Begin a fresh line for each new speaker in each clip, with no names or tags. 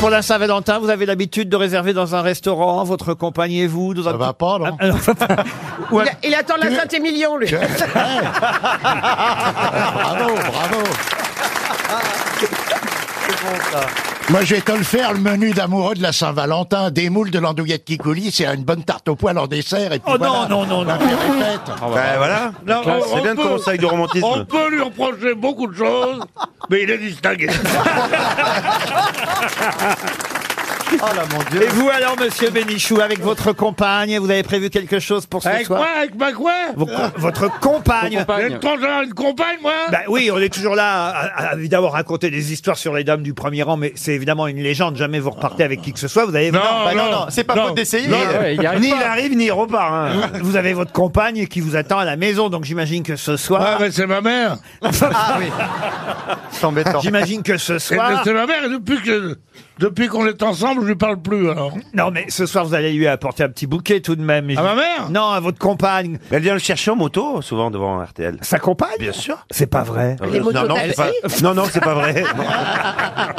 Pour la Saint-Valentin, vous avez l'habitude de réserver dans un restaurant, votre compagne et vous dans un
Ça va pas, non
Ah, non. Ou un-
Il, il attend la Saint-Émilion, lui.
Ah,
Bravo, bravo Moi, je vais te le faire, le menu d'amoureux de la Saint-Valentin. Des moules, de l'andouillette qui coulisse et une bonne tarte au poil en dessert. Et puis
Oh
voilà.
non, non, non, non.
La fête est
Oh,
faite. Ben,
Eh,
Bah voilà, c'est bien de commencer avec du romantisme.
On peut lui reprocher beaucoup de choses, mais il est distingué.
Oh,
Et vous alors, monsieur Bénichou, avec votre compagne, vous avez prévu quelque chose pour ce
Avec
soir
quoi Avec ma quoi
Vos co- Votre compagne.
J'ai une compagne, une compagne, moi
Bah oui, on est toujours là à, à- évidemment raconter des histoires sur les dames du premier rang, mais c'est évidemment une légende. Jamais vous repartez avec qui que ce soit. Vous avez,
Bah non, non, c'est pas faute d'essayer.
Ni il arrive, ni il repart. hein.
vous avez votre compagne qui vous attend à la maison, donc j'imagine que ce
Ah,
soir,
mais c'est ma mère.
Ah oui. C'est embêtant.
Ah, j'imagine que ce
Et
soir,
C'est ma mère, et depuis que- depuis qu'on est ensemble, je lui parle plus, alors.
non mais ce soir vous allez lui apporter un petit bouquet tout de même.
À ma mère
Non, à votre compagne.
Elle vient le chercher en moto, souvent devant RTL.
Sa compagne
Bien sûr. Euh,
C'est pas vrai.
Les motos
non, non, c'est pas... non, non, c'est pas vrai.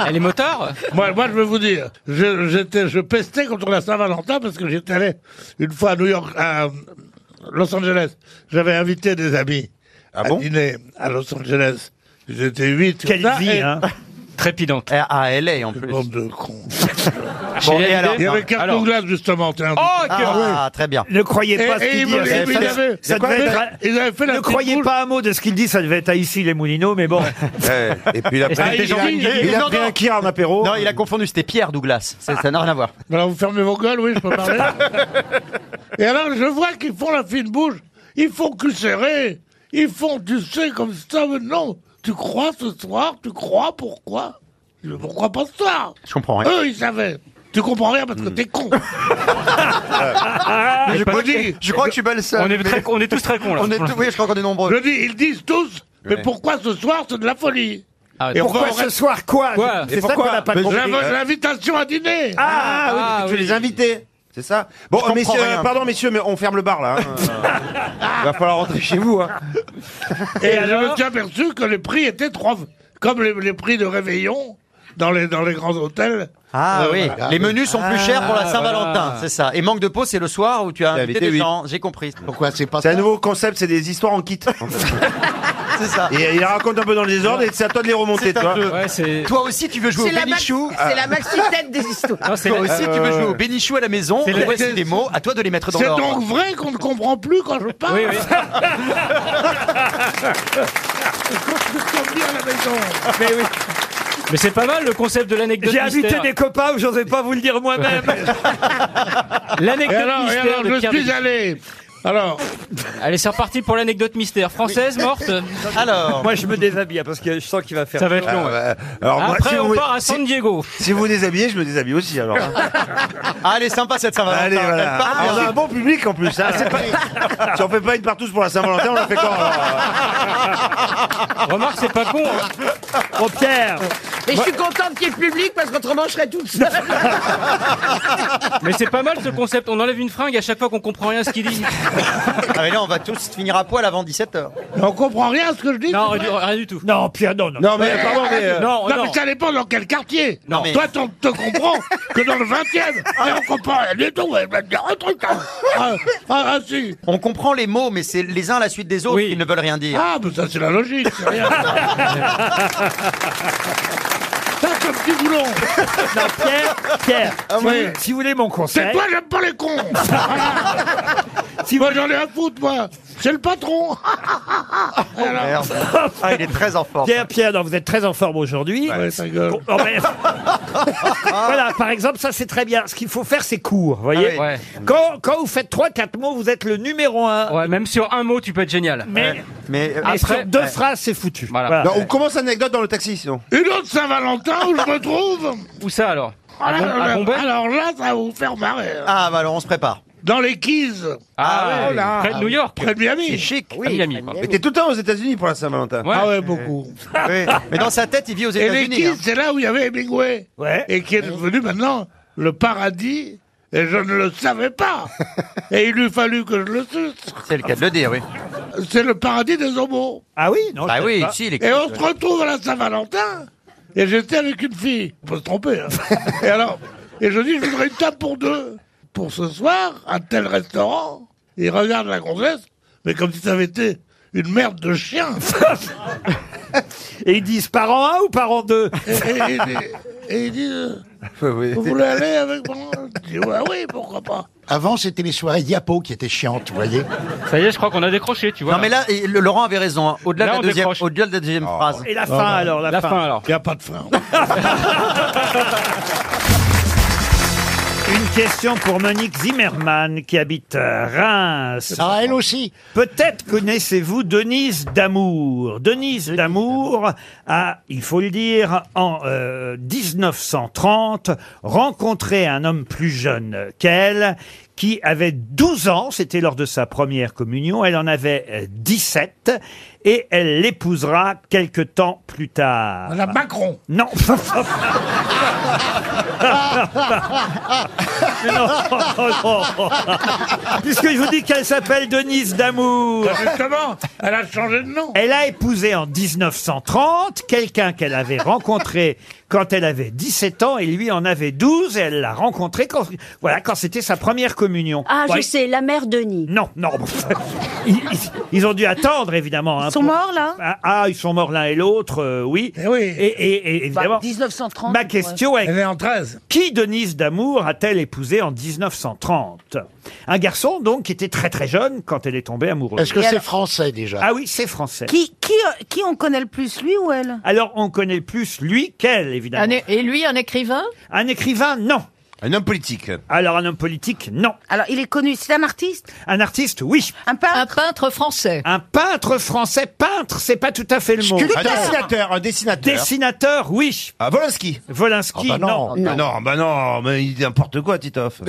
Elle est moteur
Moi, moi, je vais vous dire, je, j'étais, je pestais contre la Saint-Valentin parce que j'étais allé une fois à New York, à euh, Los Angeles. J'avais invité des amis
Ah
à
bon
dîner à Los Angeles. J'étais huit.
Quelle
comme ça,
vie,
et-
hein
Trépidante.
Ah, à LA en plus.
Bande de cons.
Chez les
alors-
Il
Hallyday
y avait Kirk Douglas, justement. tiens.
Oh, que-
Ah, très bien.
Ne croyez
Et,
pas ce
et
qu'il
ils
dit.
m'ont-
ça
ils
devait-
avaient-
ça
ils
devait
avaient-
être-
ils avaient fait la
Ne
petite
croyez
bouche.
pas un mot de ce qu'il dit, ça devait être à ici les Moulineaux, mais bon.
Ouais, Et puis il a pris,
Ah, il- il-
il a
il-
pris un kir en apéro.
Non, il a confondu, c'était Pierre Douglas. C'est- Ça n'a rien à voir.
Alors vous fermez vos gueules, oui, je peux parler. Et alors je vois qu'ils font la fine bouche, ils font cul serré, ils font tu sais comme ça, mais non, tu crois ce soir, tu crois pourquoi Je dis, Pourquoi pas ce soir
Je comprends rien.
Eux ils savaient. Tu comprends rien
Hmm.
parce que t'es con.
Ah,
Ah, je,
pas-
crois que, je crois que je suis pas le seul.
on, est
mais-
très- on est tous très cons là.
on est tous- oui, je crois qu'on est nombreux.
Je dis, ils disent tous, mais
Ouais.
pourquoi ce soir c'est de la folie
Ah,
Et on
Pourquoi
va au
ce soir quoi,
Quoi
C'est ça qu'on n'a pas
Mais
compris.
J'avais l'invitation à
Ah, oui,
dîner.
Ah,
parce que tu
oui.
les invités. C'est ça Bon,
comprends
messieurs,
rien.
euh, pardon messieurs, mais on ferme le bar là. hein. Il va falloir rentrer chez vous. hein.
Et, je me suis aperçu que les prix étaient trois, comme les, les prix de réveillon dans les, dans les grands hôtels.
Ah oui, les menus sont plus chers pour la
Ah,
Saint-Valentin,
voilà.
c'est ça. Et manque de peau, c'est le soir où tu as invité
invité,
des
oui.
gens. J'ai compris.
Pourquoi c'est pas
C'est
ça
un nouveau concept, c'est des histoires en kit. en fait.
C'est ça.
Et il raconte un peu dans le désordre et c'est à toi de les remonter,
C'est un
toi. Ah.
jeu.
Ouais, c'est.
Toi aussi, tu veux jouer
C'est
au
la, maxi,
bénichou.
c'est la maxi-tête des histoires.
Non, c'est
Toi aussi, tu veux jouer
ouais.
au bénichou à la maison.
C'est le-
Voici
c'est-
des mots, à toi de les mettre dans
C'est donc
l'ordre.
vrai qu'on ne comprend plus quand je parle.
bah. Oui, oui.
Je suis bien à la maison.
Eh
Mais oui.
Mais c'est pas mal le concept de l'anecdote
J'ai invité
mystère.
des copains, j'osais pas vous le dire moi-même.
Et
L'anecdote
alors, et
mystère
alors,
de
je
Pierre
suis
Bénichou.
allé. Alors,
Allez, c'est reparti pour l'anecdote mystère. Française morte
Alors,
Moi, je me déshabille hein, parce que je sens qu'il va faire. Ah,
Ça va être long. ouais. Ah,
Euh, alors moi,
Après,
si,
on
vous,
part à San Diego.
si vous vous déshabillez, je me déshabille aussi. Alors,
ah, elle est sympa cette Saint-Valentin.
allez, voilà.
Elle parle
Ah, on
bien.
a un bon public en plus.
Ah,
hein. si on fait pas une partouze pour la Saint-Valentin, on la fait quand alors
Remarque, c'est pas con. hein.
Oh Pierre,
Et je suis contente qu'il y ait le public parce qu'autrement je serais toute seule.
Mais c'est pas mal ce concept. On enlève une fringue à chaque fois qu'on comprend rien à ce qu'il dit.
Ah, mais là, on va tous finir à poil avant 17h.
on comprend rien à ce que je dis.
Non, rien du, rien du tout.
non Pierre, non, non.
Non, mais pardon, mais. euh,
Non,
Non,
non.
mais ça dépend dans quel quartier.
Non, mais-
Toi, on te comprends que dans le 20e, mais Ah, on comprend rien du tout. Elle va te dire un truc. hein. Ah, ah, ah, si.
On comprend les mots, mais c'est les uns à la suite des autres
Oui.
qui ne veulent rien dire.
Ah, mais ça, c'est la logique. c'est rien. Ça, c'est un petit boulon.
Non, Pierre, Pierre. si,
oui.
vous, si vous voulez mon
Ah C'est
conseil,
toi, j'aime pas les cons.
si vous,
Moi, j'en ai à foutre, moi. C'est le patron.
Oh, Merde. Ah, il est très en forme.
Pierre, Pierre, non, vous êtes très en forme aujourd'hui.
Ouais, ta gueule.
Bon, non, mais- voilà, par exemple, ça c'est très bien. Ce qu'il faut faire, c'est court, vous voyez.
Ah oui.
Ouais.
Quand, quand vous faites trois, quatre mots, vous êtes le numéro un.
ouais, même sur un mot, tu peux être génial.
Mais,
Mais euh,
mais sur
Après-
deux
ouais.
phrases, c'est foutu.
Voilà.
Ah.
non, on commence l'anecdote dans le taxi sinon.
Une autre Saint-Valentin où je me trouve.
Où ça alors
Ah,
À, Bom-
là, là,
euh,
à Bombay
alors là, ça va vous faire marrer.
hein.
ah, bah alors on se prépare. oh
Dans les Keys,
Ah, ouais, près de New York.
près de Miami.
Chic.
à Miami. pardon.
Mais t'es tout le temps aux États-Unis pour la Saint-Valentin.
Ouais.
Ah ouais, beaucoup.
Oui. Mais dans sa tête, il vit aux
Et les
États-Unis.
Keys,
hein.
c'est là où il y avait Hemingway.
Ouais.
Et qui est devenu maintenant le paradis. Et je ne le savais pas. et il eût fallu que je le suce.
C'est le cas de le dire, oui.
C'est le paradis des homos.
Ah oui, non.
Bah
je sais
oui,
pas.
si, il est
Et on se retrouve à la Saint-Valentin. Et j'étais avec une fille. Faut se tromper. hein. Et alors, et je dis, je voudrais une table pour deux. Pour ce soir, à tel restaurant. Il regarde la gonzesse, mais comme si ça avait été une merde de chien.
Et ils disent par an 1 ou par an 2
Et, et- et- et il dit, euh, vous voulez aller avec moi Je dis, ouais, oui, pourquoi pas.
Avant, c'était les soirées diapo qui étaient chiantes, vous voyez.
Ça y est, je crois qu'on a décroché, tu vois.
Non mais là, et le- Laurent avait raison. hein. Au-delà
Là,
de
on
la deuxième,
décroche.
au-delà de la
Oh.
deuxième phrase.
Et la fin alors, la,
la fin alors.
Il n'y a pas de frein.
Une question pour Monique Zimmermann qui habite euh, Reims.
Ah, elle aussi.
Peut-être connaissez-vous Denise Damour. Denise Damour a, il faut le dire, en euh, 1930, rencontré un homme plus jeune qu'elle qui avait 12 ans, c'était lors de sa première communion, elle en avait euh, 17, et elle l'épousera quelque temps plus tard.
La Macron.
Non. Mais non, non. Puisque je vous dis qu'elle s'appelle Denise Damour.
Bah, Justement, elle a changé de nom.
Elle a épousé en 1930 quelqu'un qu'elle avait rencontré quand elle avait 17 ans et lui en avait 12 et elle l'a rencontré quand, voilà, quand c'était sa première communion.
Ah,
Bon,
je
ils-
sais, la mère Denis.
Non, non. Ils, ils- ils ont dû attendre évidemment. hein,
Ils sont
pour-
morts, là
Ah, ah, ils sont morts l'un et l'autre, euh, oui.
Eh oui. Bah,
Et, et- et évidemment.
1930.
Ma question est
Elle est en 13.
Qui Denise d'Amour a-t-elle épousé en 1930 Un garçon, donc, qui était très très jeune quand elle est tombée amoureuse.
Est-ce que c'est français déjà
Ah oui, c'est français.
Qui, qui, euh, qui on connaît le plus, lui ou elle
Alors, on connaît plus lui qu'elle, évidemment. Un,
Et lui, un écrivain
écrivain, non.
Un homme politique.
Alors, un homme politique, non.
Alors, il est connu, c'est un artiste
Un artiste, oui.
Un peintre
français.
Un peintre français, peintre, c'est pas tout à fait le mot.
Un dessinateur, un dessinateur.
Dessinateur, oui.
ah, Volinsky.
Volinsky,
Ah bah
non.
non.
Ah non, bah non, mais il dit n'importe quoi, Titoff.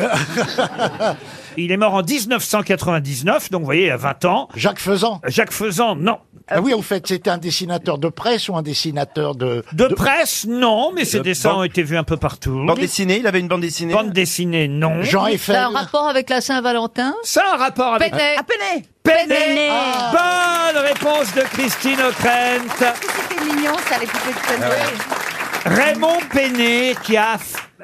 Il est mort en 1999, donc vous voyez, il y a 20 ans.
Jacques Faisan.
Jacques Faisan, non.
Ah oui, au fait, c'était un dessinateur de presse ou un dessinateur de...
De presse, non, mais ses
Euh,
dessins
bande-
ont été vus un peu partout.
Bande dessinée, il avait une bande dessinée.
Bande dessinée, non.
Jean Eiffel.
Ça a Hein un rapport avec la Saint-Valentin
Ça a un rapport avec
Peinet.
Ah, Penet
Peinet.
Peinet.
Ah.
Ah.
Bonne réponse de Christine O'Krent.
C'était mignon, ça, les poupées de Penet.
Raymond Peinet qui a...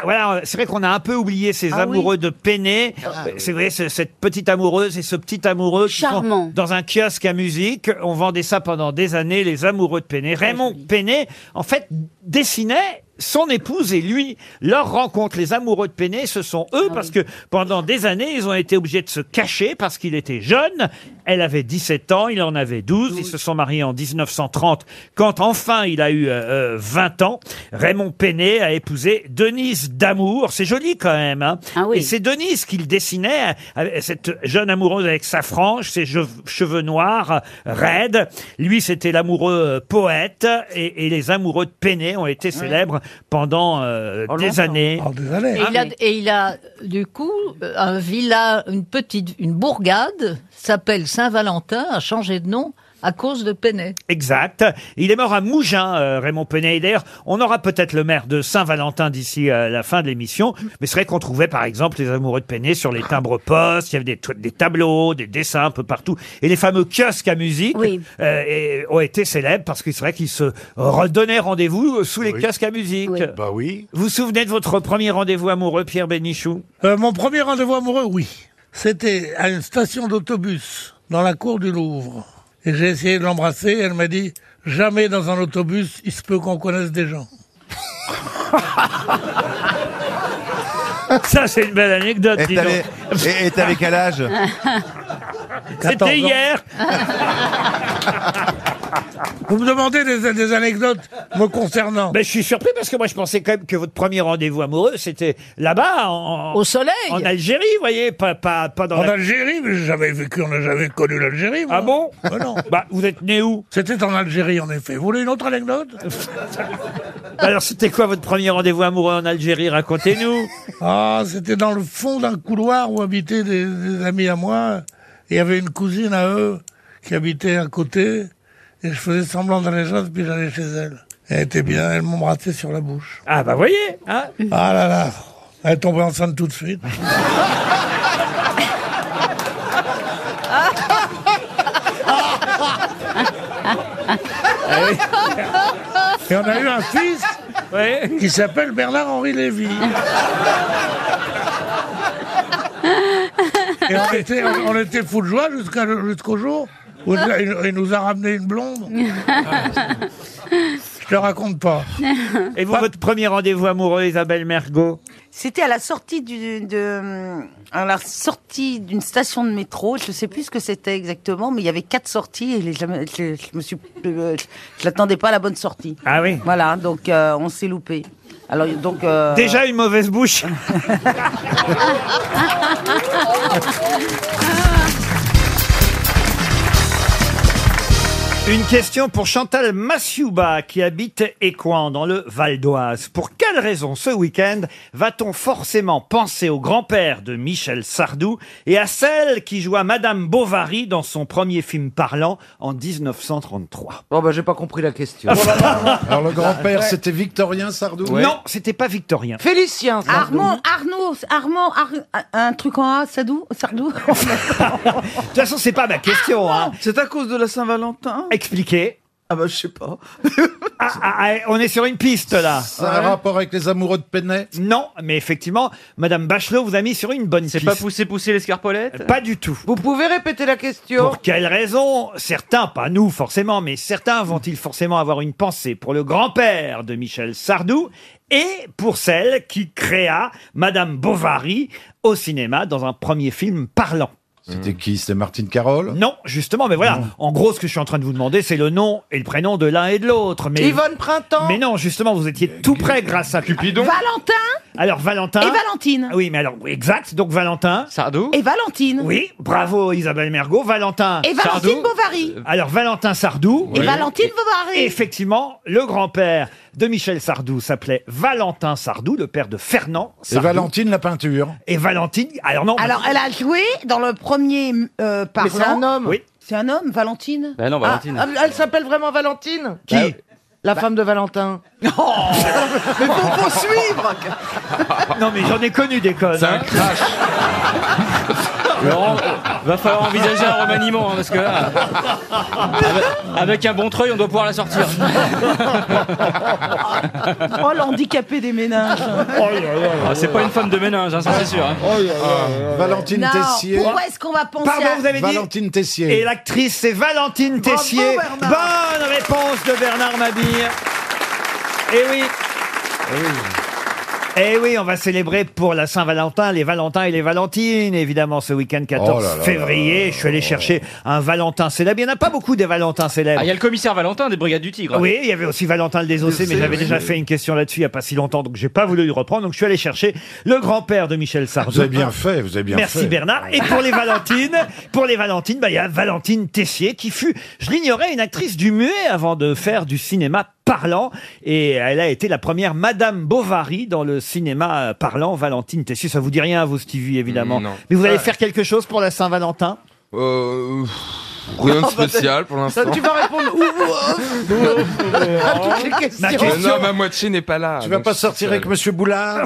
Voilà, c'est vrai qu'on a un peu oublié ces amoureux de Peinet.
Ah
c'est vrai, c'est- cette petite amoureuse et ce petit amoureux qui sont
Charmant.
dans un kiosque à musique. On vendait ça pendant des années, les amoureux de Peinet. Raymond Peinet, en fait, dessinait son épouse et lui, leur rencontre, les amoureux de Peinet, ce sont eux,
Ah
parce que pendant des années, ils ont été obligés de se cacher parce qu'il était jeune. Elle avait 17 ans, il en avait 12. Ils se sont mariés en 1930, quand enfin il a eu euh, euh, 20 ans. Raymond Peinet a épousé Denise Damour. C'est joli quand même. hein.
Ah oui.
Et c'est Denise qu'il dessinait, euh, cette jeune amoureuse avec sa frange, ses je- cheveux noirs, euh, raides. Lui, c'était l'amoureux euh, poète et, et les amoureux de Peinet ont été célèbres pendant euh, des années.
Oh, désolé.
et, il
Ah
hein.
a, et il a, du coup, euh, un villa, une petite, une bourgade, s'appelle Saint-Valentin, a changé de nom à cause de Penet.
Exact. Il est mort à Mougins, euh, Raymond Penet. Et D'ailleurs, on aura peut-être le maire de Saint-Valentin d'ici euh, la fin de l'émission. Mais c'est vrai qu'on trouvait, par exemple, les amoureux de Penet sur les timbres postes. Il y avait des, t- des tableaux, des dessins un peu partout. Et les fameux kiosques à musique
Oui.
euh, et- ont été célèbres parce que c'est vrai qu'ils se redonnaient rendez-vous euh, sous les kiosques à musique.
Oui.
Bah oui.
Vous vous souvenez de votre premier rendez-vous amoureux, Pierre Bénichou
Euh, mon premier rendez-vous amoureux, oui. C'était à une station d'autobus dans la cour du Louvre. Et j'ai essayé de l'embrasser. et Elle m'a dit jamais dans un autobus, il se peut qu'on connaisse des gens.
Ça, c'est une belle anecdote.
Et
dis
t'avais
donc.
et- et t'avais quel âge
C'était
14 ans.
hier.
Vous me demandez des, des anecdotes me concernant.
Ben, je suis surpris parce que moi, je pensais quand même que votre premier rendez-vous amoureux, c'était là-bas, en,
Au soleil
en Algérie, vous voyez, pas, pas, pas dans
En
la-
Algérie, mais j'ai jamais vécu, on n'a jamais connu l'Algérie. moi.
Ah bon
Ben non.
Bah, vous êtes né où Bah,
C'était en Algérie, en effet. Vous voulez une autre anecdote
Alors, c'était quoi votre premier rendez-vous amoureux en Algérie Racontez-nous.
Ah, c'était dans le fond d'un couloir où habitaient des, des amis à moi. Et il y avait une cousine à eux qui habitait à côté. Et je faisais semblant d'aller chez elle, puis j'allais chez elle. Elle était bien, elle m'embrassait sur la bouche.
Ah, bah, voyez, hein
Ah là là, elle est tombée enceinte tout de suite. Et on a eu un fils, qui s'appelle Bernard-Henri Lévy. Et on était, on, on était fous de joie jusqu'à- jusqu'au jour où il, il nous a ramené une blonde. Je te raconte pas.
Et vous, votre premier rendez-vous amoureux, Isabelle Mergot
C'était à la sortie du- de, à la sortie d'une station de métro. Je sais plus ce que c'était exactement, mais il y avait quatre sorties et les- jamais- je, je me suis, euh, je l'attendais pas à la bonne sortie.
Ah oui.
Voilà, donc euh, on s'est loupé. Alors donc. euh,
Déjà une mauvaise bouche Une question pour Chantal Massiouba qui habite Écouen dans le Val d'Oise. Pour quelle raison ce week-end va-t-on forcément penser au grand-père de Michel Sardou et à celle qui joua Madame Bovary dans son premier film parlant en 1933
Bon, bah, j'ai pas compris la question.
Alors, le grand-père, c'était
Victorien Sardou
Non, c'était pas victorien.
Félicien Sardou.
Armand, Arnaud, Armand, Ar- un truc en A, Sadou, Sardou.
De toute façon, c'est pas ma question.
Ah,
hein.
C'est à cause de la Saint-Valentin
Expliquez. Ah,
Ah bah je sais pas.
eh, on est sur une piste là.
Ça a un rapport
avec les amoureux de Penney Non, mais effectivement, Madame Bachelot vous a mis sur une bonne piste. C'est pas pousser pousser l'escarpolette Pas du tout.
Vous pouvez répéter la question
Pour quelle raison Certains, pas nous forcément, mais certains vont-ils forcément avoir une pensée pour le grand-père de Michel Sardou et pour celle qui créa Madame Bovary au cinéma dans un premier film parlant
C'était qui C'était Martine Carole
Non, justement, mais voilà. En gros, ce que je suis en train de vous demander, c'est le nom et le prénom de l'un et de l'autre. Mais
Yvonne Printemps
Mais non, justement, vous étiez tout près grâce à Cupidon.
Valentin
Alors Valentin. Ah
Et Valentine.
Oui, mais alors oui, exact. Donc Valentin. Sardou.
Et Valentine.
Oui, bravo Isabelle Mergot. Valentin.
Et Valentine
Sardou. Euh,
Bovary.
Alors Valentin Sardou.
Et Valentine Bovary.
Effectivement, le grand-père de Michel Sardou s'appelait Valentin Sardou, le père de Fernand.
Et
Sardou.
Valentine la peinture.
Et Valentine. Alors non. bah
Alors, elle a joué dans le premier euh, parlant.
c'est un homme. Oui.
C'est un homme, Valentine.
Ben non, Valentine.
Ah, elle s'appelle vraiment Valentine
Qui
La femme de Valentin. Non Mais faut, faut suivre
non mais j'en ai connu des connes. hein. C'est un crash.
Laurent, va falloir envisager un remaniement hein, parce que là, avec, avec un bon treuil, on doit pouvoir la sortir.
Oh, l'handicapé des ménages.
Oh,
Ah, c'est pas une femme de ménage, hein, ça c'est sûr. hein.
Ah. Valentine
Non,
Tessier.
Pourquoi est-ce qu'on va penser
Pardon,
à...
vous avez dit
Valentine Tessier.
Et l'actrice, c'est Valentine
Bravo,
Tessier.
Bernard.
Bonne réponse de Bernard Mabille. Eh oui. Eh oui, on va célébrer pour la Saint-Valentin les Valentins et les Valentines, évidemment, ce week-end 14
Oh là là
février. Je suis allé chercher un Valentin célèbre. Il n'y en a pas beaucoup des Valentins célèbres.
Ah, Il y a le commissaire Valentin des Brigades du Tigre.
Oui, il y avait aussi Valentin le Désossé, mais
Désossé,
j'avais
oui.
déjà fait une question là-dessus il n'y a pas si longtemps, donc j'ai pas voulu le reprendre. Donc je suis allé chercher le grand-père de Michel Sardou.
Vous avez bien fait, vous avez bien
Merci
fait.
Bernard. Et pour les Valentines, pour les Valentines, bah, il y a Valentine Tessier qui fut, je l'ignorais, une actrice du muet avant de faire du cinéma parlant. Et elle a été la première Madame Bovary dans le cinéma parlant. Valentine Tessier, ça vous dit rien à vous, Stevie, évidemment.
Mm, non.
Mais vous allez
Euh.
faire quelque chose pour la Saint-Valentin
Euh, pff, rien de spécial pour l'instant.
Tu vas répondre ouh, ouh, ouh, ouh, à
Ah,
toutes les questions.
Euh, Non, ma moitié n'est pas là.
Tu vas
donc
pas
je suis
sortir
seul.
avec Monsieur Boulard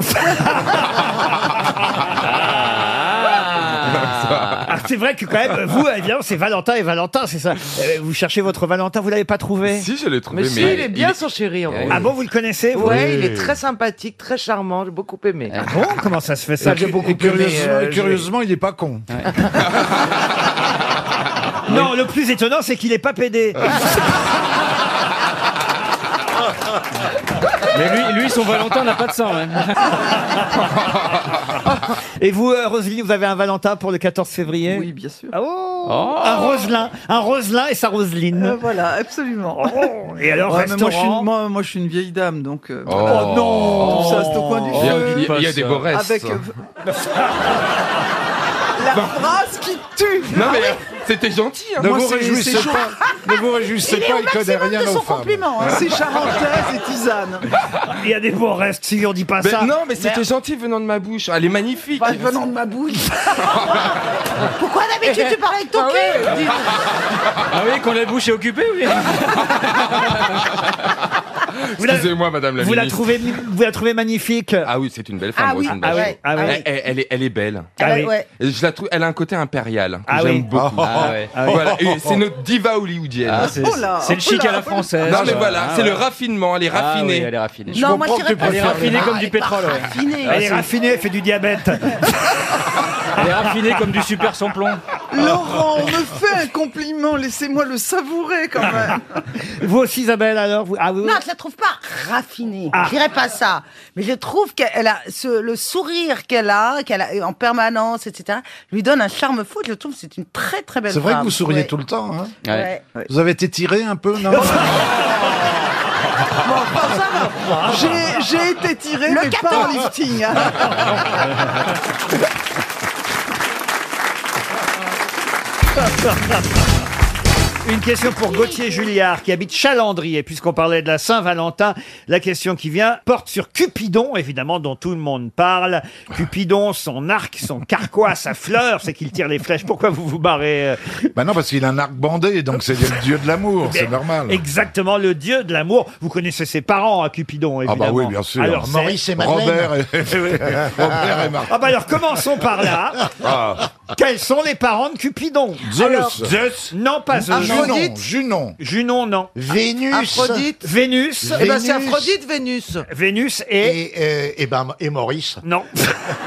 Ah, c'est vrai que quand même, vous, évidemment, c'est Valentin et Valentin, c'est ça. Euh, Vous cherchez votre Valentin, vous l'avez pas trouvé
Si, je l'ai trouvé,
Mais si, il est bien son chéri. En
Ah bon, vous le connaissez vous
Ouais, il est très sympathique, très charmant, j'ai beaucoup aimé.
Ah bon Comment ça se fait ça
Et- et
curieusement- et curieusement,
il est pas con. non, le plus étonnant, c'est qu'il est pas pédé.
Mais lui, lui, son Valentin n'a pas de sang.
Et vous, euh, Roselyne, vous avez un Valentin pour le 14 février Oui,
bien sûr.
Un Roselin, un Roselin et sa Roseline.
Euh, voilà, absolument.
et alors,
Ouais, mais euh, moi, je suis
restaurant
une, moi, moi, je suis une vieille dame, donc. euh,
Oh.
voilà.
Oh non.
Tout ça, c'est au coin du
Il y a-
feu.
il y a- il y a des beaux restes.
Avec. euh, la phrase qui tue. Ah
Non, mais euh, c'était gentil. Hein.
Ne
Moi,
vous
c'est-
réjouissez
c'est chaud.
pas, ne vous réjouissez
Il est
pas,
au
il connaît
maximum
rien
de
aux
son
femmes.
compliment, hein. C'est charentaise et tisane.
Il y a des beaux restes, si on dit pas
Ben
ça.
non, mais c'était gentil venant de ma bouche. Elle est magnifique.
Pas venant de ma bouche.
Pourquoi d'habitude tu parles avec ton cul
Ah
Ah oui, quand la bouche est occupée, oui.
Vous la-
Excusez-moi, madame la
vous la
ministre.
trouvez mi- vous la trouvez magnifique
Ah oui, c'est une belle femme.
Ah
moi,
oui,
c'est une
ah
belle
oui,
femme.
ah oui.
Elle, elle- elle est, elle est belle.
Ah oui. Ouais.
Et Je la trouve, elle a un côté impérial. hein, que
Ah
j'aime
oui.
beaucoup.
Ah ouais. Ah oui.
Voilà, et c'est notre diva hollywoodienne.
Ah, c'est- Oh là, c'est le chic oh là, à la française.
Non mais
Ah,
voilà,
ouais.
c'est le raffinement. Elle est
Ah
raffinée.
oui, elle est raffinée.
Je Non, moi, comprends je que tu dirais pas-
Elle est
préfères les-
raffinée comme
Ah,
du pétrole. ouais. Ah,
Elle est
c'est-
raffinée, elle fait du diabète.
Elle est raffinée comme du super samplon.
Oh,
Laurent, on me fait un compliment, laissez-moi le savourer quand même.
Vous aussi, Isabelle, alors vous... ah, vous-
Non, je la trouve pas raffinée.
Ah.
Je dirais pas ça. Mais je trouve qu'elle a ce- le sourire qu'elle a, qu'elle a en permanence, etc. lui donne un charme fou. Je trouve que c'est une très très belle
C'est vrai que
femme.
vous souriez
Ouais.
tout le temps. hein
Ouais.
Vous avez été tiré un peu, non
J'ai- J'ai été tiré,
Le
mais pas en
carton.
lifting. hein.
Une question pour Gauthier Julliard qui habite Chalandry. Et puisqu'on parlait de la Saint-Valentin, la question qui vient porte sur Cupidon, évidemment, dont tout le monde parle. Cupidon, son arc, son carquois, sa fleur, c'est qu'il tire les flèches. Pourquoi vous vous barrez euh
Bah non, parce qu'il a un arc bandé, donc c'est le dieu de l'amour, c'est normal.
Eh Exactement, le dieu de l'amour. Vous connaissez ses parents, à Cupidon,
Ah
évidemment.
bah oui, bien sûr.
Alors, c'est-
Robert et, Robert et Marc.
Ah bah alors, commençons par là.
Ah.
Quels sont les parents de Cupidon
Zeus. Zeus.
Non, pas Zeus.
Junon,
Junon. Junon, non.
Vénus. Aphrodite.
Vénus.
Eh ben, c'est Vénus.
Aphrodite,
Vénus.
Vénus et...
Et, euh,
eh
et, ben, et Maurice.
Non.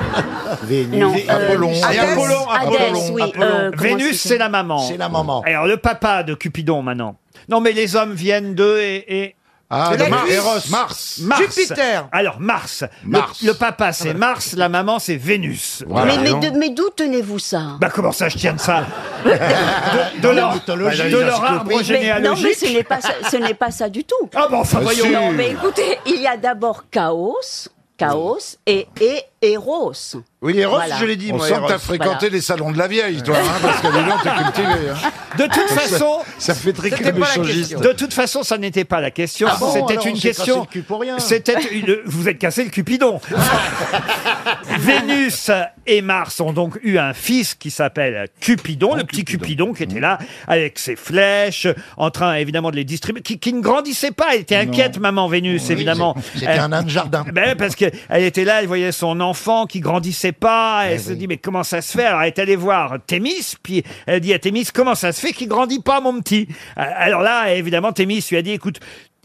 Vénus.
Non,
Et
euh,
Apollon.
Hadès.
Et Apollon.
Hadès,
Apollon.
oui,
Apollon.
euh, comment Vénus, c'est c'est la maman.
C'est la maman.
Alors, le papa de Cupidon, maintenant. Non, mais les hommes viennent d'eux et... et...
Ah,
de
donc
Mars.
Eros. Mars.
Mars.
Jupiter.
Alors, Mars. Le-
Mars.
Le, papa,
Ah, bah.
c'est Mars. La maman, c'est Vénus.
mais mais de- mais d'où tenez-vous ça
Bah comment ça je tiens de ça De, de leur, de leur arbre
Mais- Non, mais
généalogique
ce n'est pas, ça- ce n'est pas ça du tout.
Ah bon, enfin,
Bien
voyons.
sûr. Non,
Si.
mais écoutez, il y a d'abord Chaos, Chaos et, et Eros.
Oui, Eros,
Voilà.
je l'ai dit. On sent que t'as fréquenté les salons de la vieille, toi, hein, parce que les gens t'es cultivé. hein.
De toute
Ça-
façon,
ça fait très C'était club pas la échangiste. question.
De toute façon, ça n'était pas la question.
Ah bon,
C'était
alors,
une
on s'est cassé
question.
le cul pour rien.
C'était une. Vous êtes cassé le cupidon. Vénus et Mars ont donc eu un fils qui s'appelle Cupidon, le petit Cupidon. qui
Mmh.
était là avec ses flèches, en train évidemment de les distribuer, qui, qui ne grandissait pas. Elle était inquiète, maman Vénus,
Oui,
évidemment.
c'est- c'était un nain de jardin.
Ben, parce qu'elle était là, elle voyait son enfant qui grandissait pas.
Ben
Elle se dit, mais comment ça se fait Alors, elle est allée voir Thémis, puis elle dit à Thémis, comment ça se fait qu'il grandit pas, mon petit Euh, Alors là, évidemment, Thémis lui a dit, écoute,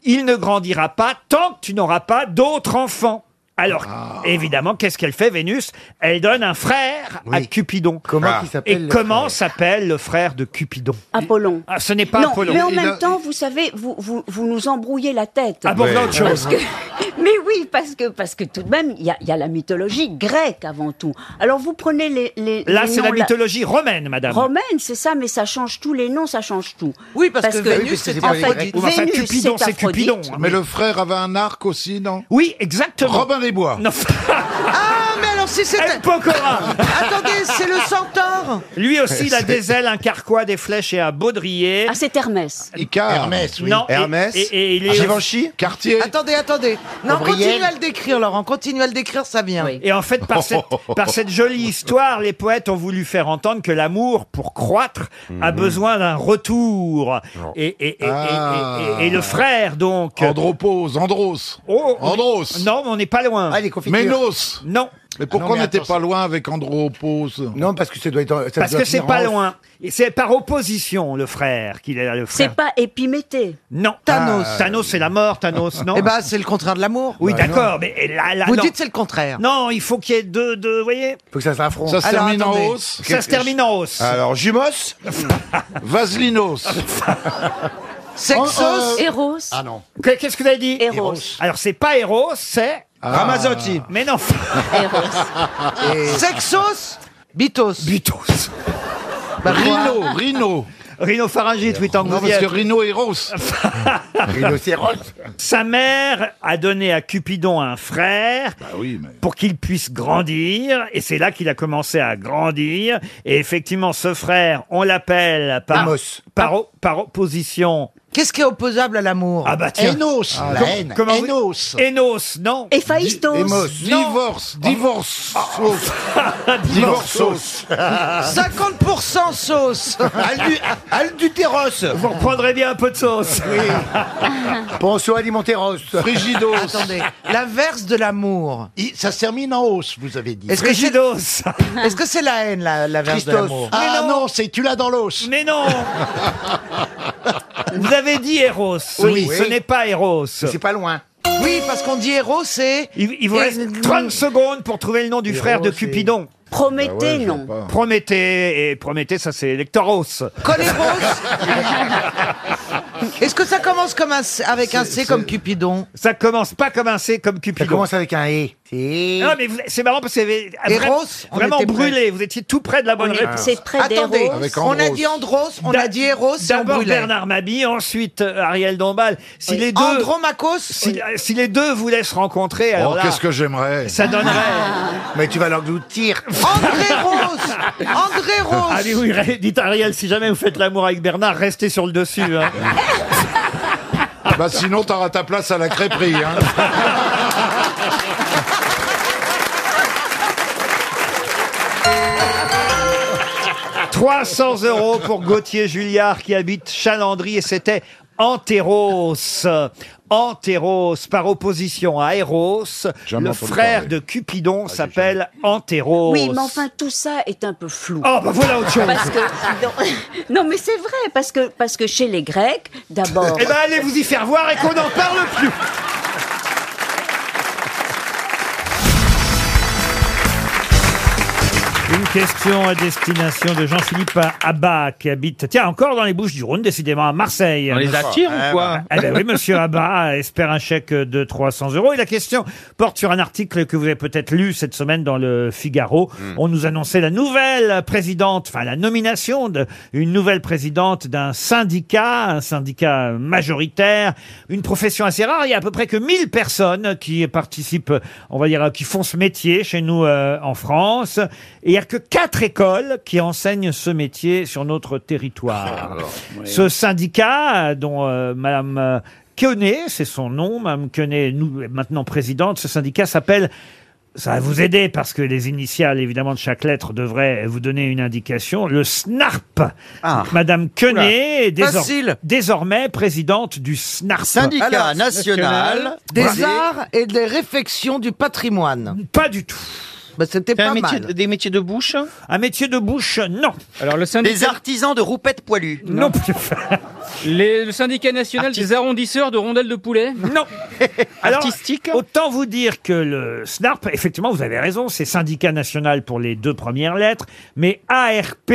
il ne grandira pas tant que tu n'auras pas d'autres enfants. Alors,
Ah.
évidemment, qu'est-ce qu'elle fait, Vénus Elle donne un frère à Cupidon.
Comment Ah. il s'appelle
Et
le
comment s'appelle le frère de Cupidon
Apollon.
Ah, ce n'est pas
non,
Apollon.
mais en
Il
même
a-
temps, vous savez, vous, vous, vous nous embrouillez la tête.
Ah bon, Ouais. autre chose.
Parce que- mais oui, parce que, parce que tout de même, il y a, il y a la mythologie grecque avant tout. Alors vous prenez les... les
Là,
les
c'est
noms,
la mythologie romaine, madame.
Romaine, c'est ça, mais ça change tout, les noms, ça change tout.
Oui, parce que Vénus, c'est
en
pas
fait,
grec.
Vénus,
Ou enfin,
Cupidon, c'est Aphrodite.
Mais le frère avait un arc aussi, non
hein. Oui, exactement.
Robin des Bois.
Ah, mais alors si c'est... Attendez, c'est le centaure
Lui aussi, il a
C'est-
des ailes, un carquois, des flèches et un baudrier. Ah,
c'est Hermès.
Icare.
Hermès, oui.
Non, et-
Hermès.
Et, et il est.
Cartier.
Attendez, attendez. Non,
Gabriel.
continuez à le décrire, Laurent. Continuez à le décrire, ça vient.
Et en fait, par
Oh,
cette, par cette jolie histoire, les poètes ont voulu faire entendre que l'amour, pour croître, a
Mhm.
besoin d'un retour. Et, et- et- et- et- et le frère, donc. Oh,
Andropos, Ah. Andros. Andros.
Non, mais on n'est pas loin.
Ah, les
confitures.
Ménos.
Non.
Mais pourquoi
Non, mais
on n'était
attention.
pas loin avec Andropos Non, parce que ça doit être.
Parce que c'est pas loin. Et C'est par opposition, le frère, qu'il est là, le frère.
C'est pas Épiméthée.
Non.
Thanos. Ah.
Thanos, c'est la mort, Thanos, non
Eh ben, c'est le contraire de l'amour.
Oui, d'accord, mais et là, là,
Vous
non.
dites c'est le contraire.
Non, il faut qu'il y ait deux, deux, vous voyez
Faut que ça s'affronte. Ça se
Alors,
termine
attendez.
en hausse.
Ça se termine en hausse.
Alors, Jumos. Vaselinos.
Sexos.
Eros.
Ah non.
Que- Qu'est-ce que vous avez dit
Eros.
Alors, c'est pas Eros, c'est...
Ah. Ramazzotti.
Mais non.
Eros.
Et-
Sexos. Bitos.
Bitos.
Rhino, Rhino.
Rhinopharyngite, oui, tant que
Non,
vous y
parce que
êtes.
Rhino est Eros. Rhinocéros.
Sa mère a donné à Cupidon un frère pour qu'il puisse grandir. Et c'est là qu'il a commencé à grandir. Et effectivement, ce frère, on l'appelle par,
Amos.
par, o- par opposition
Qu'est-ce qui est opposable à l'amour
Ah bah tiens. Com- comment vous- Enos, non.
Héphaïstos.
Non.
Divorce.
Divorce.
50% sauce.
Aldutéros. Vous reprendrez bien un peu de sauce.
Ponceau alimentéros.
Frigidos.
Attendez, l'inverse de l'amour.
Ça se termine en hausse, vous avez dit.
Est-ce que c'est Est-ce que c'est la haine, la- l'inverse de l'amour
Ah non, c'est tu l'as dans l'os.
Mais non Vous avez dit Eros.
Oui.
ce n'est pas Eros. C'est
pas loin.
Oui, parce qu'on dit héros, c'est.
Il, il vous reste 30 secondes pour trouver le nom du frère de Cupidon.
Prométhée, Bah ouais, je non. vois pas.
Prométhée, et Prométhée, ça c'est Lectoros.
Est-ce que ça commence comme un C- avec un C comme Cupidon
Ça commence pas comme un C comme Cupidon.
Ça commence avec un E. C'est-
Non, mais vous- c'est marrant parce que vous avez
Eros,
vraiment-
on
vraiment
était près.
brûlé. Vous étiez tout près de la bonne
On est-
réponse.
c'est près Attendez, d'Eros. avec on a Andros. dit Andros, on a
D'a-
dit Eros et on
D'abord
brûlait.
Bernard Mabie, ensuite euh, Ariel Dombal. Si les deux.
Andromacos
si, si les deux voulaient se rencontrer, alors
Oh,
là,
qu'est-ce que j'aimerais
ça donnerait.
Mais tu vas l'engloutir.
André Rose André Rose
Ah mais oui, re- dites à Ariel, si jamais vous faites l'amour avec Bernard, restez sur le dessus. hein.
Bah sinon, t'auras ta place à la crêperie. Hein.
Ah. 300 euros pour Gauthier Julliard qui habite Chalandry et c'était Antéros. Antéros, par opposition à Eros,
Jamais
le
entendu parler.
frère
Ah,
de Cupidon s'appelle Antéros.
Oui, mais enfin, tout ça est un peu flou.
Oh, bah voilà autre chose.
Parce que, non, non, mais c'est vrai, parce que, parce que chez les Grecs, d'abord...
Eh ben allez vous y faire voir et qu'on n'en parle plus Une question à destination de Jean-Philippe Abba qui habite, tiens, encore dans les Bouches du Rhône, décidément à Marseille.
On les attire ou quoi
Eh ben oui, monsieur Abba espère un chèque de 300 euros. Et la question porte sur un article que vous avez peut-être lu cette semaine dans le Figaro. On nous annonçait la nouvelle présidente, enfin la nomination d'une nouvelle présidente d'un syndicat, un syndicat majoritaire, une profession assez rare. Il y a à peu près que 1000 personnes qui participent, on va dire, qui font ce métier chez nous euh, en France. Et il n'y a que quatre écoles qui enseignent ce métier sur notre territoire. Ce syndicat euh, dont euh, Madame euh, Quenet, c'est son nom, Madame Quenet, nous est maintenant présidente, ce syndicat s'appelle. Ça va vous aider parce que les initiales, évidemment, de chaque lettre devraient vous donner une indication. Le SNARP. Madame Quenet est désor-
Ah. Facile.
désormais présidente du SNARP.
Syndicat Alors, national des arts
et des réfections du patrimoine. Pas du tout. c'était
Bah, pas métier- mal.
Des métiers de bouche Un métier de bouche, non. Alors le
syndicat- Des
artisans de roupettes poilues Non. plus.
Les- le syndicat national des arrondisseurs de rondelles de poulet
Non. Artistique Autant vous dire que le SNARP, effectivement, vous avez raison, c'est syndicat national pour les deux premières lettres, mais ARP,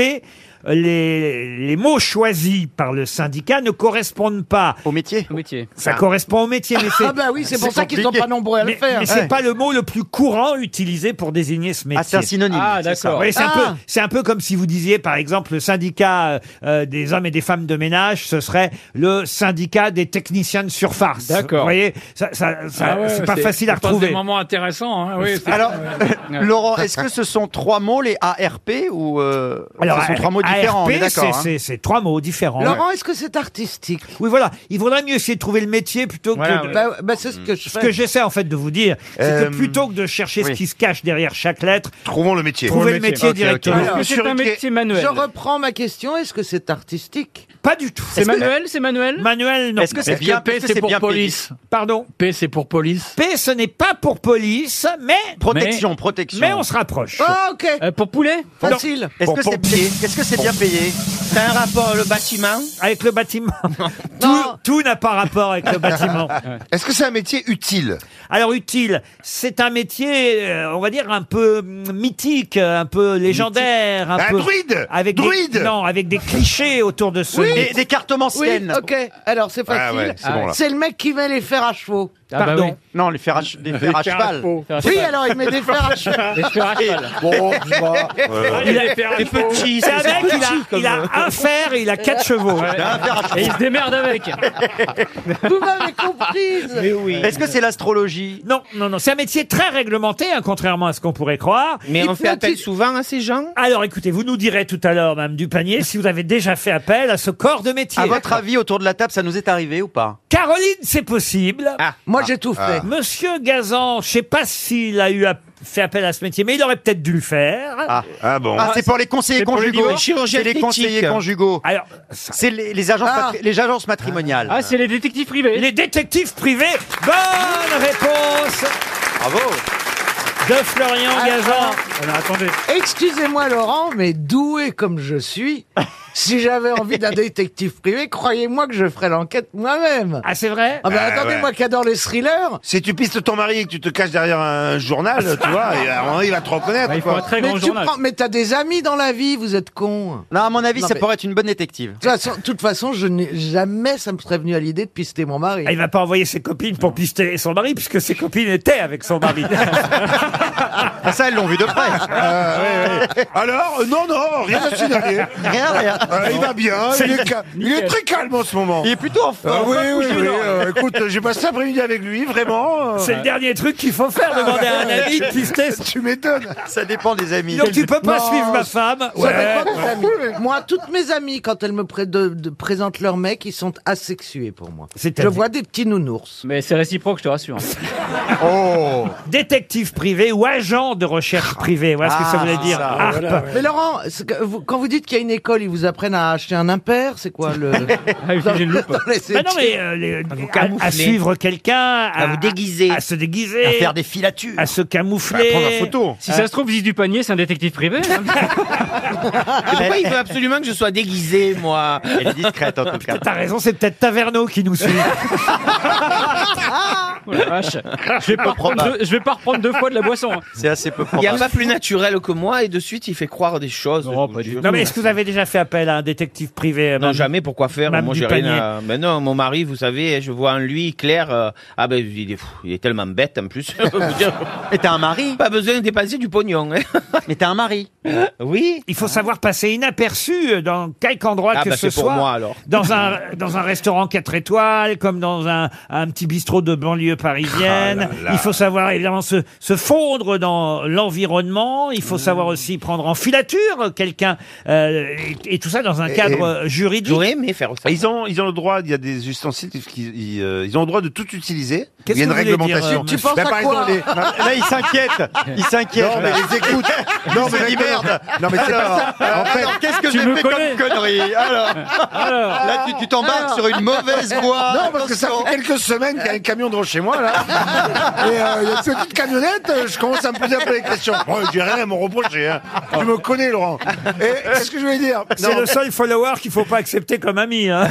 les, les mots choisis par le syndicat ne correspondent pas. Au métier
Au métier.
Ça
Ah.
correspond au métier, mais c'est...
Ah bah oui, c'est pour ça qu'ils sont
compliqué.
pas nombreux à le
Mais-
faire.
Mais c'est
Ouais.
pas le mot le plus courant utilisé pour désigner ce métier.
c'est un synonyme. Ah,
C'est ça.
d'accord.
Oui, c'est un
Ah.
peu- c'est un, peu comme si vous disiez, par exemple, le syndicat euh, euh, des hommes et des femmes de ménage, ce serait le syndicat des techniciens de surface.
D'accord.
Vous voyez, ça, ça- ça-
Ah ouais,
c'est pas facile à
on passe
retrouver. euh,
des moments intéressants. hein, oui, c'est-
Alors,
Ouais.
Laurent, est-ce que ce sont trois mots, les ARP, ou euh, ce sont trois mots
ARP,
différents on est
c'est-
d'accord. hein.
c'est c'est trois mots différents.
Laurent, est-ce que c'est artistique
Oui, voilà. Il vaudrait mieux essayer de trouver le métier plutôt que.
Voilà,
de-
ouais. Bah, bah,
Hmm.
c'est ce que je
Ce
fais.
que j'essaie en fait de vous dire, c'est
Euh,
que plutôt que de chercher ce
oui.
qui se cache derrière chaque lettre,
Trouvons le métier.
trouvez le métier
Ok, ok.
directement.
Alors,
Monsieur Riquet-
Je reprends ma question, est-ce que c'est artistique
Pas du tout.
Est-ce que-
C'est Manuel Manuel, non.
Est-ce que c'est Est-ce que bien- P, est-ce que c'est c'est pour bien payé police
Pardon P, c'est pour police P, ce n'est pas pour police, mais...
Protection, Mais- protection.
Mais on se rapproche.
Ah, ok.
Euh, pour poulet
Facile. Est-ce que c'est payé Est-ce que c'est bien payé
Ça a un rapport, le bâtiment Avec le bâtiment Tout, tout n'a pas rapport avec le bâtiment.
Est-ce que c'est un métier utile
Alors, utile, c'est un métier, euh, on va dire, un peu mm, mythique, un peu légendaire. Un,
Un
peu,
druide
avec des-
Druide
Non, avec des clichés autour de ce
Oui.
métier.
Des- des Oui, ok, alors c'est facile.
Ah ouais, c'est bon, là.
c'est le mec qui met les fers à chevaux.
Ah bah
bah
Pardon Non, les fers à, ch- des fers à
fers à
cheval.
chevaux. Oui, alors il met des fers à cheval.
Des fers à cheval. Bon, je vois.
Il a-
Les fers à
c'est
chevaux.
petit,
C'est un
c'est
mec, il a,
petit comme-
il a a un fer et euh. il a quatre chevaux.
Et il se démerde avec.
Vous m'avez comprise Mais oui.
Est-ce que c'est
l'astrologie Non, non, non. C'est un métier très réglementé, hein, contrairement à ce qu'on pourrait croire.
Mais on fait appel
souvent à ces gens Alors écoutez, vous nous direz tout à l'heure, Mme Dupanier, si vous avez déjà fait appel à ce corps de métier.
À votre avis, autour de la table, ça nous est arrivé ou pas
Caroline, c'est possible.
Moi, j'ai tout fait. Ah.
Monsieur Gazan, je sais pas s'il a eu app- fait appel à ce métier, mais il aurait peut-être dû le faire.
Ah, bon. Ah, c'est pour les conseillers conjugaux. C'est les conseillers conjugaux.
Alors,
c'est les, les agences
Ah.
patri- les agences matrimoniales.
Ah, c'est les détectives privés.
Les détectives privés. Bonne réponse
Bravo.
de Florian
Ah,
Gazan.
Excusez-moi Laurent, mais doué comme je suis, si j'avais envie d'un détective privé, croyez-moi que je ferais l'enquête moi-même.
Ah c'est vrai
Ah ben
Ah,
attendez,
ouais.
moi qui adore les thrillers.
Si tu pistes ton mari et que tu te caches derrière un journal, tu vois, et, à un moment, il va te reconnaître.
Ah,
quoi.
mais tu prends- mais t'as des amis dans la vie, vous êtes con.
Non, à mon avis,
Non,
ça
mais-
pourrait être une bonne détective.
De toute façon- de toute façon, je n'ai jamais ça me serait venu à l'idée de pister mon mari.
Ah, Il va pas envoyer ses copines pour pister son mari, puisque ses copines étaient avec son mari.
Ah, ça, elles l'ont vu de près.
Ah
Euh,
Alors, euh, non, non, rien à signaler.
Rien, rien.
Euh, il va bien,
C'est-
il est, ca- il est
Nickel.
très calme en ce moment.
Il est plutôt en forme. hein,
Ah oui,
Pas
oui,
couché,
oui.
non.
euh, écoute, j'ai passé l'après-midi avec lui, vraiment. euh.
C'est le dernier truc qu'il faut faire, demander à un ami de pister.
Tu m'étonnes.
Ça dépend des amis.
Donc tu peux pas suivre ma femme.
Ça
Eh,
dépend des amis. Moi, toutes mes amies, quand elles me pré- de- de- présentent leur mec, ils sont asexués pour moi. Je vois des petits nounours.
Mais c'est réciproque, je te rassure.
Oh. Détective privé ou agent de recherche privée, voilà ce que ça
Ah,
voulait dire.
ça,
Harpe.
Mais Laurent, c'est que vous- quand vous dites qu'il y a une école, ils vous apprennent à acheter un impair, c'est quoi le...
utiliser Ah, une loupe.
Attendez, c'est-
Ah non, mais, euh, les- à, à suivre quelqu'un, à, vous déguiser, à se déguiser,
À faire
des filatures,
à se camoufler,
Si ça se trouve, Ziz du panier, c'est un détective privé. hein.
Et pourquoi il veut absolument que je sois déguisé, moi
Elle est discrète, en tout cas.
T'as raison, c'est peut-être Taverneau qui nous suit.
Oh la vache. Je vais, pas reprendre deux, je vais pas reprendre deux fois de la boisson. hein.
C'est assez peu
Il n'y a
probable.
pas plus naturel que moi et de suite il fait croire des choses. Non,
non, mais est-ce que vous avez déjà fait appel à un détective privé euh,
Non, jamais, pourquoi faire
Mme
Moi, j'ai
Dupanier.
rien à- Mais Ah, ben non, mon mari, vous savez, je vois en lui clair. euh, Ah ben, il est, fou, il est tellement bête en plus.
Mais t'as un mari
Pas besoin de dépenser du pognon. hein. Euh,
Mais t'as un mari
Oui.
Il faut savoir passer inaperçu euh, dans quelque endroit
Ah,
que
bah,
ce
c'est pour
soit.
moi, alors.
Dans un, dans un restaurant 4 étoiles, comme dans un, un petit bistrot de banlieue parisienne.
Ah là là.
Il faut savoir évidemment se, se fondre dans l'environnement. Il
Mmh.
faut savoir aussi prendre en filature quelqu'un. euh, et, et tout ça dans un cadre juridique.
Ils ont, ils ont le droit, il y a des ustensiles qui, ils, euh, ils ont le droit de tout utiliser.
Qu'est-ce
il y a une
que vous voulez dire,
réglementation.
euh, Tu penses
Ben,
à
par
quoi
exemple, les- Là, ils s'inquiètent. Ils s'inquiètent. Non, mais les écoutes. Non, mais
dit merde.
Non, mais c'est pas ça. En fait,
alors, qu'est-ce que
tu
j'ai
me
fait
connais.
comme connerie Alors, là, tu- tu t'embarques sur une mauvaise voie.
Non, parce que ça
Attention.
fait quelques semaines qu'il y a un camion devant chez moi, là. Et euh, il y a une petite camionnette, euh, je commence à me poser un peu les questions. Bon, j'ai rien à me reprocher, hein. Tu me connais, Laurent. Et qu'est-ce que je voulais dire
C'est
Non.
le seul follower qu'il faut pas accepter comme ami. hein.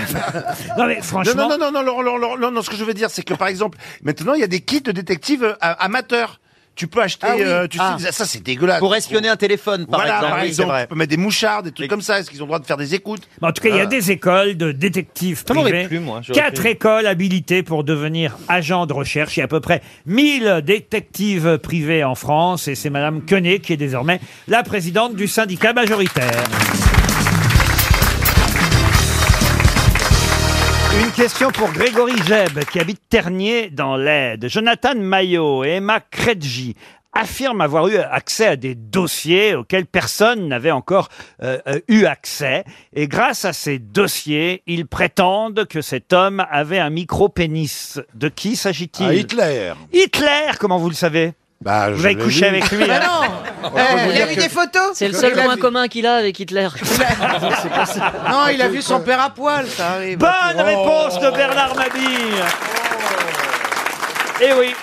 non mais franchement.
Non, non, non, non, Laurent, Laurent, Laurent, non, non, ce que je veux dire, c'est que par exemple, maintenant, il y a des kits de détectives euh, amateurs. Tu peux acheter,
Ah oui.
euh, tu sais,
Ah.
ça c'est dégueulasse.
Pour espionner un téléphone, par
voilà,
exemple.
par
Oui, c'est
exemple,
vrai.
tu peux mettre des mouchards, des trucs comme ça. Est-ce qu'ils ont le droit de faire des écoutes
Mais en tout cas, il y a
Ah.
des écoles de détectives
Ça m'aurait
privés.
plu, moi, j'aurais
Quatre
fait.
écoles habilitées pour devenir agent de recherche. Il y a à peu près 1000 détectives privés en France. Et c'est Madame Quenet qui est désormais la présidente du syndicat majoritaire. Une question pour Grégory Jeb, qui habite Ternier dans l'Aide. Jonathan Maillot et Emma Credji affirment avoir eu accès à des dossiers auxquels personne n'avait encore euh, euh, eu accès. Et grâce à ces dossiers, ils prétendent que cet homme avait un micro-pénis. De qui s'agit-il
Ah, Hitler.
Hitler, comment vous le savez Vous
l'ai
avez couché
lu.
avec lui
Bah
hein
Eh, il a vu des photos
C'est le seul
Il a
point
vu-
commun qu'il a avec Hitler.
Non, il a vu son père à poil, ça Oh. arrive.
Bonne réponse
Oh.
de Bernard Mabille. Eh oui.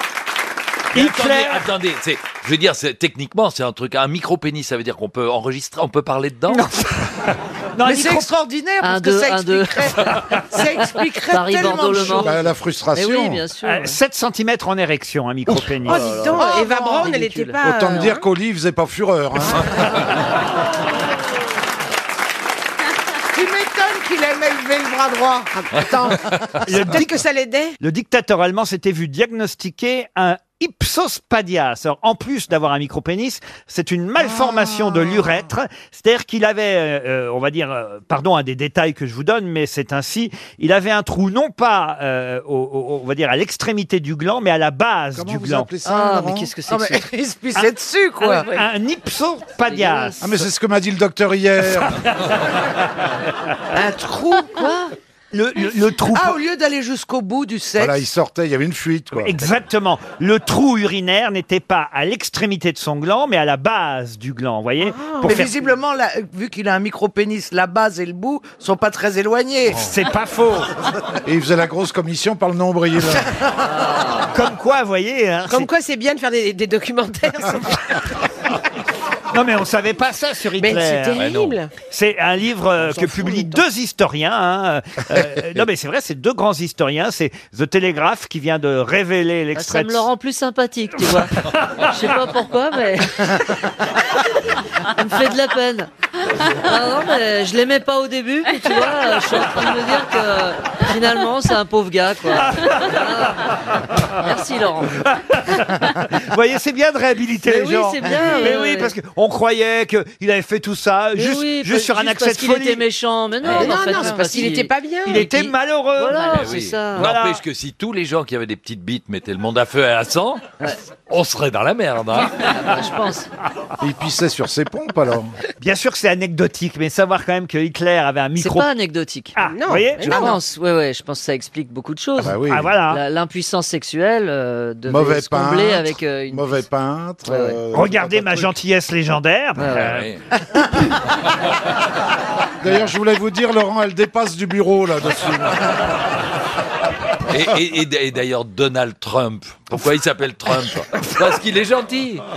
Mais
Hitler.
Attendez, attendez, c'est- je veux dire, c'est- techniquement, c'est un truc, un micro-pénis, ça veut dire qu'on peut enregistrer, on peut parler dedans Eh
mais c'est extraordinaire parce
Un,
que
deux,
ça
un, deux.
expliquerait, ça expliquerait
Paris,
tellement
Bordeaux,
de
Le Mans.
choses.
Bah, la frustration. Eh oui, bien sûr.
Euh, 7 cm en érection, un micro-pénis.
Oh, dis donc, Eva Braun, elle était pas.
Autant me
euh,
dire qu'Oli faisait pas fureur. hein.
Tu m'étonnes qu'il aimait lever le bras droit. Attends,
Le
peut-être que ça l'aidait.
Le dictateur allemand s'était vu diagnostiquer un ipsos padias. Alors, en plus d'avoir un micropénis, c'est une malformation
Ah.
de l'urètre. C'est-à-dire qu'il avait, euh, euh, on va dire, euh, pardon à des détails que je vous donne, mais c'est ainsi. Il avait un trou non pas, euh, au- au- on va dire, à l'extrémité du gland, mais à la base du gland.
Ah, mais qu'est-ce que c'est que
Il se pissait dessus,
quoi.
Un, Ah un ipsopadias.
Ah, mais c'est ce que m'a dit le docteur hier.
Un trou, quoi
le, trou.
Ah, au lieu d'aller jusqu'au bout du sexe.
Voilà, il sortait, il y avait une fuite, quoi.
Exactement. Le trou urinaire n'était pas à l'extrémité de son gland, mais à la base du gland, vous voyez pour
Ah, Mais
faire-
visiblement, là, vu qu'il a un micro-pénis, la base et le bout sont pas très éloignés.
Oh. C'est pas faux.
Et il faisait la grosse commission par le nombril.
Comme quoi, vous voyez. hein,
Comme quoi, c'est bien de faire des, des documentaires. c'est-
Non, mais on savait pas ça sur Hitler.
c'est terrible. Ouais, non.
c'est un livre euh, que publient deux historiens. hein, euh, euh, non, mais c'est vrai, c'est deux grands historiens. C'est The Telegraph qui vient de révéler
Ah, Ça
l'extrait.
me
de-
le rend plus sympathique, tu vois. Je sais pas pourquoi, mais. Il me fait de la peine. Ah non, mais je l'aimais pas au début, mais tu vois, je suis en train de me dire que finalement, c'est un pauvre gars, quoi. Ah. Merci, Laurent.
Vous voyez, c'est bien de réhabiliter
Mais
les
oui,
gens.
c'est bien,
Mais
ouais,
oui,
ouais.
parce qu'on croyait qu'il avait fait tout ça
Mais
juste,
oui,
juste
parce-
sur un
juste
accès
parce
de
qu'il
folie.
était méchant, mais non,
Mais
en
non,
fait,
non,
c'est
c'est
parce
qu'il était pas bien. Il
Et
était
puis-
malheureux.
Voilà,
Ah,
Bah
c'est
oui.
ça.
N'empêche que si tous les gens qui avaient des petites bites mettaient le monde à feu et à sang, on serait dans la merde. hein.
Ah, Je pense.
Il pissait sur ses pompes, alors.
Bien sûr que c'est anecdotique, mais savoir quand même que Hitler avait un
C'est
micro.
pas anecdotique. non,
vous voyez,
mais
je
non,
pense.
non, ouais, ouais, je pense que ça explique beaucoup de choses.
Ah bah oui. Ah, voilà.
La- L'impuissance sexuelle euh, devait
Mauvais
se combler
peintre,
avec euh, une.
Mauvais peintre. euh,
Regardez ma gentillesse légendaire.
D'ailleurs, je voulais vous dire, Laurent, elle dépasse du bureau, là-dessus.
Et, et- et d- et d'ailleurs, Donald Trump. Pourquoi il s'appelle Trump
Euh,
Parce qu'il est gentil.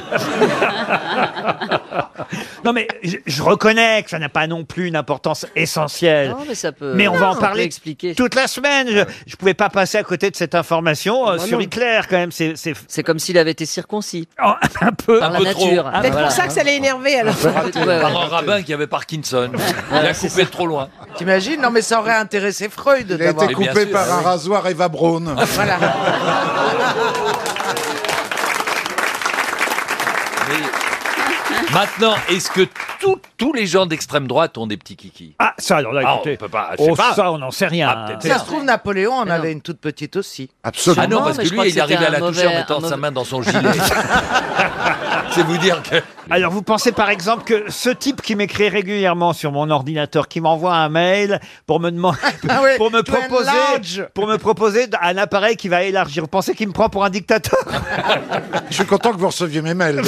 Non, mais je, je reconnais que ça n'a pas non plus une importance essentielle.
Non, mais ça peut-
Mais on
Non,
va en
on
parler
peut expliquer.
toute la semaine. Je, je pouvais pas passer à côté de cette information euh,
Bah
sur
non.
Hitler, quand même. C'est, c'est...
C'est comme s'il avait été circoncis.
un peu.
Par la nature.
Ah,
Voilà.
l'a énervé alors.
Par un rabbin qui avait Parkinson. Il a coupé trop loin.
T'imagines Non, mais ça aurait intéressé Freud
Il a
d'avoir.
été coupé par un rasoir Eva Braun.
Voilà.
Maintenant, est-ce que tout- tous les gens d'extrême droite ont des petits kikis
Ah, ça, alors là,
Ah,
écoutez.
on peut pas, je sais
oh,
pas.
ça, on n'en sait rien.
Ah, peut-être.
Ça se trouve, Napoléon en avait une toute petite aussi.
Ah non, parce que lui, il arrivait à la toucher en mettant sa main dans son gilet. C'est vous dire que.
Alors, vous pensez par exemple que ce type qui m'écrit régulièrement sur mon ordinateur, qui m'envoie un mail pour me demander,
Ah ouais,
pour me
to
proposer,
enlarge.
pour me proposer d- un appareil qui va élargir. Vous pensez qu'il me prend pour un dictateur
Je suis content que vous receviez mes mails.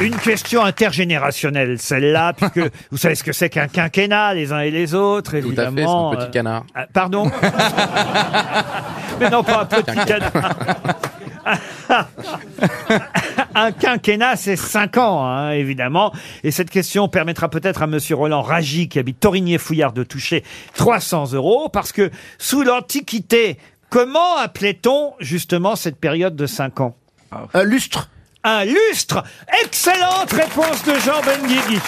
Une question intergénérationnelle, celle-là, puisque vous savez ce que c'est qu'un quinquennat, les uns et les autres,
fait,
évidemment.
c'est un petit canard.
ah, pardon Mais non, pas un petit canard. un quinquennat, c'est 5 ans, hein, évidemment. Et cette question permettra peut-être à Monsieur Roland Ragy, qui habite Torigné-Fouillard, de toucher 300 euros, parce que sous l'Antiquité, comment appelait-on justement cette période de 5 ans Un lustre. Un lustre Excellente réponse de Jean Benguigui.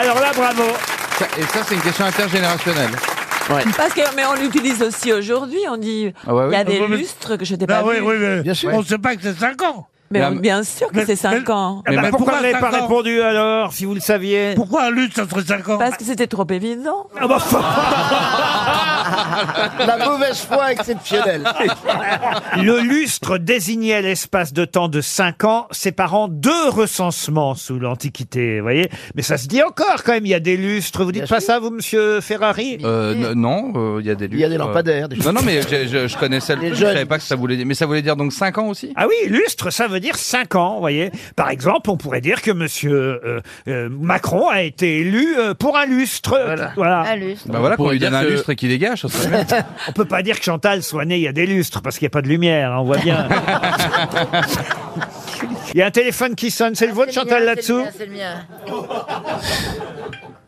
Alors là, bravo.
Et ça, c'est une question intergénérationnelle. Ouais.
Parce que, mais on l'utilise aussi aujourd'hui, on dit,
Ah ouais,
il y a
oui.
des
Ah, mais-
lustres que je n'ai
Ah
pas
oui,
vus.
oui, mais
Bien sûr.
on ne sait pas que c'est 5 ans.
Mais
Mais-
on- bien sûr que
mais-
c'est 5
mais-
ans.
Ah bah,
Mais pourquoi vous n'avez pas
5 ans
répondu alors, si vous le saviez Ah bah,
Pourquoi un lutte, ça serait 5 ans
Parce que c'était trop évident.
La mauvaise foi exceptionnelle.
Le lustre désignait l'espace de temps de 5 ans séparant deux recensements sous l'Antiquité, vous voyez Mais ça se dit encore quand même, il y a des lustres. Vous dites pas ça, vous, monsieur Ferrari
Euh, n- non, euh, il y a des luttes.
Il y a des lampadaires, des
non,
choses.
non, mais je, je- je connaissais le
Les
truc, je
jeunes.
savais pas que ça voulait dire. Mais ça voulait dire donc 5 ans aussi
Ah oui, lustre, ça veut dire 5 ans, vous voyez Par exemple, on pourrait dire que monsieur euh, euh, Macron a été élu euh, pour un lustre. Voilà.
Un lustre.
Bah voilà, qu'on lui donne un lustre et qu'il dégage, ça serait bien.
On peut pas dire que Chantal soit née il y a des lustres parce qu'il n'y a pas de lumière, hein, on voit bien. Il y a un téléphone qui sonne, c'est le vôtre Chantal là-dessous
Ah, C'est le mien.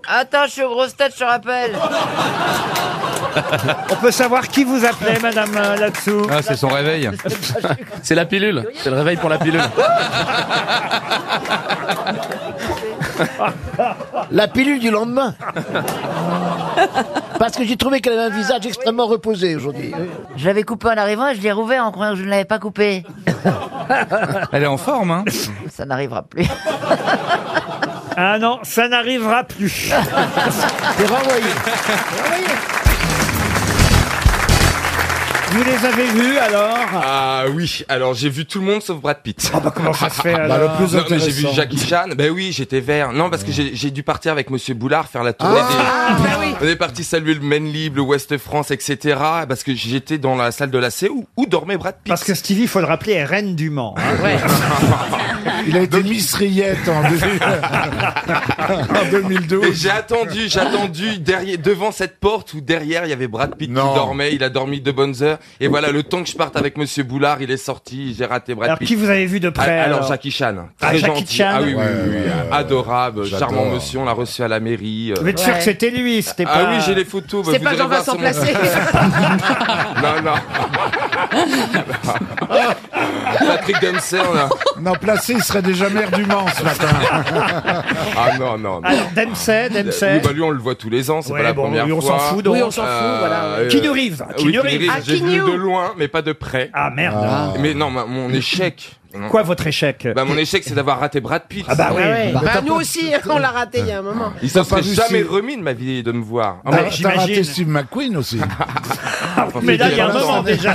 Attends, je suis aux grosses têtes, je te rappelle.
On peut savoir qui vous appelait, madame euh, là-dessous
Ah, c'est son réveil.
C'est la pilule. C'est le réveil pour la pilule.
La pilule du lendemain. Parce que j'ai trouvé qu'elle avait un visage extrêmement reposé aujourd'hui.
Ah, Je l'avais coupé en arrivant et je l'ai rouvert en croyant que je ne l'avais pas coupé.
Elle est en forme, hein
Ça n'arrivera plus.
Ah non, ça n'arrivera plus.
C'est renvoyé.
Vous les avez vus alors
Ah oui, alors j'ai vu tout le monde sauf Brad Pitt. Ah bah
comment ça se fait, alors
le plus non, mais j'ai vu
intéressant.
Jackie Chan. Ben oui, j'étais vert. Non, parce que j'ai j'ai dû partir avec Monsieur Boulard faire la tournée
Ah,
des.
bah
On est parti saluer le Maine Libre, le Ouest France, etc. Parce que j'étais dans la salle de la C où, où dormait Brad Pitt.
Parce que Stevie, il faut le rappeler, est reine du Mans. hein.
Il a été Miss Rillette en, 2012. Et j'ai attendu, j'ai attendu derrière, devant cette porte où derrière il y avait Brad Pitt qui dormait. Il a dormi de bonnes heures. Et voilà, le temps que je parte avec Monsieur Boulard, il est sorti. J'ai raté Brad
Alors,
Pitt.
qui vous avez vu de près,
Ah, Alors,
alors
Jackie Chan.
Ah,
Très
Jackie
gentil.
Chan
Ah oui, oui,
Ouais,
oui, oui, adorable,
j'adore.
charmant monsieur. On l'a reçu à la mairie. euh.
Vous êtes sûr que c'était lui C'était
Ah
pas.
oui, j'ai les photos. bah,
C'est
vous
pas
irez voir
Jean-Vincent
sur mon-
Placé.
non, non. Patrick Dempsey, là.
Non, placé, il serait déjà maire du Mans ce matin.
Ah non, non, non.
Alors, Dempsey, Dempsey.
Oui, bah lui, on le voit tous les ans, c'est
Ouais,
pas la
bon,
première
oui, on
fois. Euh,
s'en fout, donc. Oui, on s'en fout, voilà, ouais. Qui nous rive,
oui,
qui
Qui
nous
nous
rive.
rive,
Ah,
J'ai
qui
vu
nous-
de loin, mais pas de près. Euh,
Ah merde. Ah.
Mais non, ma- mon échec.
Quoi votre échec
Bah mon échec, c'est d'avoir raté Brad Pitt.
Ah bah oui. Ah ouais. Bah, Ah.
Bah, nous aussi, on l'a raté il y a un moment.
Il s'en serait
pas vu
jamais
si-
remis de ma vie de me voir.
bah,
T'as- T'as raté Steve McQueen aussi.
Ah,
Mais là, il y a un moment
déjà.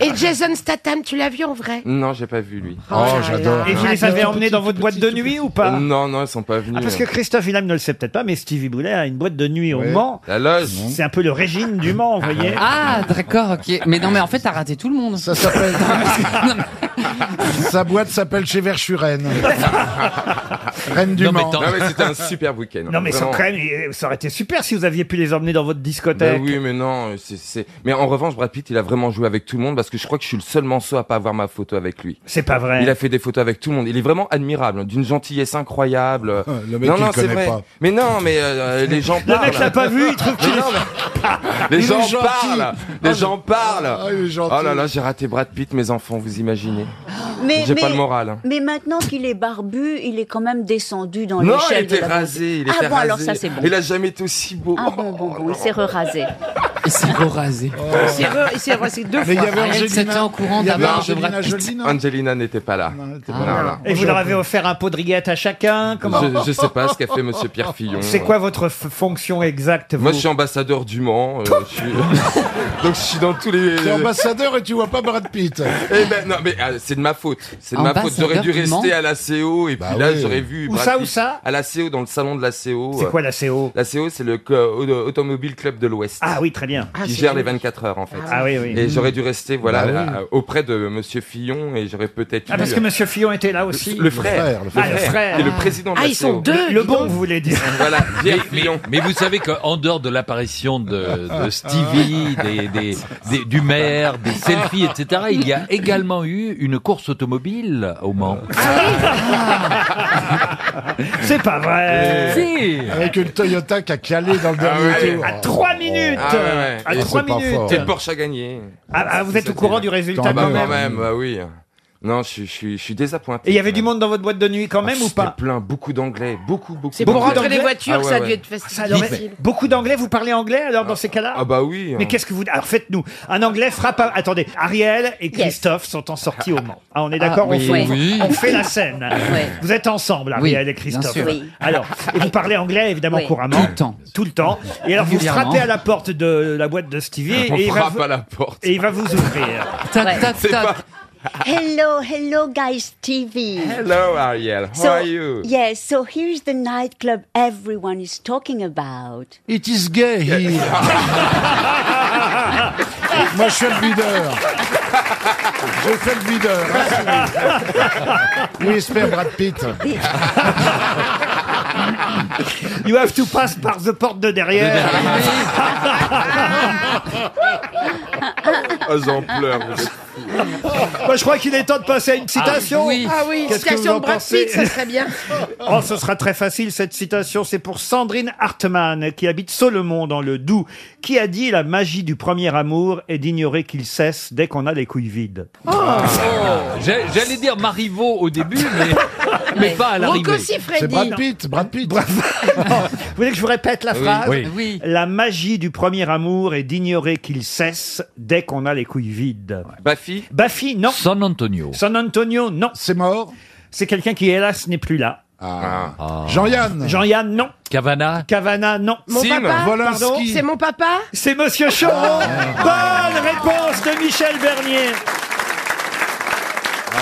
Et Jason Statham, tu l'as vu en vrai
Non, j'ai pas vu lui.
Oh, j'adore.
Et vous les avez emmenés dans votre boîte de nuit ou pas
Non, non, ils sont pas venus.
Ah, parce que Christophe Willem ne le sait peut-être pas, mais Stevie Boulet a une boîte de nuit au Mans.
La loge.
C'est un peu le régime du Mans, vous voyez.
Ah, d'accord, ok. Mais non, mais en fait, t'as raté tout le monde. Ça s'appelle.
Sa boîte s'appelle chez Verschuren. Reine du
non, mais
Mans.
t'en- non, mais c'était Ah. un super week-end.
Non, mais ça,
Vraiment.
quand même, euh, ça aurait été super si vous aviez pu les emmener dans votre
Bah
discothèque.
oui, mais non, c'est- c'est. Mais en revanche, Brad Pitt, il a vraiment joué avec tout le monde parce que je crois que je suis le seul manceau à pas avoir ma photo avec lui.
C'est pas vrai.
Il a fait des photos avec tout le monde. Il est vraiment admirable, hein, d'une gentillesse incroyable.
le mec,
non,
il
non,
le
c'est
connaît
vrai.
pas.
Mais non, mais euh, les gens
Le
parlent.
mec l'a pas vu, il trouve qu'il est...
Les
Il est
gens
gentil.
parlent. Les
Ah,
gens
je-
parlent.
Ah, il est gentil.
Oh là là, j'ai raté Brad Pitt, mes enfants, vous imaginez.
Mais-
J'ai pas
mais-
le moral. hein.
Mais maintenant qu'il est barbu, il est quand même descendu
non,
dans
il
l'échelle de
était
la
rasé, il
Ah
était
bon,
rasé.
alors ça, c'est bon.
Il a jamais été aussi beau.
Ah bon, bon, bon, il s'est re-rasé.
Il s'est rasé.
C'est re- c'est re- c'est
Ah,
deux
Mais il y
fois.
avait Ariel, Angelina-
C'était en courant
Il y avait
d'avoir de
Angelina
Brad Pitt.
Jolie, non Angelina n'était pas là.
Ah.
Non, non.
Et vous leur avez offert un pot de rillettes à chacun comment...
Je, je sais pas ce qu'a fait Monsieur Pierre Fillon.
C'est quoi votre f- fonction exacte vous
Moi, je suis ambassadeur du Mans. euh, je suis- Donc, je suis dans tous les.
T'es ambassadeur et tu vois pas Brad Pitt.
Eh ben, non, mais euh, c'est de ma faute. C'est de ma faute. J'aurais dû
Ambassadeur du
rester
Mans
à la CO et puis
Bah
là,
oui.
j'aurais vu.
Où
Brad
ça, où
Pitt.
ça
À la CO, dans le salon de la CO.
C'est quoi la CO
La CO, c'est le co- au- Automobile Club de l'Ouest.
Ah oui, très bien.
qui gère les 24 heures en fait.
Ah oui, oui.
Et j'aurais dû rester voilà
Bah oui.
à- auprès de Monsieur Fillon et j'aurais peut-être.
Ah,
eu-
parce que Monsieur Fillon était là aussi.
le frère, le frère.
Ah, le frère.
Et le président de la E CO.
Le, le bon, vous voulez dire.
Voilà,
Mais,
Pierre
mais-
Fillon.
mais vous savez qu'en dehors de l'apparition de, de Stevie, des, des- des- du maire, des selfies, etc., il y a également eu une course automobile au Mans.
Ah C'est pas vrai.
Si.
Avec une Toyota qui a calé dans le dernier
Ah, ouais.
tour.
Ah À 3 minutes.
Ah, ouais, ouais.
À
Et
3
c'est pas
minutes.
fort. Et Porsche a gagné.
Ah, ah, vous êtes au courant du résultat
Ah, bah,
quand même.
bah oui. Non, je, suis- je suis- je suis désappointé.
Et il y avait du monde dans votre boîte de nuit quand
Ah,
même ou
C'était
pas
plein, beaucoup d'anglais, beaucoup, beaucoup.
C'est pour
beaucoup
rentrer les
d'Anglais.
voitures,
Ah ouais,
ça a
ouais.
dû être facile. Ça devrait- Beaucoup d'anglais, vous parlez anglais alors dans ces cas-là
Ah bah oui.
Mais qu'est-ce que vous... Alors faites-nous. Un anglais frappe... à- Attendez, Ariel et Christophe sont en sortie au Mans. Ah, on est d'accord
Ah,
on,
oui.
fait,
Oui.
on fait la scène. Vous êtes ensemble,
Oui,
Ariel et
bien
Christophe.
sûr. Oui.
Alors, et vous parlez anglais évidemment
Oui.
couramment.
Tout le temps.
Tout le temps. Et alors vous
Régulièrement.
frappez à la porte de la boîte de Stevie
On
et, il va
frappe
vous-
à la porte.
et il va vous ouvrir.
Ouais.
C'est pas-
Hello, hello, guys, TV.
Hello Ariel, how
So,
are you?
yes, so here's the nightclub everyone is talking about.
It is gay here. Moi, je fais le videur. Je fais le videur. hein, Oui, espère Brad Pitt.
You have to pass par the porte de derrière.
Ah, j'en pleure. vous êtes-
Moi, je crois qu'il est temps de passer à une citation.
Ah oui,
Qu'est-ce que vous
citation
en
de Brad
pensez
Pitt, ça serait bien.
Oh, ce sera très facile cette citation. C'est pour Sandrine Hartmann, qui habite Solomon dans le Doubs, qui a dit La magie du premier amour est d'ignorer qu'il cesse Oh.
Ah.
dès qu'on a les couilles vides.
Ah.
J'ai- J'allais dire Marivaux au début, mais
Mais pas à l'arrivée.
C'est Brad Pitt, Brad Pitt. Vous voulez que je vous répète la
Oui.
phrase
Oui.
La magie du premier amour est d'ignorer qu'il cesse dès qu'on a les couilles vides.
Bafi
Bafi, non. San Antonio. San Antonio, non. C'est mort C'est quelqu'un qui, hélas, n'est plus là.
Jean-Yann.
Jean-Yann, non.
Cavana.
Cavana, non.
Mon Sim, papa Volinsky.
Pardon
C'est mon papa
C'est Monsieur Chauveau.
Ah.
Bonne réponse de Michel Bernier.
Ah,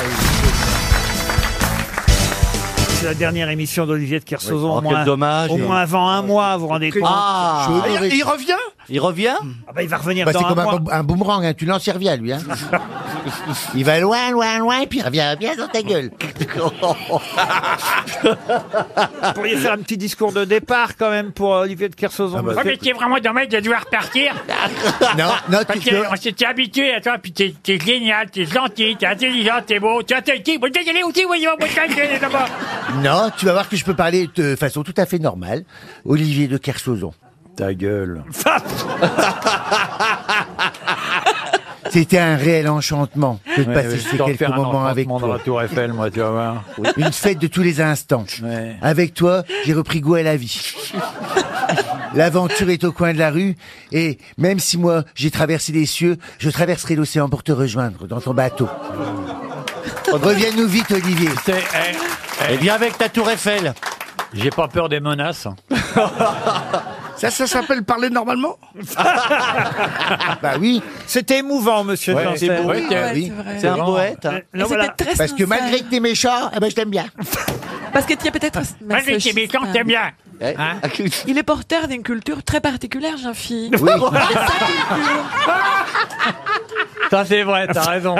C'est la dernière émission d'Olivier de Kersauzon.
Oui.
au
Oh, quel
moins,
dommage.
au
Et-
moins avant un mois, vous vous rendez compte.
Ah, il, il revient
Il revient Il va revenir
Bah,
dans
c'est
un
comme un
mois.
bo- un boomerang, hein, tu lances, il revient lui. hein. il va loin, loin, loin, puis il revient bien dans ta gueule.
Vous pourriez faire un petit discours de départ quand même pour Olivier de
Ah,
Kersauzon.
bah,
Oh, mais c'est vraiment dommage de devoir partir.
Non, non, tu
Parce
peux-
qu'on s'était habitué à toi, puis t'es, t'es génial, t'es gentil, t'es intelligent, t'es beau, t'es intelligent. Bon, désolé, aussi, oui, bon, désolé, d'abord.
non, tu vas voir que je peux parler de façon tout à fait normale. Olivier de Kersauzon.
Ta gueule.
C'était un réel enchantement de
Ouais,
passer
ouais, je
ces
vais t'en
quelques
faire un
moments avec
enchantement dans
toi.
la Tour Eiffel, moi, tu vas voir.
Une fête de tous les instants. Avec toi, j'ai repris goût à la vie. L'aventure est au coin de la rue et même si moi j'ai traversé les cieux, je traverserai l'océan pour te rejoindre dans ton bateau. Reviens-nous vite, Olivier. eh,
Et viens avec ta Tour Eiffel. J'ai pas peur des menaces.
Ça, ça s'appelle parler normalement
Bah oui.
C'était émouvant, monsieur
Ouais,
Janssen.
c'est beau, Oui, ouais,
oui. c'est vrai. C'est un poète, hein.
Non,
Et
voilà.
c'était très Parce que sincère. malgré
que t'es méchant,
Ah,
eh ben, je t'aime bien.
Parce que tu es peut-être.
Moi, je suis méchant, t'aimes bien. Hein
Il est porteur d'une culture très particulière, jean fille.
Oui.
Ça, c'est vrai, t'as raison.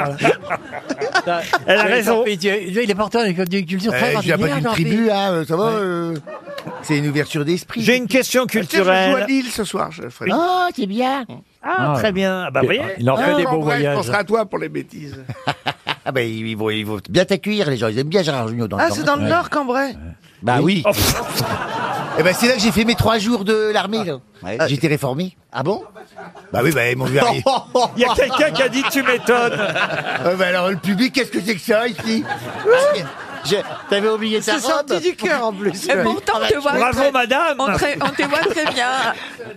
Elle a raison.
Il est porteur d'une culture
très
Il n'y a Eh, pas
particulière,
d'une
Jean-Pierre.
tribu, hein, euh, ça va euh, C'est une ouverture d'esprit.
J'ai une question
hein. Tiens, je joue
culturelle.
à Lille
ce soir, Fred.
Oh, c'est bien.
Ah, très bien. Ah, bah, vous voyez.
à toi pour les bêtises. ah, bah, ils vont, ils vont bien t'accueillir, les gens. Ils aiment bien Gérard Jugnot dans
Ah, c'est dans le
Ouais.
Nord, Cambrai.
Bah oui.
Oh.
Et ben c'est là que j'ai fait mes trois jours de l'armée. là. J'ai été réformé. Ah bon Bah oui, bah ils m'ont vu arriver.
Il y a quelqu'un qui a dit tu m'étonnes.
Euh, bah alors le public, qu'est-ce que c'est que ça ici Je- T'avais oublié ta
C'est
robe Ah, bah,
sorti du cœur en plus.
Et pourtant, on te voit. très-
madame.
On, te- on te voit très bien.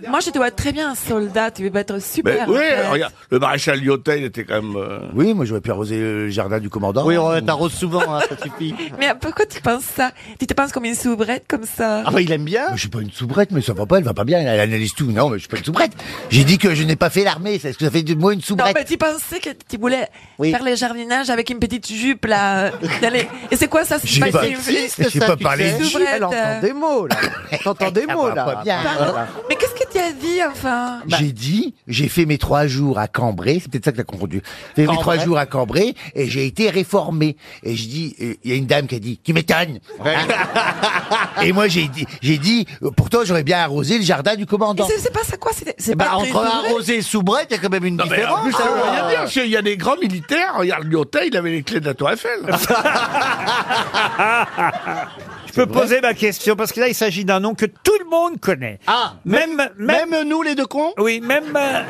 Moi, je te vois très bien, soldat. Tu vas être super. en fait.
le maréchal Lyotet, il était quand même. euh,
Oui, moi j'aurais pu arroser le jardin du commandant.
Oui,
on
t'arrose
souvent, hein, ça suffit.
Mais pourquoi tu penses ça Tu te penses comme une soubrette comme ça
Ah bah il aime bien Je suis pas une soubrette, mais ça va pas, elle va pas bien, elle analyse tout. Non, mais je suis pas une soubrette. J'ai dit que je n'ai pas fait l'armée, c'est ce que ça fait de moi une
Non,
soubrette.
mais tu pensais que tu voulais
Oui.
faire le jardinage avec une petite jupe là. euh, d'aller- Et c'est quoi ça c'est
J'ai pas-
une-
j'ai
c'est
pas parlé
une
de jupe.
soubrette,
Elle entend
euh.
des mots, là. T'entends des
Ça
mots,
va
là.
pas bien.
Pardon Mais qu'est-ce que tu as dit enfin
J'ai dit, j'ai fait mes trois jours à Cambrai, c'est peut-être ça que t'as confondu. J'ai fait mes
Cambrai.
trois jours à Cambrai et j'ai été réformé. Et je dis, euh, il y a une dame qui a dit, tu m'étonnes. Hein et moi j'ai dit, j'ai dit, euh, pourtant j'aurais bien arrosé le jardin du commandant.
C'est c'est pas ça quoi c'est- C'est
Eh ben,
pas
entre arroser et soubrette, il y a quand même une
Mais en
différence.
plus, ça veut rien dire.
hein.
parce qu'il y a des grands militaires. Regarde, Lyotet, il avait les clés de la Tour Eiffel.
Je peux poser ma question parce que là il s'agit d'un nom que tout le monde connaît. Ah, même même, nous les deux cons. Oui, même euh,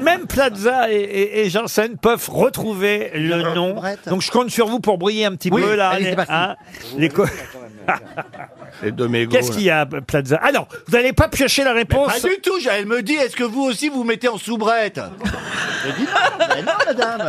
même Plaza et, et, et Janssen peuvent retrouver le nom. Donc je compte sur vous pour briller un petit
Oui,
peu là.
allez,
les-
c'est parti.
hein, les co-
Les deux mégots.
Qu'est-ce qu'il y a Plaza Ah non, vous n'allez euh, pas piocher la réponse.
pas du
tout, elle me dit, est-ce que vous aussi vous mettez en soubrette Je dis, non, mais non, madame.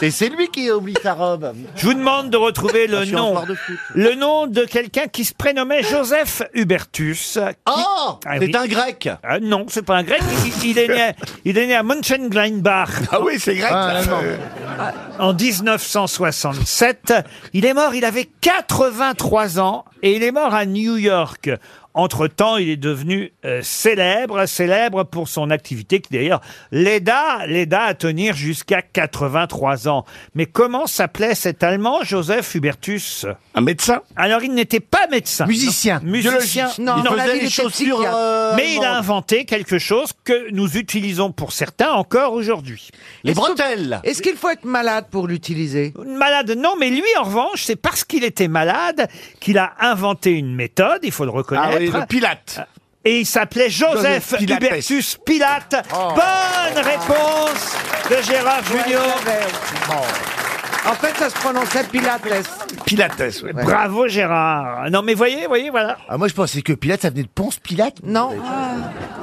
C'est- C'est lui qui oublie sa robe.
Je vous demande de retrouver le
Attention,
nom.
joueur de foot.
Le nom de quelqu'un qui se prénommait Joseph Hubertus.
Oh C'est un Grec
ah, Non, c'est pas un Grec. Il, il est, né à, il est né à Mönchengladbach.
Ah oui, c'est grec, Ah, ça. non.
Euh,
En 1967. Il est mort, il avait 83 ans et il est mort à New York. Entre-temps, il est devenu euh, célèbre, célèbre pour son activité qui d'ailleurs l'aida, l'aida à tenir jusqu'à 83 ans. Mais comment s'appelait cet Allemand, Joseph Hubertus Un médecin Alors il n'était pas médecin.
Musicien.
Musicien.
Biologiste. Non, Il dans la faisait vie, les il était chaussures, psychiatre. euh,
Mais il a
allemandes.
inventé quelque chose que nous utilisons pour certains encore aujourd'hui. Les bretelles.
Est-ce qu'il faut être malade pour l'utiliser
Malade, non, mais lui, en revanche, c'est parce qu'il était malade qu'il a inventé une méthode, il faut le reconnaître. Euh,
Ah oui, le Pilate.
Et il s'appelait Joseph,
Joseph Pilates.
Hubertus Pilate. Bonne réponse de Gérard Junior.
En fait, ça se prononçait Pilates.
Pilates, Bravo Gérard. Non mais voyez, voyez, voilà.
Ah, moi je pensais que Pilate, ça venait de Ponce Pilate.
Non.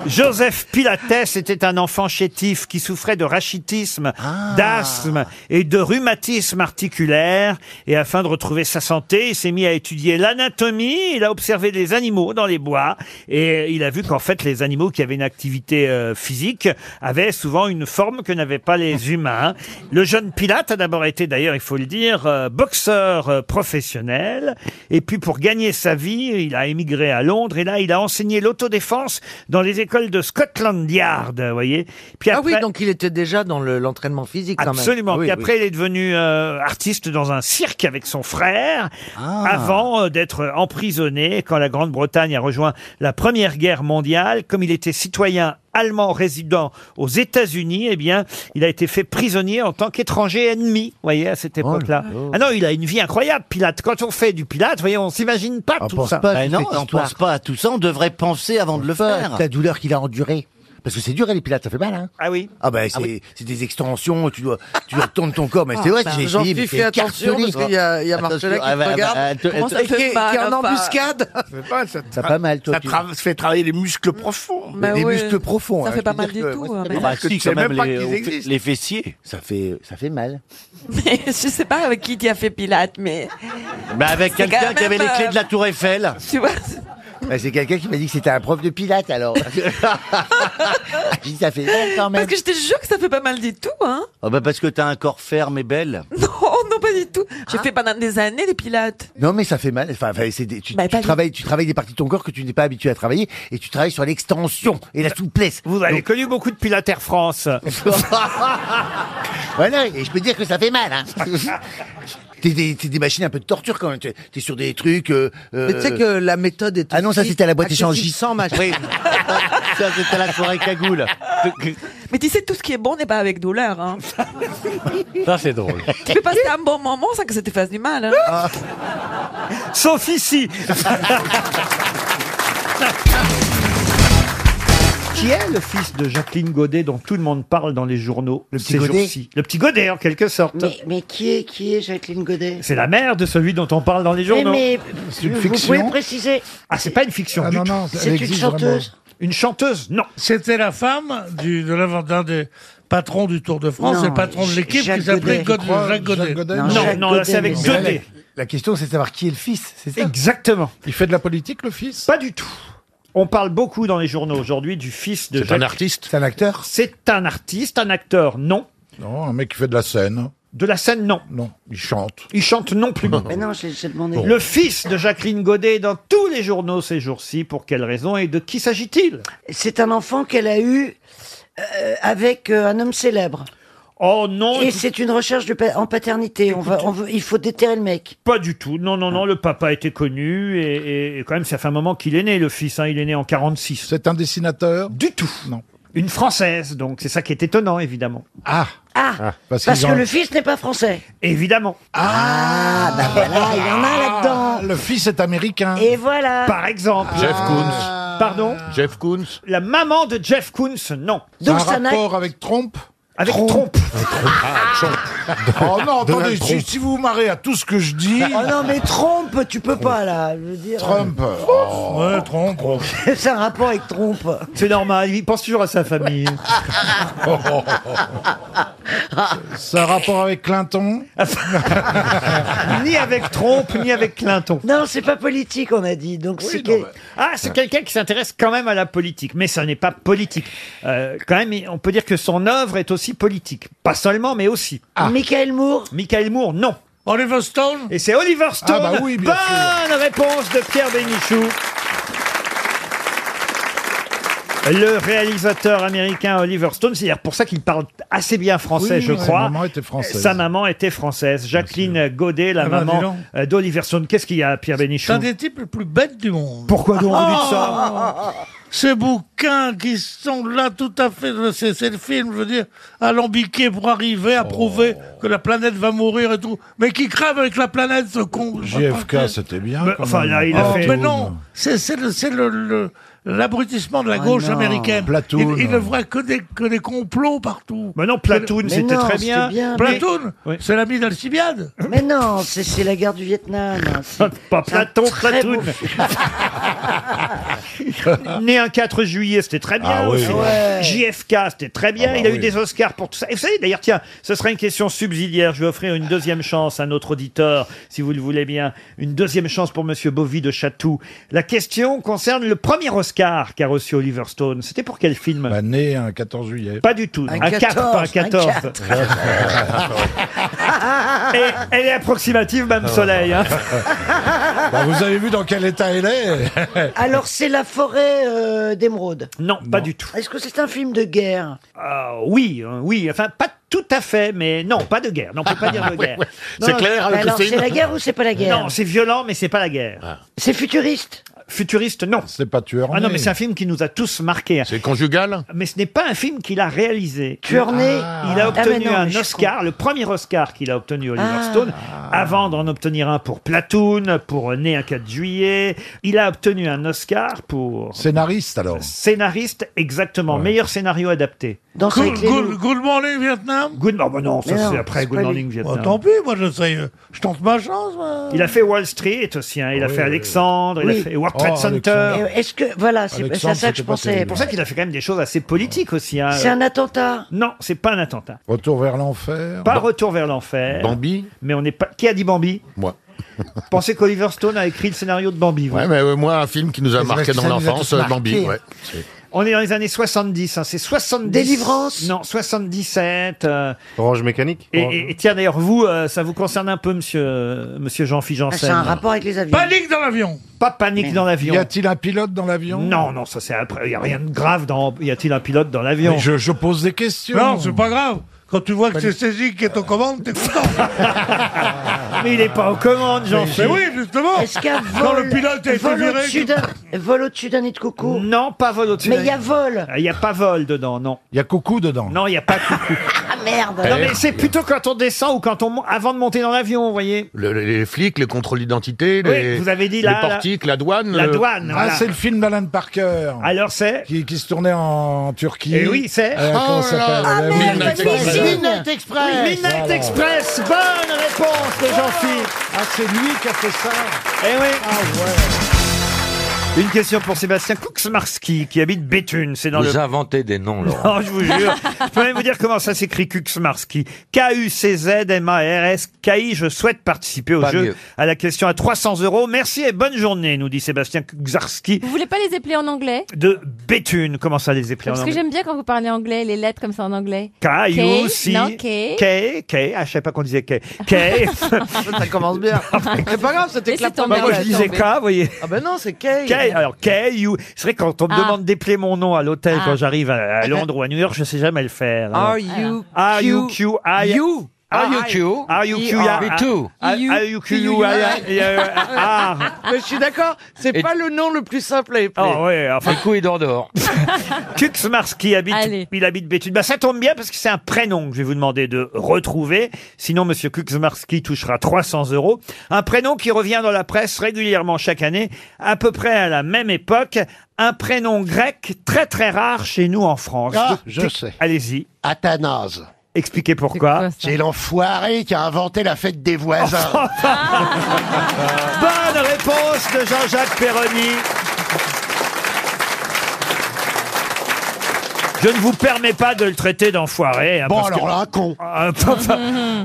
Joseph Pilates était un enfant chétif qui souffrait de rachitisme,
Ah.
d'asthme et de rhumatisme articulaire. Et afin de retrouver sa santé, il s'est mis à étudier l'anatomie. Il a observé les animaux dans les bois et il a vu qu'en fait, les animaux qui avaient une activité euh, physique avaient souvent une forme que n'avaient pas les humains. Le jeune Pilate a d'abord été, d'ailleurs, il faut le dire, euh, boxeur euh, professionnel. Et puis, pour gagner sa vie, il a émigré à Londres et là, il a enseigné l'autodéfense dans les écoles de Scotland Yard, vous voyez. Puis
Ah oui,
après-
donc il était déjà dans le- l'entraînement physique quand même.
Absolument.
Ah oui,
Puis
oui.
après, il est devenu euh, artiste dans un cirque avec son frère, avant euh, d'être emprisonné quand la Grande-Bretagne a rejoint la Première Guerre mondiale. Comme il était citoyen allemand résident aux États-Unis, eh bien, il a été fait prisonnier en tant qu'étranger ennemi, vous voyez, à cette époque-là. ah non, il a une vie incroyable, Pilate. Quand on fait du Pilate, vous voyez, Ah, on s'imagine pas
Ben On
tout
pense
ça.
pas à toute cette histoire. pas à tout ça, on devrait penser avant de le
faire.
La douleur qu'il a endurée. Parce que c'est dur, hein, les pilates, ça fait mal, hein
Ah oui
Ah ben, c'est c'est des extensions, tu dois, tu dois tourner ton corps, mais c'est vrai,
Ah,
j'ai
Jean-Pierre,
essayé, mais
fais
c'est
attention,
cartonné.
parce qu'il y a- il y a Marcella qui te
Attention, ah, bah,
regarde.
bah, te-
Comment ça
te-
fait Qui- mal, qui est en hein, pas- embuscade.
Ça fait pas, ça,
Ça pas mal, toi,
Ça
tu-
tra- fait travailler les muscles profonds.
Mais Des Bah ouais. muscles profonds,
Ça
hein,
fait pas
je veux
mal
dire
du
que-
tout.
moi,
hein,
c'est
Bah,
mais-
pas mal.
Tu sais même pas qu'ils
euh,
existent.
les fessiers.
Ça fait, ça fait mal.
Mais je sais pas avec qui tu as fait Pilate, mais
Bah avec
C'est quelqu'un quand qui avait même, les clés euh, de la
Tour Eiffel.
tu vois.
Bah, c'est quelqu'un qui m'a dit que c'était un prof de pilates alors. J'ai dit ça fait mal quand même.
Parce que je te jure que ça fait pas mal du tout, hein.
Oh bah parce que t'as un corps ferme et belle.
Oh non, pas du tout.
Hein
J'ai fait pendant des années les Pilates.
Non mais ça fait mal. Enfin, enfin, c'est des- tu,
Bah,
tu travailles, tu travailles des parties de ton corps que tu n'es pas habitué à travailler et tu travailles sur l'extension et la souplesse.
Vous avez connu beaucoup de Pilates Air France.
voilà, et je peux dire que ça fait mal. Hein. T'es des, t'es des machines un peu de torture quand même. T'es t'es sur des trucs. euh,
Mais tu sais
euh,
que la méthode est.
Ah non, ça, c'était à la boîte
accessible
échangiste.
Sans machin.
Oui.
ça c'était la soirée cagoule.
Mais tu sais, tout ce qui est bon n'est pas avec douleur, hein.
Ça, c'est drôle.
tu peux passer un bon moment sans que ça te fasse du mal, hein.
Ah. Sauf ici. Qui est le fils de Jacqueline Godet dont tout le monde parle dans les journaux le
petit Godet
Le petit Godet, en quelque sorte.
Mais, mais qui est qui est Jacqueline Godet
C'est la mère de celui dont on parle dans les
Mais,
journaux.
mais, vous pouvez préciser.
Ah, c'est pas une fiction du
non,
tout.
non, C'est elle une existe chanteuse.
Une chanteuse, non.
C'était la femme du, de l'avant- d'un des patrons du Tour de France,
Non,
c'est le patron de
Jacques
l'équipe qui
Godet.
s'appelait Godet-
Je crois,
Jacques Godet.
Jacques Godet, Non, non. Jacques non, là, c'est Godet, avec non. deux
Mais
D.
elle-
La question, c'est de savoir qui est le fils, c'est ça
Exactement.
Il fait de la politique, le fils
Pas du tout. On parle beaucoup dans les journaux aujourd'hui du fils de
C'est un
Jacques-
artiste.
C'est un acteur.
C'est un artiste, un acteur, non.
Non, un mec qui fait de la scène.
De la scène, non.
Non, il chante.
Il chante non plus.
Mais non, j'ai j'ai demandé.
Le fils de Jacqueline Godet est dans tous les journaux ces jours-ci. Pour quelle raison et de qui s'agit-il
C'est un enfant qu'elle a eu euh, avec euh, un homme célèbre.
Oh non
Et c'est une recherche de pa- en paternité. On va, on veut- il faut déterrer le mec.
Pas du tout. Non, non, non. Le papa était connu et, et- et quand même, ça fait un moment qu'il est né, le fils. hein. Il est né en 46. C'est un dessinateur Du tout. Non. Une française, donc c'est ça qui est étonnant, évidemment. Ah
Ah,
parce
parce,
qu'ils
que
ont-
le fils n'est pas français.
Évidemment. Ah.
Ah, bah voilà, il y en a là-dedans.
Le fils est américain.
Et voilà.
Par exemple. Ah.
Jeff Koons.
Pardon
Jeff Koons.
La maman de Jeff Koons, non.
C'est un Ça n'a- rapport
avec Trompe Avec Trompe.
Oh non,
Donald
attendez, si,
Trump.
si vous vous marrez à tout ce que je dis.
Oh non, mais trompe, tu peux pas là. Je veux dire.
Trump. Oh. Ouais, Trump.
C'est un rapport avec trompe.
C'est normal, il pense toujours à sa famille.
Ça a rapport avec Clinton
ni avec Trompe, ni avec Clinton.
Non, c'est pas politique, on a dit. Donc c'est que-
Ah, c'est quelqu'un qui s'intéresse quand même à la politique, mais ça n'est pas politique. Euh, quand même, on peut dire que son œuvre est aussi politique. Pas seulement, mais aussi.
Michael Moore
Michael Moore, non.
Oliver Stone
Et c'est Oliver Stone.
Ah bah oui, bien
Bonne réponse de Pierre Bénichou. Le réalisateur américain Oliver Stone, c'est d'ailleurs pour ça qu'il parle assez bien français,
Oui,
je
oui,
crois.
sa maman était française.
Sa maman était française, Jacqueline Godet, la
Ah bah, dis
maman
donc.
euh, d'Oliver Stone. Qu'est-ce qu'il y a, Pierre
C'est
Bénichou
un des types les plus bêtes du monde.
Pourquoi donc vous dites
Ah, Ces bouquins qui sont là tout à fait, c'est c'est le film, je veux dire, alambiqué pour arriver à prouver
Oh.
que la planète va mourir et tout, mais qui crève avec la planète, ce con.
JFK, c'était bien.
Mais
quand
enfin,
même. Ah,
là, il a
Oh,
fait-
Mais non, c'est c'est le, c'est le, le- l'abrutissement de la
Ah
gauche
non,
américaine.
Platoon.
Il, il ne voit que des, que des complots partout.
Mais non, Platoon,
Que-
c'était très bien.
Platoon, c'est l'ami d'Alcibiade.
Mais non, c'est c'est la guerre du Vietnam. C'est-
Pas
c'est un
Platon,
très
Platoon.
beau film.
Né un 4 juillet, c'était très bien
Ah oui.
aussi.
Ouais.
JFK, c'était très bien.
Ah bah
Il a eu
oui.
des Oscars pour tout ça. Et vous savez, d'ailleurs, tiens, ce sera une question subsidiaire. Je vais offrir une deuxième chance à notre auditeur, si vous le voulez bien. Une deuxième chance pour Monsieur Bovy de Chatou. La question concerne le premier Oscar qu'a reçu Oliver Stone. C'était pour quel film
Bah,
Né un 14 juillet. Pas du tout.
Un
Un, 4, pas un
14,
14.
un 4.
Et elle est approximative, Mme Soleil. hein.
Bah, vous avez vu dans quel état elle est
Alors, c'est la forêt euh, d'émeraude.
Non, pas du tout.
Est-ce que c'est un film de guerre
Ah, oui, hein, oui, enfin pas tout à fait, mais non, pas de guerre. Non, on peut pas dire de
Oui,
guerre.
oui.
Non,
C'est
non,
clair, Mais avec alors, Christine Ah. c'est la guerre ou c'est pas la guerre
Non, c'est violent, mais c'est pas la guerre.
C'est futuriste
Futuriste, non.
C'est pas tueur.
Ah non, mais c'est un film qui nous a tous marqués.
C'est conjugal
Mais ce n'est pas un film qu'il a réalisé.
Tueur né
Il a
Ah, mais
obtenu
non, mais
un
je
Oscar, le premier Oscar qu'il a obtenu Oliver
Ah.
Stone, avant d'en obtenir un pour Platoon, pour euh, Né un 4 juillet. Il a obtenu un Oscar pour...
Scénariste alors.
Scénariste, exactement. Meilleur scénario adapté.
Dans Good, good, good morning Vietnam.
Good morning, non, ça
Mais non,
c'est après
c'est
Good
pas
Morning
lui.
Vietnam.
Bah, tant pis, moi je sais, euh, je tente ma chance. moi.
Il a fait Wall Street aussi, hein. il a
Oui,
fait
oui.
Alexandre, il
Oui.
a fait World
Oh,
Trade Center.
Alexandre.
Est-ce que voilà, c'est c'est à ça que je pensais.
C'est pour ça qu'il a fait quand même des choses assez politiques aussi. hein.
C'est un attentat.
Non, c'est pas un attentat.
Retour vers l'enfer.
Pas Retour vers l'enfer.
Bambi
Mais on n'est pas. Qui a dit Bambi
Moi.
Pensez qu'Oliver Stone a écrit le scénario de Bambi. vous
Ouais, mais euh, moi, un film qui nous a marqué dans l'enfance, euh, Bambi, ouais.
On est dans les années 70, hein, c'est 70. Délivrance Non, 77. euh,
Orange mécanique
et, et- et tiens, d'ailleurs, vous, euh, ça vous concerne un peu, monsieur, euh, monsieur Jean-Philippe
Ah, c'est un rapport avec les avions.
Panique dans l'avion.
Pas panique dans l'avion.
Y a-t-il un pilote dans l'avion
Non, non, ça c'est après. Y a rien de grave dans. Y a-t-il un pilote dans l'avion
Mais je- pose des questions.
Non, c'est pas grave. Quand tu vois que c'est
Panique.
saisi qui est aux commandes, t'es content.
Mais il est pas aux commandes,
Mais
Jean-Philippe.
oui, justement.
Est-ce qu'un
Quand
vol,
le pilote a été
vol
viré.
au-dessus d'un vol au-dessus d'un nid de coucou
Non, pas vol au-dessus.
Mais il y a vol.
Il n'y a pas vol dedans, non. Il y a coucou dedans. Non, il n'y a pas coucou.
Ah merde.
Eh.
non, mais c'est plutôt quand on descend ou quand on mon- avant de monter dans l'avion, vous voyez.
Le- le- les flics, les contrôles d'identité,
Oui,
les,
vous avez dit
les
là, là.
portiques, la douane.
La
euh,
le-
douane.
Ah, c'est le film d'Alan Parker.
Alors c'est
qui, qui se tournait en Turquie.
Eh oui, c'est-
Euh, comment
Oh
ça
là
s'appelle
là. Ah,
Euh,
merde,
Midnight
Midnight
Express.
Express.
Midnight Express.
Midnight
Voilà.
Express, bonne réponse de Jean-Philippe.
Oh.
Ah, c'est lui qui a fait ça. Ah,
Eh oui. Une question pour Sébastien Kuxmarski qui habite Béthune, c'est dans
Vous
le
inventez des noms, Laurent.
Non, je vous jure. je peux même vous dire comment ça s'écrit Kuxmarski. K-U-C-Z-M-A-R-S. K-I, je souhaite participer au
Pas
jeu
mieux.
à la question à 300 euros. Merci et bonne journée, nous dit Sébastien Kuxarski
Vous voulez pas les épeler en anglais
de Béthune. Comment ça les épeler en
Parce que
anglais
j'aime bien quand vous parlez anglais, les lettres comme ça en anglais.
K, U, C,
Non,
K,
K.
K, ah, je savais pas qu'on disait K. K.
Ça commence bien. C'est pas grave, c'était que la
Bah,
première.
moi, je disais K, vous voyez.
Ah ben non, c'est Kay.
K, alors K, U. C'est vrai, quand on me
Ah.
demande d'épeler mon nom à l'hôtel
Ah.
quand j'arrive à, à Londres ou à New York, je sais jamais le faire. hein.
Are you
Are you Q, I.
You.
Are you
I-
Q? Are you
I-
Q? I- E
You.
I- Are you Q?
You.
I- I- I- I- I-
Mais je suis d'accord, c'est
Et-
pas le nom le plus simple à épeler.
Ah ouais, enfin. Du coup, il dort dehors. Kuxmars qui habite, il habite Béthune. Bah, ça tombe bien parce que c'est un prénom que je vais vous demander de retrouver. Sinon, monsieur Kuxmarski touchera 300 euros. Un prénom qui revient dans la presse régulièrement chaque année, à peu près à la même époque. Un prénom grec très très rare chez nous en France.
Ah,
Depuis-
je sais.
Allez-y.
Athanase.
Expliquez pourquoi.
C'est l'enfoiré qui a inventé la fête des
Oh,
voisins.
Bonne réponse de Jean-Jacques Perroni. Je ne vous permets pas de le traiter d'enfoiré. hein,
Bon, alors là, con.
Ah,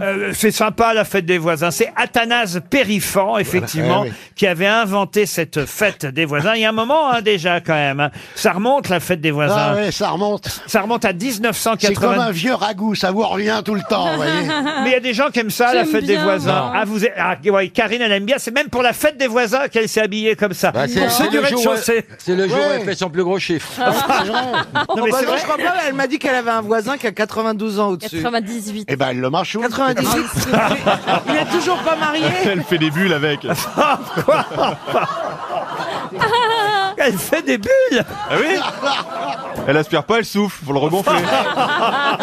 Euh, c'est sympa la fête des voisins. C'est Athanase Périfan, effectivement,
Voilà, eh
qui avait inventé cette fête des voisins. Il y a un moment hein, déjà quand même. hein. Ça remonte la fête des voisins.
Ah ouais, ça remonte.
Ça remonte à
C'est comme
1980.
un vieux ragoût, ça vous revient tout le temps, vous voyez.
Mais il y a des gens qui aiment ça, la
J'aime
fête des
bien.
voisins.
Non.
Ah, vous êtes- ah, ouais, Karine, elle aime bien. C'est même pour la fête des voisins qu'elle s'est habillée comme ça.
Bah, c'est
Pour ceux
c'est
du
le jour où
rez-de-chaussée.
elle- c'est le jour où elle
Ouais. Ah.
fait son plus gros chiffre.
Non, mais
Bah
c'est
non,
vrai.
je crois pas, elle m'a dit qu'elle avait un voisin qui a 92 ans au-dessus.
98.
Eh ben, elle le marche Ah,
98. Il est toujours pas marié.
Elle fait des bulles avec.
Quoi Elle fait des bulles
Ah oui Elle aspire pas, elle souffle, faut le rebonfler. Ah,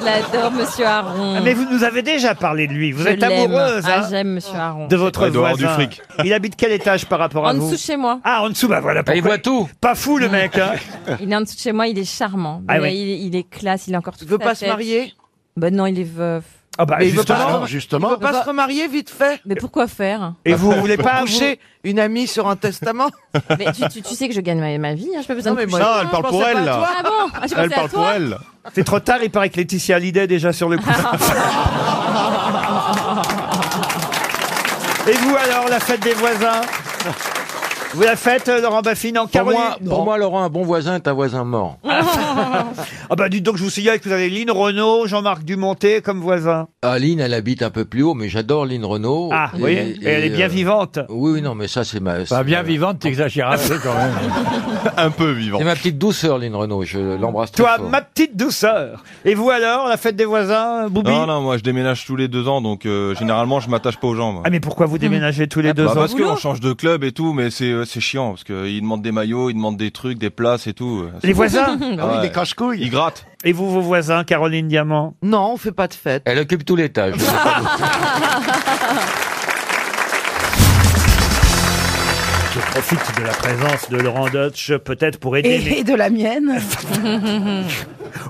Je l'adore, monsieur
Ah,
Aron.
Ah, Mais vous nous avez déjà parlé de lui. Vous
Je
êtes
l'aime.
amoureuse
Ah,
hein,
j'aime monsieur Aron.
de votre
Ouais, il doit avoir
voisin.
du fric.
Il habite quel étage par rapport à
En
vous
dessous de chez moi.
Ah, en dessous, bah voilà. Pourquoi. Il voit tout. Pas fou le mec. hein.
Il est en dessous de chez moi, il est charmant.
Ah
Mais
ouais.
il, il est classe, il est encore tout
Il veut pas se marier
Ben non, il est veuf.
Ah bah,
Mais il veut pas
justement,
se-
justement.
Il veut pas se remarier vite fait.
Mais pourquoi faire
Et vous voulez pas
coucher une amie sur un testament
Mais tu, tu- tu sais que je gagne ma, ma vie, hein, je peux besoin
Non,
de
mais moi,
coucher.
Non, elle parle je pour pensais elle, pas à là. toi.
Ah bon Ah, j'ai pensé à toi.
C'est trop tard, il paraît que Laetitia Hallyday est déjà sur le coup.
Ah.
Et vous alors, la fête des voisins Vous la faites, euh, Laurent Baffine, en
Pour
Caroline
moi, pour moi, Laurent, un bon voisin est un voisin mort.
Ah bah dites donc, je vous signale que vous avez Lynn Renault, Jean-Marc Dumonté comme voisin.
Aline, Ah, elle habite un peu plus haut, mais j'adore Lynn Renault. euh,
Ah, vous voyez, et elle est bien vivante.
Oui, oui, non, mais ça, c'est ma.
Pas bien vivante, t'exagères un peu quand même.
un peu vivante. C'est ma petite douceur, Lynn Renault. Je l'embrasse très
Toi,
fort.
ma petite douceur. Et vous alors, la fête des voisins, Boubi
Non, non, moi je déménage tous les deux ans, donc euh, généralement je m'attache pas aux gens. moi.
Ah mais pourquoi vous déménagez tous les
Ah,
deux
Bah,
ans
Parce qu'on change de club et tout, mais c'est euh, c'est chiant, parce qu'ils demandent des maillots, ils demandent des trucs, des places et tout.
Les voisins
Ah oui, des
cache-couilles. Ils grattent. Et vous, vos voisins, Caroline Diamant
Non, on fait pas de fête.
Elle occupe tout l'étage.
Je profite de la présence de Laurent Deutsch, peut-être pour aider mes-
Et, et de la mienne.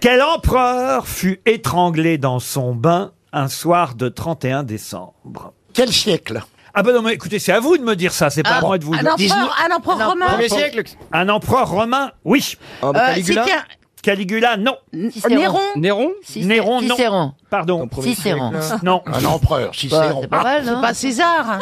Quel empereur fut étranglé dans son bain un soir de 31 décembre Quel siècle Ah ben non, mais écoutez, c'est à vous de me dire ça, c'est pas
Ah,
à moi de vous le
un empereur, un empereur Un romain empereur. Premier siècle.
Un empereur romain, oui.
bah, Euh, Caligula Cicère-
Caligula, non.
Cicéron. Néron
Néron Néron, non.
Cicéron.
Pardon.
Cicéron. siècle.
Non.
Un
empereur,
Cicéron. C'est pas mal, non pas César.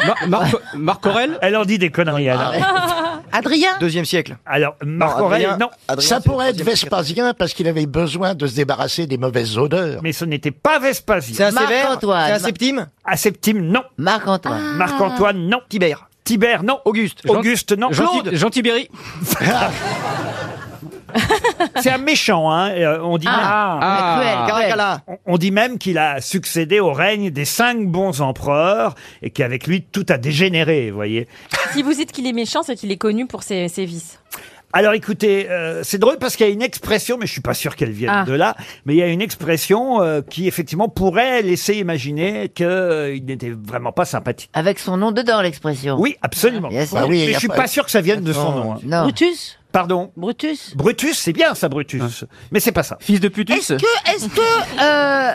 Marc Aurel Elle hein. en dit des conneries, alors.
Ah. Adrien
Deuxième siècle. Alors, Marc Aurel, non.
ça pourrait être Vespasien parce qu'il avait besoin de se débarrasser des mauvaises odeurs.
Mais ce n'était pas Vespasien.
C'est un sévère
Marc-Antoine.
C'est un
septime Un septime, non.
Ah.
Marc-Antoine. Marc-Antoine, non. Tibère. Tibère, non. Auguste. Auguste, non.
Jean-
Claude.
Jean Tibéri.
C'est un méchant, hein. et, euh, on dit
Ah.
même-
Ah. Cruel, cruel. Caracalla.
On, on dit même qu'il a succédé au règne des cinq bons empereurs et qu'avec lui, tout a dégénéré, vous voyez.
Si vous dites qu'il est méchant, c'est qu'il est connu pour ses, ses vices.
Alors écoutez, euh, c'est drôle parce qu'il y a une expression, mais je suis pas sûr qu'elle vienne
Ah.
de là, mais il y a une expression euh, qui effectivement pourrait laisser imaginer qu'il n'était vraiment pas sympathique.
Avec son nom dedans, l'expression.
Oui, absolument.
Ah,
sûr. Bah oui,
mais
y
je
a
suis
pas-
pas sûr que ça vienne de son nom. hein.
Brutus
Pardon
Brutus
Brutus, c'est bien ça, Brutus. Mais c'est pas ça. Fils de putus
Est-ce que, est-ce que, euh,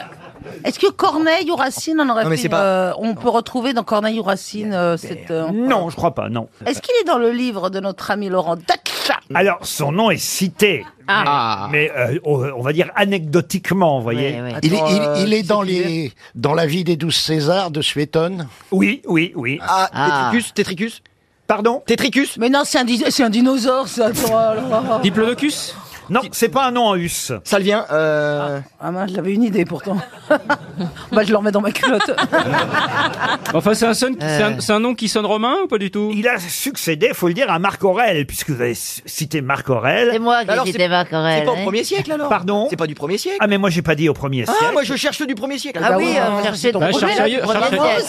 est-ce que Corneille ou Racine, on aurait
Non, mais
fait,
c'est pas-
euh, on peut retrouver dans Corneille ou Racine euh, cette. euh,
Non, je crois pas, non.
Est-ce qu'il est dans le livre de notre ami Laurent Dacha
Alors, son nom est cité,
Ah.
mais, mais, euh, on on va dire anecdotiquement, vous voyez.
Il, est- il- il
euh,
euh,
est dans, les, dans la vie des douze Césars de Suétone
Oui, oui, oui.
Ah, Ah. Tétricus,
Tétricus
Pardon
Tétricus Mais non, c'est un, di- c'est un dinosaure, ça. euh, attends, alors.
Diplodocus Non, c'est pas un nom en us. Ça vient. euh,
Ah mince, j'avais une idée pourtant. bah, je le remets dans ma culotte.
Enfin, c'est un, nom qui sonne romain
ou
pas du tout Il a succédé, faut le dire, à Marc Aurel, puisque vous avez c- cité Marc Aurel.
C'est moi qui ai cité Marc Aurel. hein.
siècle alors Pardon C'est pas du premier siècle Ah, mais moi j'ai pas dit au premier
Ah,
siècle.
moi,
je cherche du premier siècle.
Ah Ah oui, oui, euh, on cherchait ton
de
Bah, premier, cherche ailleurs, premier cherche- siècle.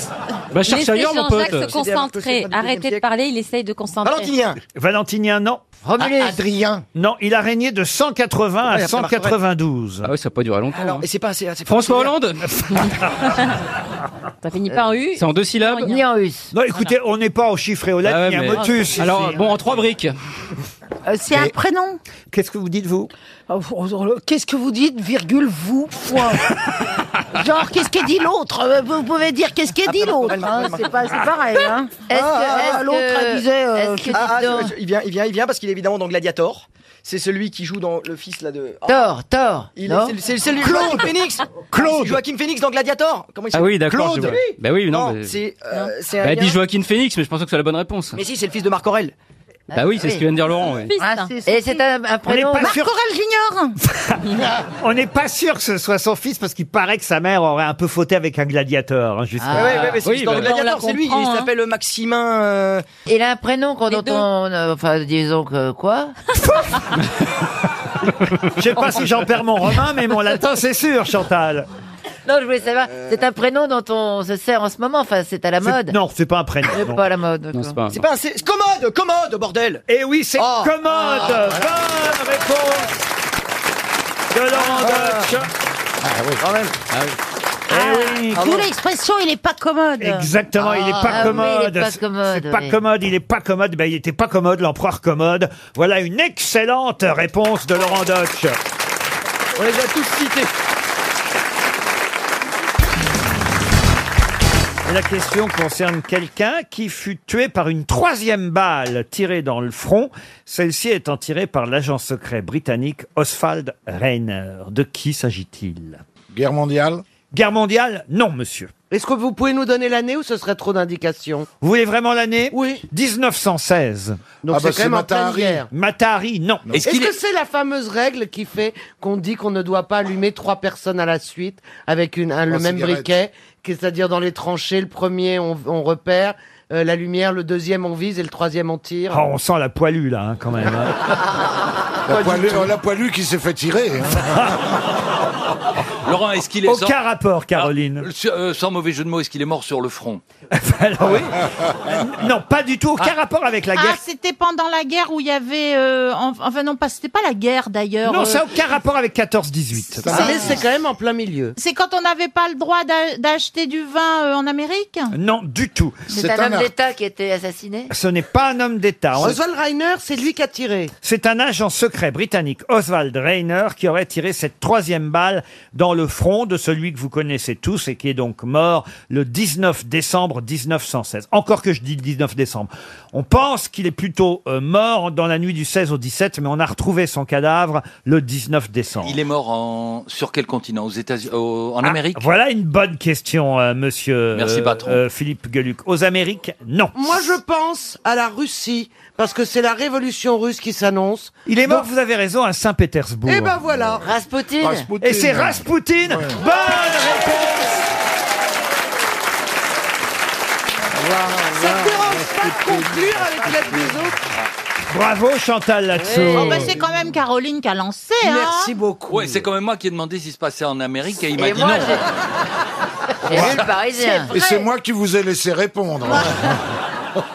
Bah, cherche
Laissez
ailleurs, mon
Jean-Jacques
pote.
se concentrer. Arrêtez de parler, il essaye de concentrer.
Valentinien, non.
Romulus.
Adrien. Ah, Non, il a régné de 180
Ouais,
à
après Marc Aurèle.
192.
Ah oui, ça n'a pas duré longtemps.
Alors, et c'est pas assez.
François Hollande
Ça finit pas en U.
C'est en deux syllabes
Ni en us.
Non, écoutez, on n'est pas au chiffre et au
Ah
lettre,
ouais,
ni à
mais-
motus. ici.
Alors, bon, en trois briques.
c'est un prénom.
Qu'est-ce que vous dites, vous
Qu'est-ce que vous dites, virgule, vous, point. Genre, qu'est-ce qu'est dit l'autre Euh, Vous pouvez dire qu'est-ce qu'est dit l'autre. hein, C'est pas- c'est pareil. Hein.
Ah. Est-ce
Ah,
que-
ah,
est-ce
l'autre
que-
elle disait. euh,
est-ce que-
Ah, ah,
Dis donc.
c'est- il vient, il vient, il vient parce qu'il est évidemment dans Gladiator. C'est celui qui joue dans le fils là de. Ah.
Thor, Thor.
Il
non
est- c'est- c'est celui
Claude.
Joachim Phoenix.
Claude.
C'est Joachim Phoenix dans Gladiator. Comment
Ah
il s'appelle
oui, d'accord. je
Claude.
vois. Bah oui, non. mais-
C'est. euh, c'est
Bah,
un
elle dit
lien.
Joaquin Phoenix, mais je pense que c'est la bonne réponse.
Mais si, c'est le fils de Marc Aurel.
Bah oui, c'est ce que vient de dire Laurent. ouais.
Ah, Et c'est un, un prénom.
pas sûr-
Aurel Junior
On n'est pas sûr que ce soit son fils parce qu'il paraît que sa mère aurait un peu fauté avec un gladiateur. hein, justement.
Ouais, ouais, ouais, mais c'est dans Gladiator, c'est lui. Il
comprend, hein.
s'appelle Maximin. euh,
Il a un prénom qu'on entend. euh, Enfin, disons que quoi
Je sais pas si j'en perds mon romain, mais mon latin, c'est sûr, Chantal.
Non, je voulais savoir, c'est un prénom dont on se sert en ce moment, enfin, Euh. c'est à la
C'est-
mode.
Non, c'est pas un prénom.
C'est
non.
pas à la mode.
Non, c'est pas un-
pas, c'est commode,
Oh,
commode, bordel.
Et Eh oui, c'est commode.
Ah,
Bonne Ah, réponse de Laurent Deutsch.
Ah oui, quand même.
Ah,
Eh oui.
D'où l'expression, il est pas commode.
Exactement, il n'est
Ah,
pas,
ah oui,
commode.
il est pas
C'est-
commode,
C'est pas
oui.
commode, il est pas commode. Ben, il était pas commode, l'empereur commode. Voilà une excellente réponse de Laurent Deutsch.
On les a tous cités.
La question concerne quelqu'un qui fut tué par une troisième balle tirée dans le front, celle-ci étant tirée par l'agent secret britannique Oswald Rainer. De qui s'agit-il Guerre mondiale Guerre mondiale Non, monsieur.
Est-ce que vous pouvez nous donner l'année ou ce serait trop d'indications
Vous voulez vraiment l'année Oui. 1916.
Donc Ah bah c'est quand même c'est en pleine Matahari. guerre.
Matahari, non.
Est-ce que c'est la fameuse règle qui fait qu'on dit qu'on ne doit pas allumer trois personnes à la suite avec une, un- le
Trois
même
cigarettes.
briquet, que- c'est-à-dire dans les tranchées, le premier on, on repère, euh, la lumière, le deuxième on vise et le troisième on tire
Ah, on sent la poilue là, hein, quand même. hein.
La poilue, la poilue qui s'est fait tirer.
Laurent, est-ce qu'il est
Aucun rapport, Caroline.
Ah, sur- euh, sans mauvais jeu de mots, est-ce qu'il est mort sur le front
Alors oui. non, pas du tout. Aucun rapport avec la
Ah, c'était pendant la guerre où il y avait. euh, en- enfin, non, pas, c'était pas la guerre d'ailleurs.
Non,
euh,
ça n'a aucun rapport avec 14-18.
Ah, mais c'est
quand même en plein milieu.
C'est quand on n'avait pas le droit d'a- d'acheter du vin euh, en Amérique
Ah, Non, du tout.
C'est un homme d'État qui a été assassiné.
Ce n'est pas un homme d'État.
Oswald
Reiner, c'est lui qui a tiré. C'est un agent secret britannique, Oswald Reiner, qui aurait tiré cette troisième balle dans le front de celui que vous connaissez tous et qui est donc mort le 19 décembre 1916. Encore que je dis le 19 décembre. On pense qu'il est plutôt euh, mort dans la nuit du 16 au 17, mais on a retrouvé son cadavre le 19 décembre.
Il est mort en... sur quel continent Aux États-Unis au- En
Ah,
Amérique
Voilà une bonne question, euh, monsieur
Merci, patron.
euh, Philippe Gueluc. Aux Amériques, non.
Moi je pense à la Russie, parce que c'est la révolution russe qui s'annonce.
Il est mort, vous avez raison, à Saint-Pétersbourg.
Et ben voilà
Rasputin.
Et c'est Raspoutine Bonne
Ça ne dérange pas de conclure avec l'aide des autres
Bravo Chantal là-dessous.
Oh, bah, c'est quand même Caroline qui a lancé. hein.
beaucoup. Ouais, c'est quand même moi qui ai demandé s'il se passait en Amérique et il m'a
Et
dit
moi,
non.
J'ai lu le Parisien.
Et c'est moi qui vous ai laissé répondre.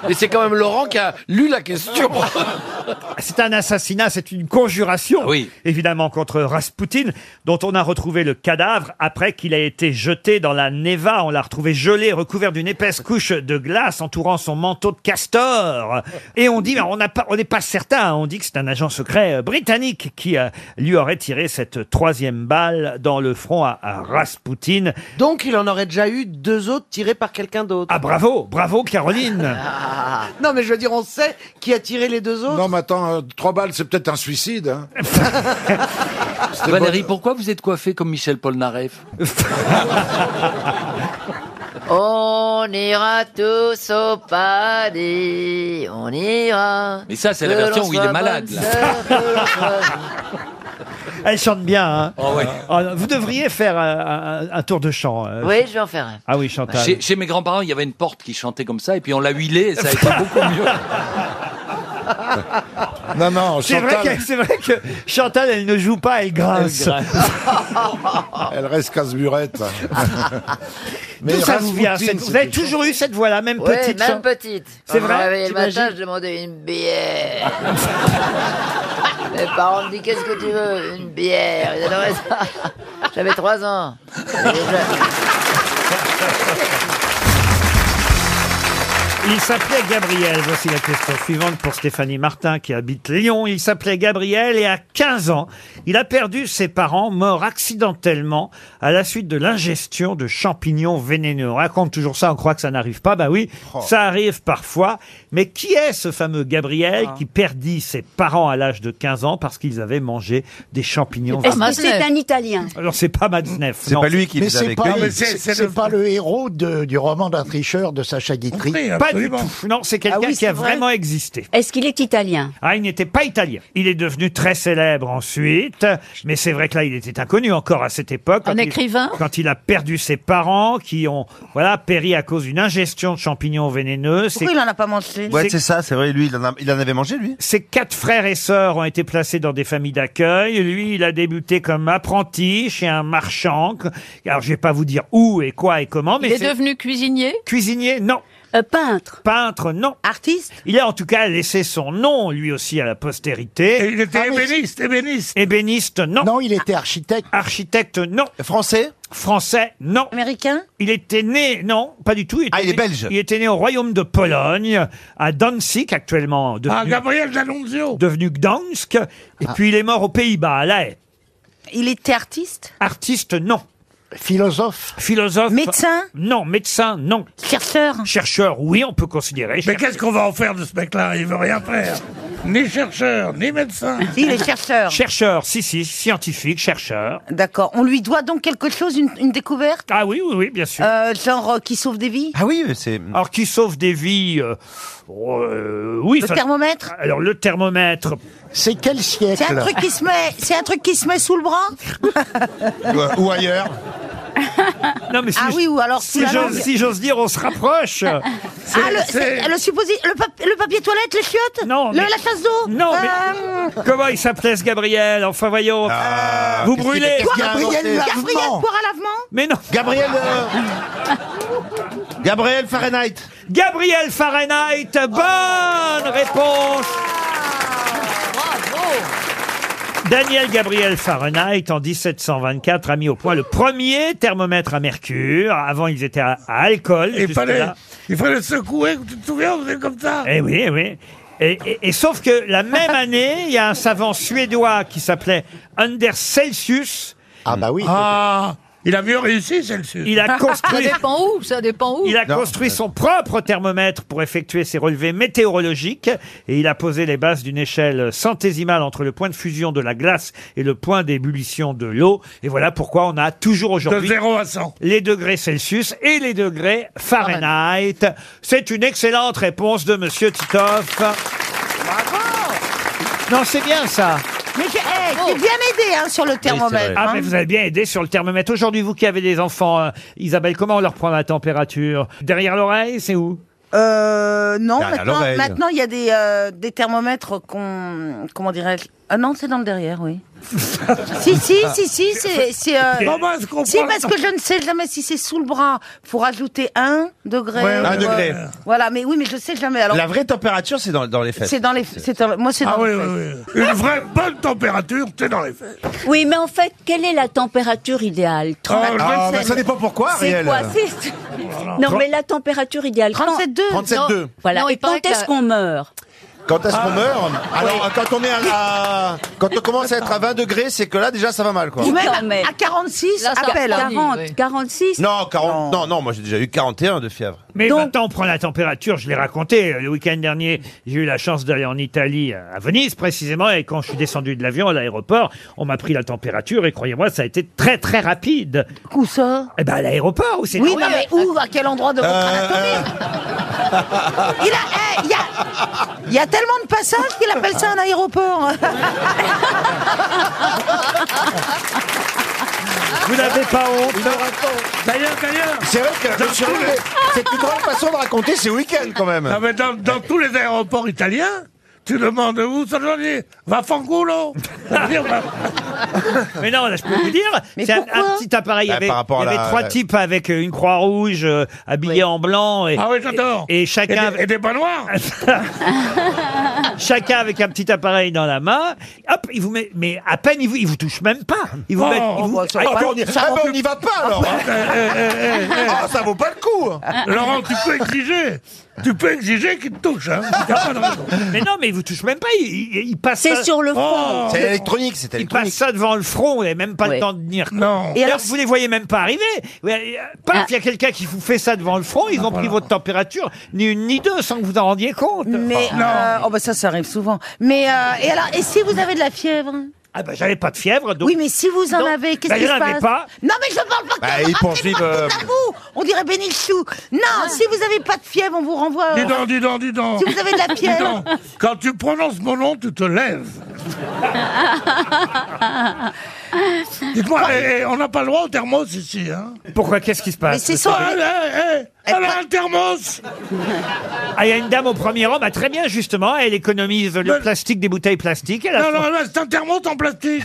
Et c'est quand même Laurent qui a lu la question. C'est un assassinat, c'est une conjuration, évidemment, contre Rasputin, dont on a retrouvé le cadavre après qu'il a été jeté dans la Neva. On l'a retrouvé gelé, recouvert d'une épaisse couche de glace entourant son manteau de castor. Et on dit, on n'a pas- on n'est pas certain, hein, on dit que c'est un agent secret euh, britannique qui euh, lui aurait tiré cette troisième balle dans le front à, à Rasputin.
Donc il en aurait déjà eu deux autres tirés par quelqu'un d'autre.
Ah bravo, bravo Caroline
Ah. Non mais je veux dire, on sait qui a tiré les deux autres.
Non, mais attends, euh, trois balles, c'est peut-être un suicide. hein. C'était
Valérie,
bon-
pourquoi vous êtes coiffé comme Michel Polnareff
On ira tous au paradis, on ira.
Mais ça, c'est la
Que
version
l'on
où il
soit
est malade,
bonne
là.
sœur,
Elle chante bien. Hein.
Oh ouais.
Ah, vous devriez faire euh, un, un tour de chant. euh.
Oui, je vais en faire un.
Ah oui, Chantal.
chez, chez mes grands-parents, il y avait une porte qui chantait comme ça, et puis on l'a huilée, et ça a été beaucoup mieux.
Non, non,
C'est vrai,
Chantal,
que, c'est vrai que Chantal, elle ne joue pas, elle grince.
elle reste casse-burette.
D'où ça vous vient cette- Vous avez toujours eu cette voix-là, même
Ouais,
petite.
même
Chan-
petite. Quand je
C'est
me
vrai
réveillais le
T'imagines
matin, je demandais une bière. Mes parents me disaient Qu'est-ce que tu veux Une bière. Ils adoraient ça. J'avais trois ans.
Il s'appelait Gabriel. Voici la question suivante pour Stéphanie Martin qui habite Lyon. Il s'appelait Gabriel et à 15 ans, il a perdu ses parents morts accidentellement à la suite de l'ingestion de champignons vénéneux. On raconte toujours ça, on croit que ça n'arrive pas. Bah oui, ça arrive parfois. Mais qui est ce fameux Gabriel qui perdit ses parents à l'âge de 15 ans parce qu'ils avaient mangé des champignons
Est-ce que
vénéneux
c'est un Italien
Alors c'est pas Matzneff.
C'est
non.
pas lui qui
Mais c'est pas, c'est- c'est pas le héros de- du roman d'un tricheur de Sacha Guitry.
Pas du tout. Non, c'est quelqu'un
Ah oui,
qui a
c'est vrai.
vraiment existé.
Est-ce qu'il est italien
Ah, il n'était pas italien. Il est devenu très célèbre ensuite, mais c'est vrai que là, il était inconnu encore à cette époque.
Un
Quand il-
écrivain
Quand il a perdu ses parents, qui ont voilà péri à cause d'une ingestion de champignons vénéneux. C'est-
Pourquoi il en a pas mangé
ça, c'est vrai, lui, il en, avait mangé, lui. Ses quatre frères et sœurs ont été placés dans des familles d'accueil. Lui, il a débuté comme apprenti chez un marchand. que- Alors, je vais pas vous dire où et quoi et comment, mais
Il est
c'est-
devenu Euh, cuisinier
Cuisinier, non.
peintre.
Peintre, non.
Artiste
Il a en tout cas laissé son nom, lui aussi, à la postérité. il était ébéniste, ébéniste. Ah, Ébéniste, non. Non, il était architecte. Architecte, non. Français Français, Eh, non.
Américain
Il était né, non, pas du tout. ah, il est belge. Il était né au royaume de Pologne, à Danzig, actuellement.
Ah, Gabriel
D'Alonso. Devenu Gdansk. Et puis il est mort aux Pays-Bas, à La Haye.
Il était artiste
Artiste, non. Philosophe Philosophe.
Médecin
Non, médecin, non.
Chercheur
Chercheur, oui, on peut considérer.
Mais qu'est-ce qu'on va en faire de ce mec-là Il veut rien faire. Ni chercheur, ni médecin.
Il est chercheur.
Chercheur, si, si, scientifique, chercheur.
D'accord. On lui doit donc quelque chose, une, une découverte
Ah oui, oui, oui, bien sûr.
Euh, genre euh, qui sauve des vies
Ah oui, c'est. Alors qui sauve des vies euh, euh, Oui.
Le
ça-
thermomètre
Alors le thermomètre. C'est quel siècle
C'est un truc qui se met, c'est un truc qui se met sous le bras
ou ailleurs. Non mais si,
Ah oui, ou alors sous
si
la
j'ose
langue.
si j'ose dire, on se rapproche.
Ah, le, c'est- le supposé, le, pap- le papier toilette, les chiottes
Non.
Le, La chasse d'eau Euh,
Non, mais- Comment il s'appelait ce Gabriel Enfin voyons. vous brûlez.
Gabriel poire à lavement
Mais non. Gabriel. euh, Gabriel Fahrenheit. Gabriel Fahrenheit. Bonne réponse. Daniel Gabriel Fahrenheit, en 1724, a mis au point le premier thermomètre à mercure. Avant, ils étaient à, à alcool.
Il fallait,
jusque-là.
il fallait secouer, tu te souviens, on faisait comme ça.
Eh oui, eh oui. Et, et- et sauf que la même année, il y a un savant suédois qui s'appelait Anders Celsius. Ah bah oui.
Ah, il a mieux réussi, celle-ci.
Il a construit.
Ça dépend où, ça dépend où.
Il a construit son propre thermomètre pour effectuer ses relevés météorologiques et il a posé les bases d'une échelle centésimale entre le point de fusion de la glace et le point d'ébullition de l'eau. Et voilà pourquoi on a toujours aujourd'hui
De 0 à 100.
les degrés Celsius et les degrés Fahrenheit. C'est une excellente réponse de Monsieur Titoff. Non, c'est bien ça.
Mais j'ai hey, j'ai bien aidé hein, sur le thermomètre.
Ah,
hein.
mais vous avez bien aidé sur le thermomètre. Aujourd'hui, vous qui avez des enfants, euh, Isabelle, comment on leur prend la température Derrière l'oreille, c'est où
Euh, non,
Derrière
maintenant,
l'oreille.
maintenant, il y a des, euh, des thermomètres qu'on. Comment dirais-je Ah non, c'est dans le derrière, oui. si, si, si, si, c'est. c'est, euh,
Comment est-ce qu'on
Si,
prend-
parce que je ne sais jamais si c'est sous le bras. Faut rajouter un degré.
Ouais,
ou,
un degré.
euh, Voilà, mais oui, mais je sais jamais. Alors,
La vraie température, c'est dans, dans les fesses.
c'est dans les. C'est dans- moi, c'est dans
Ah
les
oui,
fesses.
Une vraie bonne température, t'es dans les faits.
Oui, mais en fait, quelle est la température idéale
Oh, je le Ah, sais. bah, ça dépend pourquoi,
C'est
Ariel.
quoi C'est- Non, mais la température idéale. quand-
37,2.
37,2.
Non, Voilà.
Non, il
Et quand
paraît que
est-ce
la-
qu'on meurt
Quand est-ce qu'on meurt Ah. Alors, quand on est à la- Quand on commence à être à 20 degrés, c'est que là, déjà, ça va mal, quoi.
Ou même à, à 46,
Là, ça-
hein.
appel.
40, 46.
Non, 40... non, non, moi, j'ai déjà eu 41 de fièvre.
Mais maintenant, on prend la température. Je l'ai raconté. euh, Le week-end dernier, j'ai eu la chance d'aller en Italie, euh, à Venise précisément. Et quand je suis descendu de l'avion à l'aéroport, on m'a pris la température. Et croyez-moi, ça a été très, très rapide.
Où ça
Eh ben, à l'aéroport. où c'est-
Oui, non, mais où À quel endroit de votre
Euh.
anatomie Il a, eh, il y a, il y a tellement de passages qu'il appelle ça un aéroport.
Vous n'avez pas honte
D'ailleurs, d'ailleurs.
C'est vrai que
Dans
monsieur,
tous les-
c'est une grande façon de raconter ces week-ends, quand même.
Non, mais dans, dans tous les aéroports italiens, tu demandes où ça doit dire Va fanculo Ça veut dire, va-
Mais non, là, je peux vous dire,
Mais
c'est un,
pourquoi
un petit appareil. Ah, Il y avait,
Bah, par rapport
il y
à
avait
la-
trois
la-
types avec euh, une croix rouge, euh, habillés en blanc. Et,
Ah oui, j'adore.
Et, et chacun.
Et des- et des bas noirs.
chacun avec un petit appareil dans la main. Hop, il vous met. Mais à peine, il vous, il vous touche même pas. Il vous
Oh,
met- il vous-
bah, ça va pas. Ah, bah, on n'y va pas, alors.
eh,
Ah, ça vaut pas le coup. hein.
Laurent, tu peux exiger Tu peux exiger qu'il te touche. Hein. Y a pas de raison.
Mais Ah, ben, non, mais il vous touche même pas. Il, il- il passe.
C'est
ça-
sur le front. Oh. C'est
électronique, c'est
Il passe ça devant le front. Vous n'avez même pas le temps de venir.
Non.
Et alors, vous les voyez même pas arriver. Ouais, euh, Paf,
Ah.
il y a quelqu'un qui vous fait ça devant le front.
Ah,
Ils ont pris votre température, ni une ni deux, sans que vous en rendiez compte.
oh, Mais euh, oh bah ça, ça arrive souvent. Mais euh, et alors, et si vous avez de la fièvre
Ah ben j'avais pas de fièvre. Donc...
Oui, mais si vous en avez, qu'est-ce
bah,
qui
j'en
se
avais
passe
pas.
Non, mais je parle pas. que-
Bah, ils
rappelez-moi
poursuivent, euh,
tout à vous. On dirait Bénichou. Non, si vous avez pas de fièvre, on vous renvoie. euh,
Dis donc, dis donc, dis donc.
Oh. Si vous avez de la
Dis
fièvre.
donc, quand tu prononces mon nom, tu te lèves.
eh.
Ah,
Dites-moi, eh, eh, on n'a pas le droit au thermos ici. Hein Eh,
Pourquoi Qu'est-ce qui se passe
Mais c'est son-
Ah,
hein, Elle a un thermos
Ah, il y a une dame au premier rang, bah, très bien justement, elle économise le plastique des bouteilles plastiques. Elle a
Non,
son-
non, non, c'est un thermos en plastique.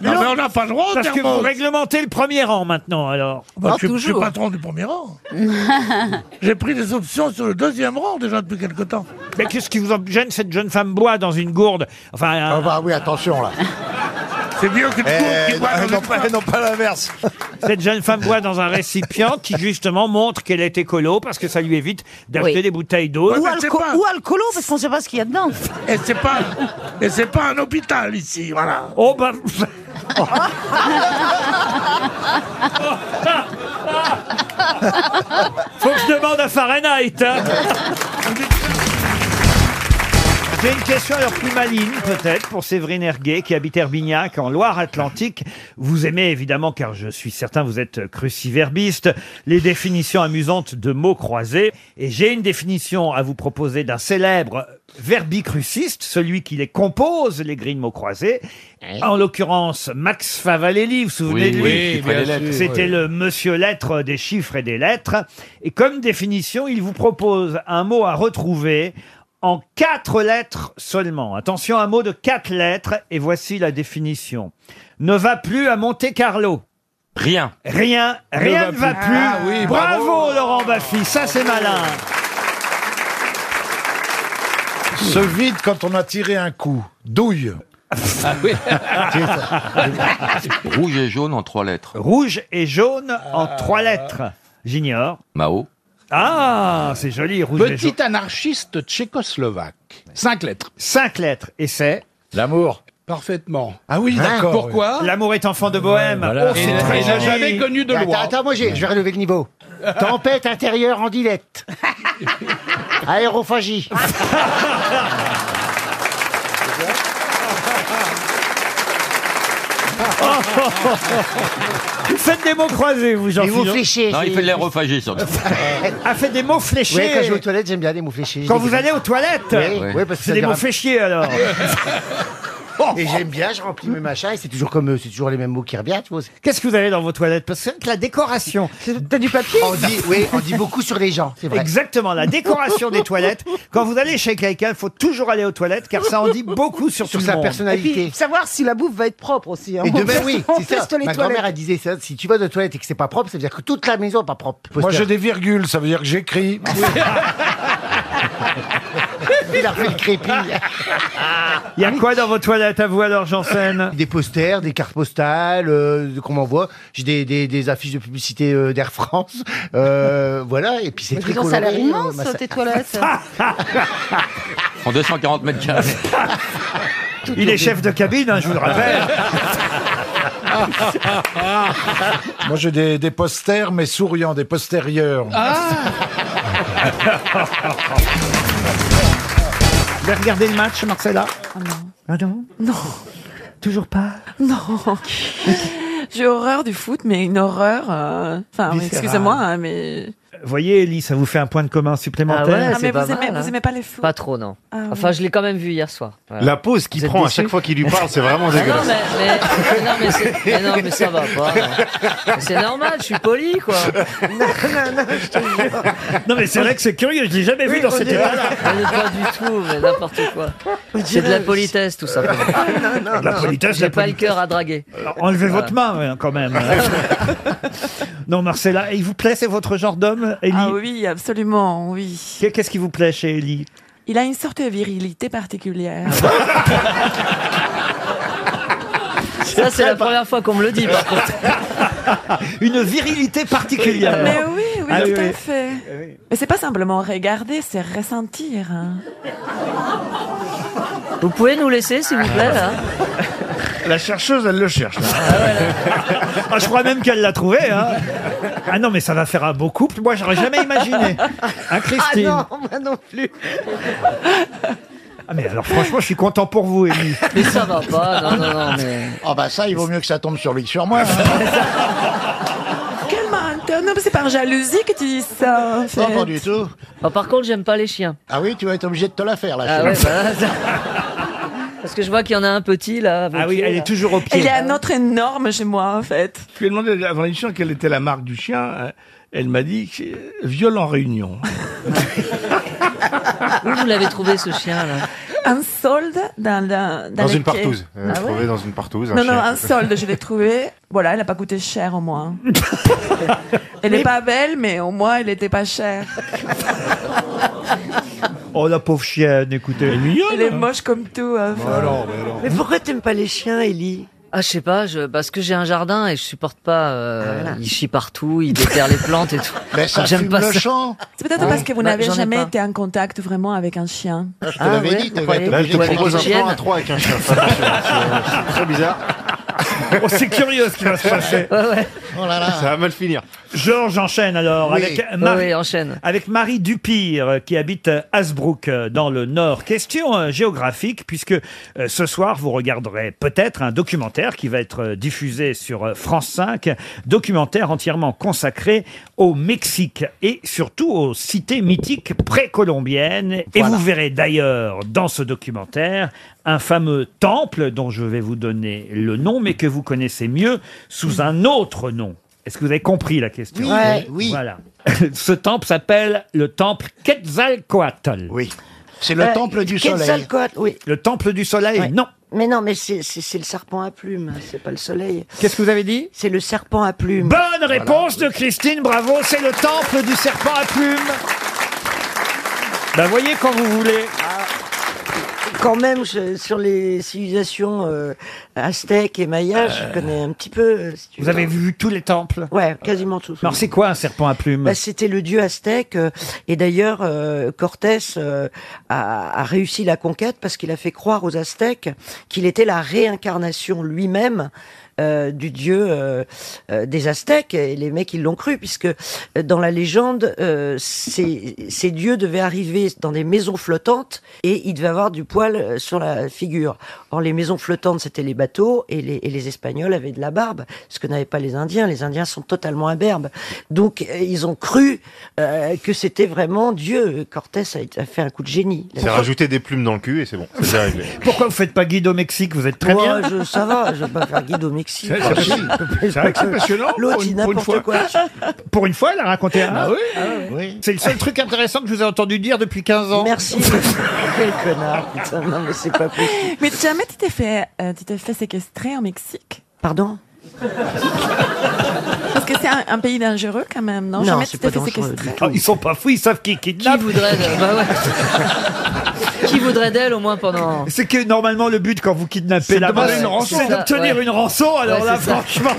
non, mais on n'a pas le droit au
Parce que vous
thermos.
réglementez le premier rang maintenant alors.
Oh,
Bah, je, suis- je suis patron du premier rang. eh. J'ai pris des options sur le deuxième rang déjà depuis quelque temps.
Mais qu'est-ce qui vous gêne Cette jeune femme boit dans une gourde. Enfin, Ah
bah oui, attention là.
C'est mieux que
Eh,
qui boit
non,
dans
non,
une
pas-
tasse.
non, pas
l'inverse.
Cette jeune femme boit dans un récipient qui justement montre qu'elle est écolo parce que ça lui évite d'acheter des bouteilles d'eau.
Ou, alco- ou alcoolo, parce qu'on sait pas ce qu'il y a dedans.
Et c'est pas, et c'est pas un hôpital ici, voilà.
Oh bah. Faut que je demande à Fahrenheit. hein. J'ai une question alors plus maligne peut-être pour Séverine Erguet qui habite Herbignac en Loire-Atlantique. Vous aimez évidemment, car je suis certain vous êtes cruciverbiste, les définitions amusantes de mots croisés. Et j'ai une définition à vous proposer d'un célèbre verbicruciste, celui qui les compose, les grilles de mots croisés. En l'occurrence, Max Favalelli, vous vous
Oui,
souvenez de lui
oui, Chiffres et bien les lettres. sûr,
C'était
oui.
le le monsieur lettres des chiffres et des lettres. Et comme définition, il vous propose un mot à retrouver en quatre lettres seulement. Attention, un mot de quatre lettres, et voici la définition. Ne va plus à Monte Carlo.
Rien.
Rien,
Ne
rien
va
ne va
plus.
plus.
Ah oui,
bravo,
bravo.
Laurent Baffy, ça c'est malin.
Ce vide quand on a tiré un coup. Douille.
Ah oui. Rouge et jaune en trois lettres.
Rouge et jaune en
Ah.
trois lettres. J'ignore.
Mao.
Ah, c'est joli, rouge et jaune.
Petit anarchiste tchécoslovaque. Cinq lettres.
Cinq lettres, et c'est
L'amour. Parfaitement.
Ah
Hein
oui, d'accord,
Pourquoi
oui.
L'amour est enfant de bohème.
voilà.
Oh, c'est
Et-
très
et n'a
joli.
jamais connu de
Attends,
loi.
attends, moi j'ai- je vais relever le niveau. Tempête intérieure en dilette. Aérophagie.
Vous faites des mots croisés, vous, jean
Mais vous fléchez,
Non, il fait de l'aérophagie surtout.
A fait des mots fléchés.
Ouais, quand je vais aux toilettes, j'aime bien les mots fléchés.
Quand vous allez aux toilettes
Oui, oui, parce que
C'est
ça
des
dira-
mots fléchés, alors.
Et j'aime bien, je remplis mes machins et c'est toujours comme eux, c'est toujours les mêmes mots qui reviennent, tu vois.
Qu'est-ce que vous avez dans vos toilettes Parce que c'est vrai que la décoration. T'as du papier
On dit, oui, on dit beaucoup sur les gens, c'est vrai.
Exactement, la décoration des toilettes. Quand vous allez chez quelqu'un, il faut toujours aller aux toilettes car ça en dit beaucoup sur, tout le monde.
Et puis, savoir si la bouffe va être propre aussi. hein.
Et
On
Eh, demain,
fait-
oui,
on
c'est ça.
teste les
Ma
toilettes.
grand-mère, elle disait ça. Si tu vas aux toilettes et que c'est pas propre, ça veut dire que toute la maison est pas propre.
Moi j'ai
Poster.
des virgules, ça veut dire que j'écris.
Il a fait le crépi.
Il y a quoi dans vos toilettes à vous alors, Janssen
Des posters, des cartes postales, euh, qu'on m'envoie. J'ai des, des, des affiches de publicité euh, d'Air France. Euh, voilà, et puis c'est très
Ils ont ça a l'air
coloré,
immense,
euh, ma sa-
tes toilettes.
En 240 mètres carrés.
Il est chef de cabine, hein, je vous le rappelle.
Moi j'ai des, des posters, mais souriants, des postérieurs.
Vous avez regardé le match, Marcella Ah non
Non.
Toujours pas
Non. J'ai horreur du foot, mais une horreur. euh, Enfin,
Viscérale.
excusez-moi, hein, mais.
Voyez, Ellie, ça vous fait un point de commun
Ah,
supplémentaire.
mais vous, aimez,
hein.
vous aimez pas les foot
Pas trop, non.
Ah,
Enfin,
ouais.
je l'ai quand même vu hier soir. Voilà.
La pause qu'il
Vous êtes
prend à
déçus
chaque fois qu'il lui parle, c'est vraiment
Ah
dégueulasse.
Non, mais, mais- non, mais c'est- mais non, mais ça va pas. non. Mais C'est normal, je suis poli, quoi. Non, non, non, je te jure.
Non, mais c'est vrai que c'est curieux, je l'ai jamais vu dans cet état-là.
Mais pas du tout, mais n'importe quoi. C'est de la politesse, tout ça.
Ah,
La politesse,
J'ai
la
pas le
politesse.
cœur à draguer.
Enlevez
Voilà.
votre main, ouais, quand même. non, Marcella, il vous plaît, c'est votre genre d'homme, Ellie
Ah oui, absolument, oui.
Qu'est- Qu'est-ce qui vous plaît chez Ellie
Il a une sorte de virilité particulière.
Ça, c'est la première fois qu'on me le dit, par contre.
Une virilité particulière.
Mais oui, oui,
Ah
tout
oui, oui.
à fait. Mais c'est pas simplement regarder, c'est ressentir. hein.
Vous pouvez nous laisser,
Ah.
s'il vous plaît, là
La chercheuse, elle le cherche.
Ah,
Ah, je crois même qu'elle l'a trouvé. hein. Ah non, mais ça va faire un beau couple.
Ah,
Ah
Moi, j'aurais jamais imaginé. Hein, Christine
moi non plus.
Ah mais alors franchement, je suis content pour vous, Émilie.
Mais ça va pas, non, non, non, mais... Ah bah ça, il vaut mieux que ça tombe sur lui que sur moi. hein.
Quel menteur Non, mais c'est par jalousie que tu dis ça. en
Non,
fait.
pas du tout.
Ah, par contre, j'aime pas les chiens.
Ah oui, tu vas être obligé de te la faire, là.
Ah
chérie.
ouais, bah, ça- Parce que je vois qu'il y en a un petit là.
Ah
avec lui, là.
Il y a un autre énorme chez moi, en fait.
Je lui ai demandé avant l'émission quelle était la marque du chien. euh, Elle m'a dit que c'est viol en réunion.
Où vous l'avez trouvé ce chien là
Un solde dans, la,
Dans
les
une
quais.
partouze. Euh,
Ah ouais
trouvé dans une partouze, un
Non, non,
chien.
un solde, je l'ai trouvé. Voilà, elle n'a pas coûté cher au moins. elle n'est pas belle, mais au moins elle n'était pas chère.
Oh la pauvre chienne, écoutez.
Elle
hein.
est moche comme tout. hein.
Bah
enfin.
Mais pourquoi t'aimes pas les chiens, Ellie
Ah, je sais pas, je... parce que j'ai un jardin et je supporte pas.
Ah,
euh, Il chie partout, il déterre les plantes et tout.
Mais ça
J'aime
fume
pas
le
ça.
champ.
C'est peut-être
Ouais.
parce que vous
Bah,
n'avez
j'en ai
jamais
pas. Ah
été en contact vraiment avec un chien.
Ah, Je
Ah,
te l'avais dit, tu vas être
Là, je te
obligé de
propose
prendre
un plan
chienne.
à trois
avec un chien. euh,
C'est très bizarre.
Oh, c'est curieux ce qui va se passer.
Ça va mal finir.
Georges enchaîne alors
Oui.
avec
Oui,
avec Marie Dupire euh, qui habite euh, Hasbrouck euh, dans le Nord. Question euh, géographique puisque euh, ce soir vous regarderez peut-être un documentaire qui va être euh, diffusé sur euh, France 5, documentaire entièrement consacré au Mexique et surtout aux cités mythiques précolombiennes. Et vous verrez d'ailleurs dans ce documentaire un fameux temple dont je vais vous donner le nom mais que vous connaissez mieux sous un autre nom. Est-ce que vous avez compris la question
Oui, Ouais. oui.
Voilà. Ce temple s'appelle le temple Quetzalcoatl. Oui.
C'est le Euh, temple du soleil. Quetzalcoatl,
oui. Le temple du soleil,
Ouais.
Eh, non.
Mais non, mais c'est c'est- c'est le serpent à plumes, hein, c'est pas le soleil.
Qu'est-ce que vous avez dit Bah,
C'est le serpent à plumes.
Bonne réponse de Christine, bravo, c'est le temple du serpent à plumes. Ben voyez quand vous voulez.
Ah. Quand même, je- sur les civilisations euh, aztèques et mayas, je connais un petit peu. euh, si tu
Vous
veux.
avez vu tous les temples
Ouais, quasiment tous.
Alors c'est quoi un serpent à plumes
Bah, C'était le dieu aztèque. euh, et d'ailleurs, euh, Cortés euh, a, a réussi la conquête parce qu'il a fait croire aux Aztèques qu'il était la réincarnation lui-même euh, du dieu euh, euh, des Aztèques. Et les mecs, ils l'ont cru, puisque euh, dans la légende, euh, ces, ces dieux devaient arriver dans des maisons flottantes et ils devaient avoir du poil euh, sur la figure. Or, les maisons flottantes, c'était les bateaux et les, et les Espagnols avaient de la barbe, ce que n'avaient pas les Indiens. Les Indiens sont totalement imberbes. Donc, euh, ils ont cru euh, que c'était vraiment Dieu. Cortés a, a fait un coup de génie.
C'est rajouter des plumes dans le cul et c'est bon. C'est déjà réglé.
Pourquoi vous faites pas guide au Mexique Vous êtes très
Moi,
bien.
je- ça va, je vais pas faire guide au Mexique.
C'est- c'est- c'est- c'est vrai que c'est passionnant,
L'autre,
pour
il
une- pour une
n'importe quoi.
fois. Pour une fois, elle a raconté
Bah
un.
Ah oui, ah
C'est le seul truc intéressant que je vous ai entendu dire depuis 15 ans.
Merci. Quel connard, putain, non mais c'est pas possible.
Mais jamais tu t'es fait, euh, tu t'es fait séquestrer au Mexique
Pardon
Parce que c'est un, un pays dangereux quand même, non,
Non,
Jamais
c'est
tu t'es
pas
fait
dangereux
séquestrer.
Ah, ils sont pas fous, ils savent qui kidnappe. Qui
voudrait, Qui voudrait d'elle au moins pendant.
C'est que normalement le but quand vous kidnappez
C'est
la
de demander
base,
une rançon.
c'est d'obtenir
Ouais.
une rançon. Alors
Ouais,
là,
c'est ça.
franchement.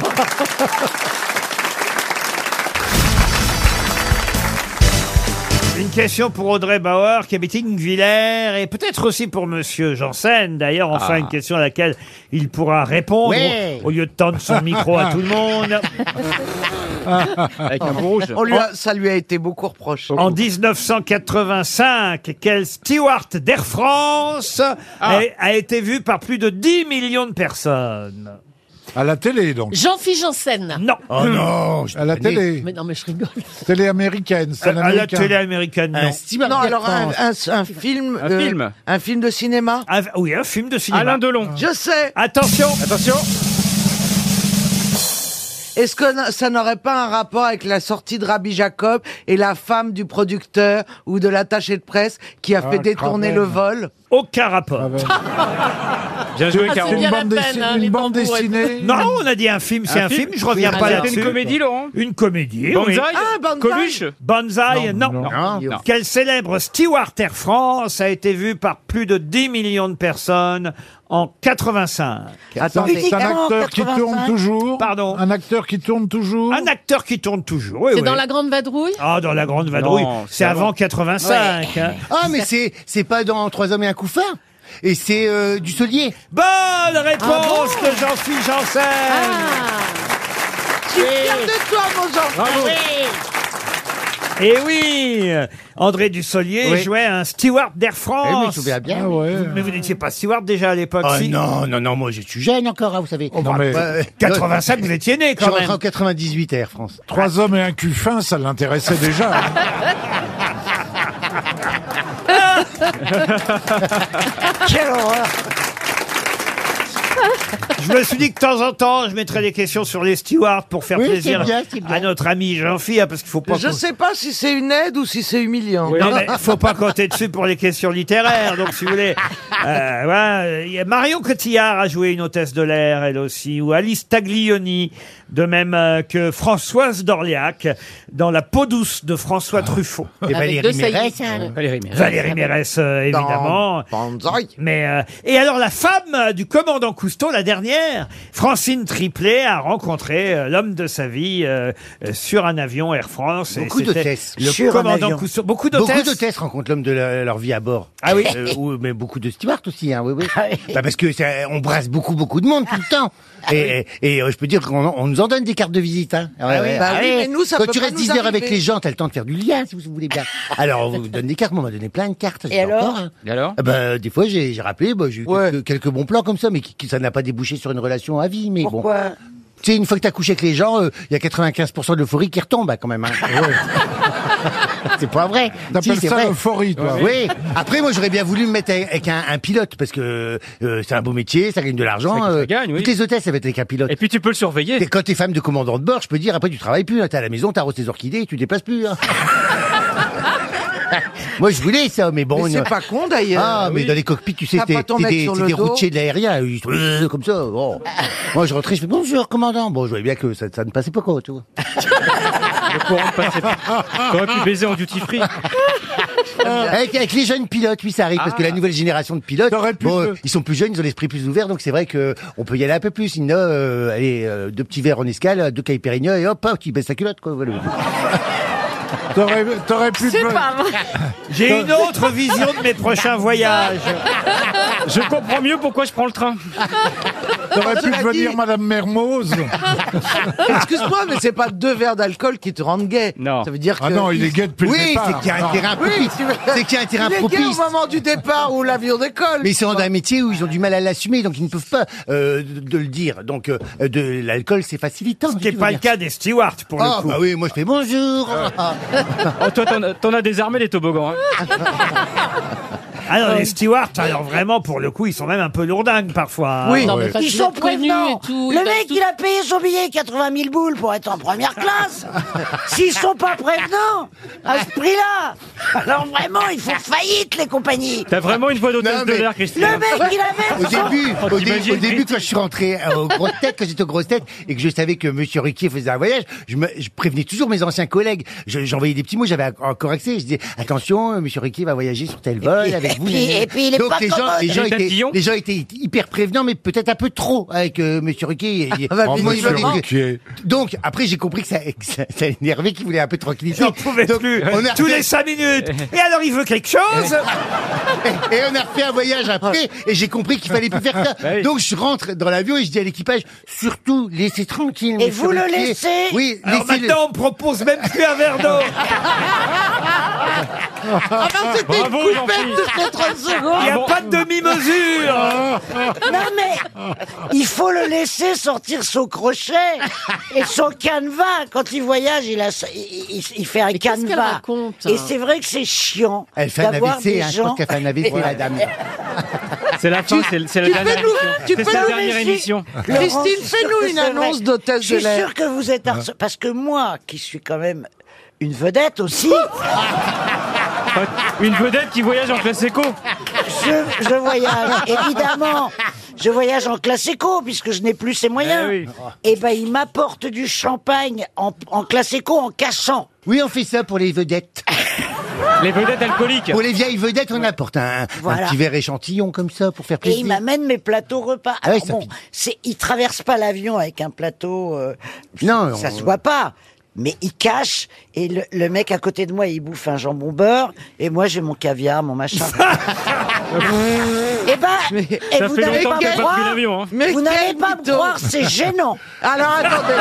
Une question pour Audrey Bauer qui habite Ingvillers et peut-être aussi pour Monsieur Janssen. D'ailleurs, enfin
Ah.
une question à laquelle il pourra répondre
Ouais.
au au lieu de tendre son micro à tout le monde.
Avec un bon rouge.
On lui a-
ça lui a été beaucoup reproché.
En 1985, quel steward d'Air France
Ah.
a, a été vu par plus de 10 millions de personnes À la télé, donc
Jean-Philippe Janssen.
Non.
Oh non, je
À la
connais.
télé. Mais non, mais je rigole.
Télé américaine.
À- à la télé américaine, non.
Non, alors un, un- un
film.
Un euh, film.
Un film de cinéma Ah, Oui, un film de cinéma.
Alain
Delon.
Je sais.
Attention.
Attention. Est-ce que n- ça n'aurait pas un rapport avec la sortie de Rabbi Jacob et la femme du producteur ou de l'attaché de presse qui a
Ah,
fait détourner
Craven.
le vol
Aucun rapport. Bien
joué, Ah, c'est Caro. bien Une la bande peine, dessinée- hein, une les bande tambours et tout. dessinée.
Non, on a dit un film, c'est
Un
un,
film
film, je reviens
Ah,
pas
c'était
là-dessus.
une comédie,
Laurent Une comédie, oui.
Banzai Ah, Banzai. Coluche
Banzai, non.
non.
Quel célèbre Stewart Air France a été vu par plus de 10 millions de personnes en 85
Attendez. C'est un acteur qui tourne toujours.
Pardon.
Un acteur qui tourne toujours.
Un acteur qui tourne toujours, oui,
C'est
oui.
dans La Grande Vadrouille
Ah, dans la grande vadrouille,
Non,
c'est
c'est
avant
avant.
85.
Ouais.
hein.
Ah, mais c'est, c'est pas dans Trois hommes et un couffin. Et c'est euh, du solier.
Bonne réponse de Jean-Philippe Janssen.
Je suis fière de toi, mon Jean.
Bravo. Et Eh oui André Dussolier
Oui.
jouait un steward d'Air France.
Eh oui, je me souviens bien. Ah ouais.
Mais vous n'étiez pas steward déjà à l'époque,
Ah
si
non, non, non, moi je suis jeune encore, hein, vous savez.
bah, euh, 85, vous étiez né, quand
Je suis
même.
rentré en 98 à Air France.
Trois hommes et un cul fin, ça l'intéressait déjà. hein.
Quelle horreur
Je me suis dit que de temps en temps, je mettrais des questions sur les stewards pour faire
Oui, c'est
plaisir
bien, c'est bien.
à notre ami Jean-Phil, hein, parce qu'il faut pas...
Je
qu'on-
sais pas si c'est une aide ou si c'est humiliant.
Non, mais faut pas compter dessus pour les questions littéraires. Donc, si vous voulez, euh, voilà, il y a Marion Cotillard a joué une hôtesse de l'air, elle aussi, ou Alice Taglioni, de même euh, que Françoise d'Orléac, dans La peau douce de François Truffaut.
Ah. Et Avec Valérie deux Mérès, saillies. euh, Valérie Mérès.
Valérie Mérès, euh,
Dans
évidemment. Mais, euh, et alors, la femme euh, du commandant Cousteau, la dernière, Francine Triplet, a rencontré euh, l'homme de sa vie euh, euh, sur un avion Air France. et
Beaucoup
c'était
d'hôtesses.
Le commandant Cousteau. Beaucoup d'hôtesses.
Beaucoup d'hôtesses rencontrent l'homme de la- leur vie à bord.
Ah oui.
Euh, ou- Mais beaucoup de stewards aussi, hein, oui,
Ah
oui. Bah parce que ça- on brasse beaucoup, beaucoup de monde tout le temps. Et, et, et, euh, je peux dire qu'on en- on nous en donne des cartes de visite. Hein. Ouais,
Ah Ah oui,
ouais.
bah oui, mais nous, ça
Quand
peut
tu
pas
restes
nous
10 heures avec
arriver.
les gens, t'as le temps de faire du lien, si vous voulez bien. Alors, on vous donne des cartes, moi, on m'a donné plein de cartes.
Et
j'étais
alors
encore, hein.
Et alors
Ah bah, Des fois, j'ai j'ai rappelé, bah, j'ai eu quelques, quelques bons plans comme ça, mais qui, qui- ça n'a pas débouché sur une relation à vie. Mais bon. Tu sais, une fois que t'as couché avec les gens, euh, il y a 95% de l'euphorie qui retombe, hein, quand même. hein. C'est pas vrai.
T'appelles
c'est
ça
vrai.
l'euphorie, toi.
Oui. Après, moi, j'aurais bien voulu me mettre avec un, un pilote parce que euh, c'est un beau métier, ça gagne de l'argent.
Ça- ça
euh,
gagne, oui.
Toutes les hôtesses, ça va être avec un pilote. Et puis, tu peux le surveiller. Et quand t'es femme de commandant de bord, je peux dire, après, tu travailles plus. hein. T'es à la maison, t'arroses tes orchidées, tu déplaces plus. hein. Moi, je voulais ça, mais bon.
Mais c'est pas con, d'ailleurs.
Ah, mais
Oui.
dans les cockpits, tu sais,
T'as
t'es
pas ton
t'es
mec
des,
sur
t'es
le
des
dos.
routiers de l'aérien, ils- euh, comme ça. bon. Moi, je rentrais, je fais bonjour, commandant. Bon, je voyais bien que ça, ça ne passait pas quoi, tu vois.
Le courant passait pas. T'aurais pu baiser en duty free.
Avec, avec les jeunes pilotes, oui, ça arrive, parce que
Ah.
la nouvelle génération de pilotes, bon, euh, ils sont plus jeunes, ils ont l'esprit plus ouvert, donc c'est vrai que on peut y aller un peu plus. Sinon, euh, allez, euh, deux petits verres en escale, deux cailles Pérignon, et hop, hop, tu baisses sa culotte, quoi. voilà.
T'aurais t'aurais pu.
C'est
pe-
pas vrai.
J'ai une autre vision de mes prochains voyages.
Je comprends mieux pourquoi je prends le train.
T'aurais pu
Cela
devenir
dit-
Madame Mermoz.
Excuse-moi, mais c'est pas deux verres d'alcool qui te rendent gay. Non. Ça veut dire que.
Ah non, il est gay depuis le
oui,
départ.
c'est qu'il y a un
Non.
terrain
Oui,
propice.
tu veux-
C'est qu'il y a un terrain
Il est gay au
propice. moment du départ où l'avion décolle.
Mais ils sont dans un métier où ils ont du mal à l'assumer, donc ils ne peuvent pas euh, de, de le dire. Donc, euh, de l'alcool, c'est facilitant. Ce qui
n'est pas le cas des stewards, pour
le
ah,
coup.
bah oui, moi je fais bonjour.
Oh, toi, t'en as- t'en as désarmé les toboggans. hein.
Ah non, les stewards, alors vraiment, pour le coup, ils sont même un peu lourdingues parfois. hein.
ils sont prévenus et tout. Le mec, il a payé son billet 80 000 boules pour être en première classe. S'ils sont pas prévenants, à ce prix-là, alors vraiment, ils font faillite, les compagnies.
T'as vraiment une voix d'hôtesse
Non,
de
mais-
l'air, Christine.
Le mec, il avait
Au début,
Oh,
au, dé-
t'imagines,
au début,
Christine.
quand je suis rentré euh, aux grosses têtes, quand j'étais aux grosses têtes, et que je savais que Monsieur Ruquier faisait un voyage, je, me, je prévenais toujours mes anciens collègues. Je- J'envoyais des petits mots, j'avais encore accès. Je disais attention, euh, Monsieur Ruquier va voyager sur tel vol
puis-
avec vous.
et puis- et puis il est
Donc
pas
les gens,
commode.
les gens
Et les
étaient,
tatillons
les gens étaient hyper prévenants, mais peut-être un peu trop avec euh, Monsieur Ruquier. Et-
Ah, bah,
Oh,
bien
moi, il
sûr.
m'a dit que- Donc après, j'ai compris que ça, que ça, ça énervait, qu'il voulait un peu de tranquillité.
J'en pouvais
Donc,
plus.
on a
Tous
refait-
les cinq minutes. Et alors, il veut quelque chose
et, et on a refait un voyage après, et j'ai compris qu'il fallait plus faire ça.
Bah oui.
Donc je rentre dans l'avion et je dis à l'équipage, surtout laissez tranquille.
Et
monsieur
vous le
Ruquier.
laissez
Oui,
Alors
laissez-le.
maintenant, on propose même plus un verre d'eau.
Ah non, c'était une
Bravo,
coupette
Jean-Philippe.
de ces 30 secondes.
Il n'y a pas de demi-mesure.
Ah Non mais il faut le laisser sortir son crochet et son canevas. Quand il voyage, il, a, il, il- il fait un
qu'elle
canevas.
raconte, hein
Et c'est vrai que c'est chiant.
Elle fait un
d'avoir
AVC,
des
hein, je
gens-
pense qu'elle fait un AVC, la dame.
C'est la fin, c'est c'est la
Tu
dernière
fais nous-
émission.
tu
C'est
fais
la
nous
dernière
laisser-
émission.
Laurent,
Christine,
je suis sûre
fais-nous
que
une
c'est vrai.
annonce d'hôtesse
Je
de
suis
l'air.
sûr que vous êtes
Bah.
harcelé. Parce que moi, qui suis quand même une vedette aussi,
Une vedette qui voyage en classe éco.
je, je voyage, évidemment. Je voyage en classe éco, puisque je n'ai plus ces moyens.
Eh oui.
Et ben, il m'apporte du champagne en, en classe éco en cassant.
Oui, on fait ça pour les vedettes.
Les vedettes alcooliques.
Pour les vieilles vedettes, on apporte un, un
Voilà.
petit verre échantillon comme ça pour faire
Et il
plaisir.
m'amène mes plateaux repas.
Ah ouais,
Alors
ça
bon,
pique.
c'est, il traverse pas l'avion avec un plateau. euh,
Non,
ça
on-
se voit pas. Mais il cache et le, le mec à côté de moi il bouffe un jambon beurre et moi j'ai mon caviar, mon machin. et ben, et
Ça
vous
fait
n'allez
longtemps
pas
que t'as
me
pas pris
croire.
l'avion, hein. Mais
Vous n'allez
quel
pas me
mytho.
croire, c'est gênant.
Alors attendez.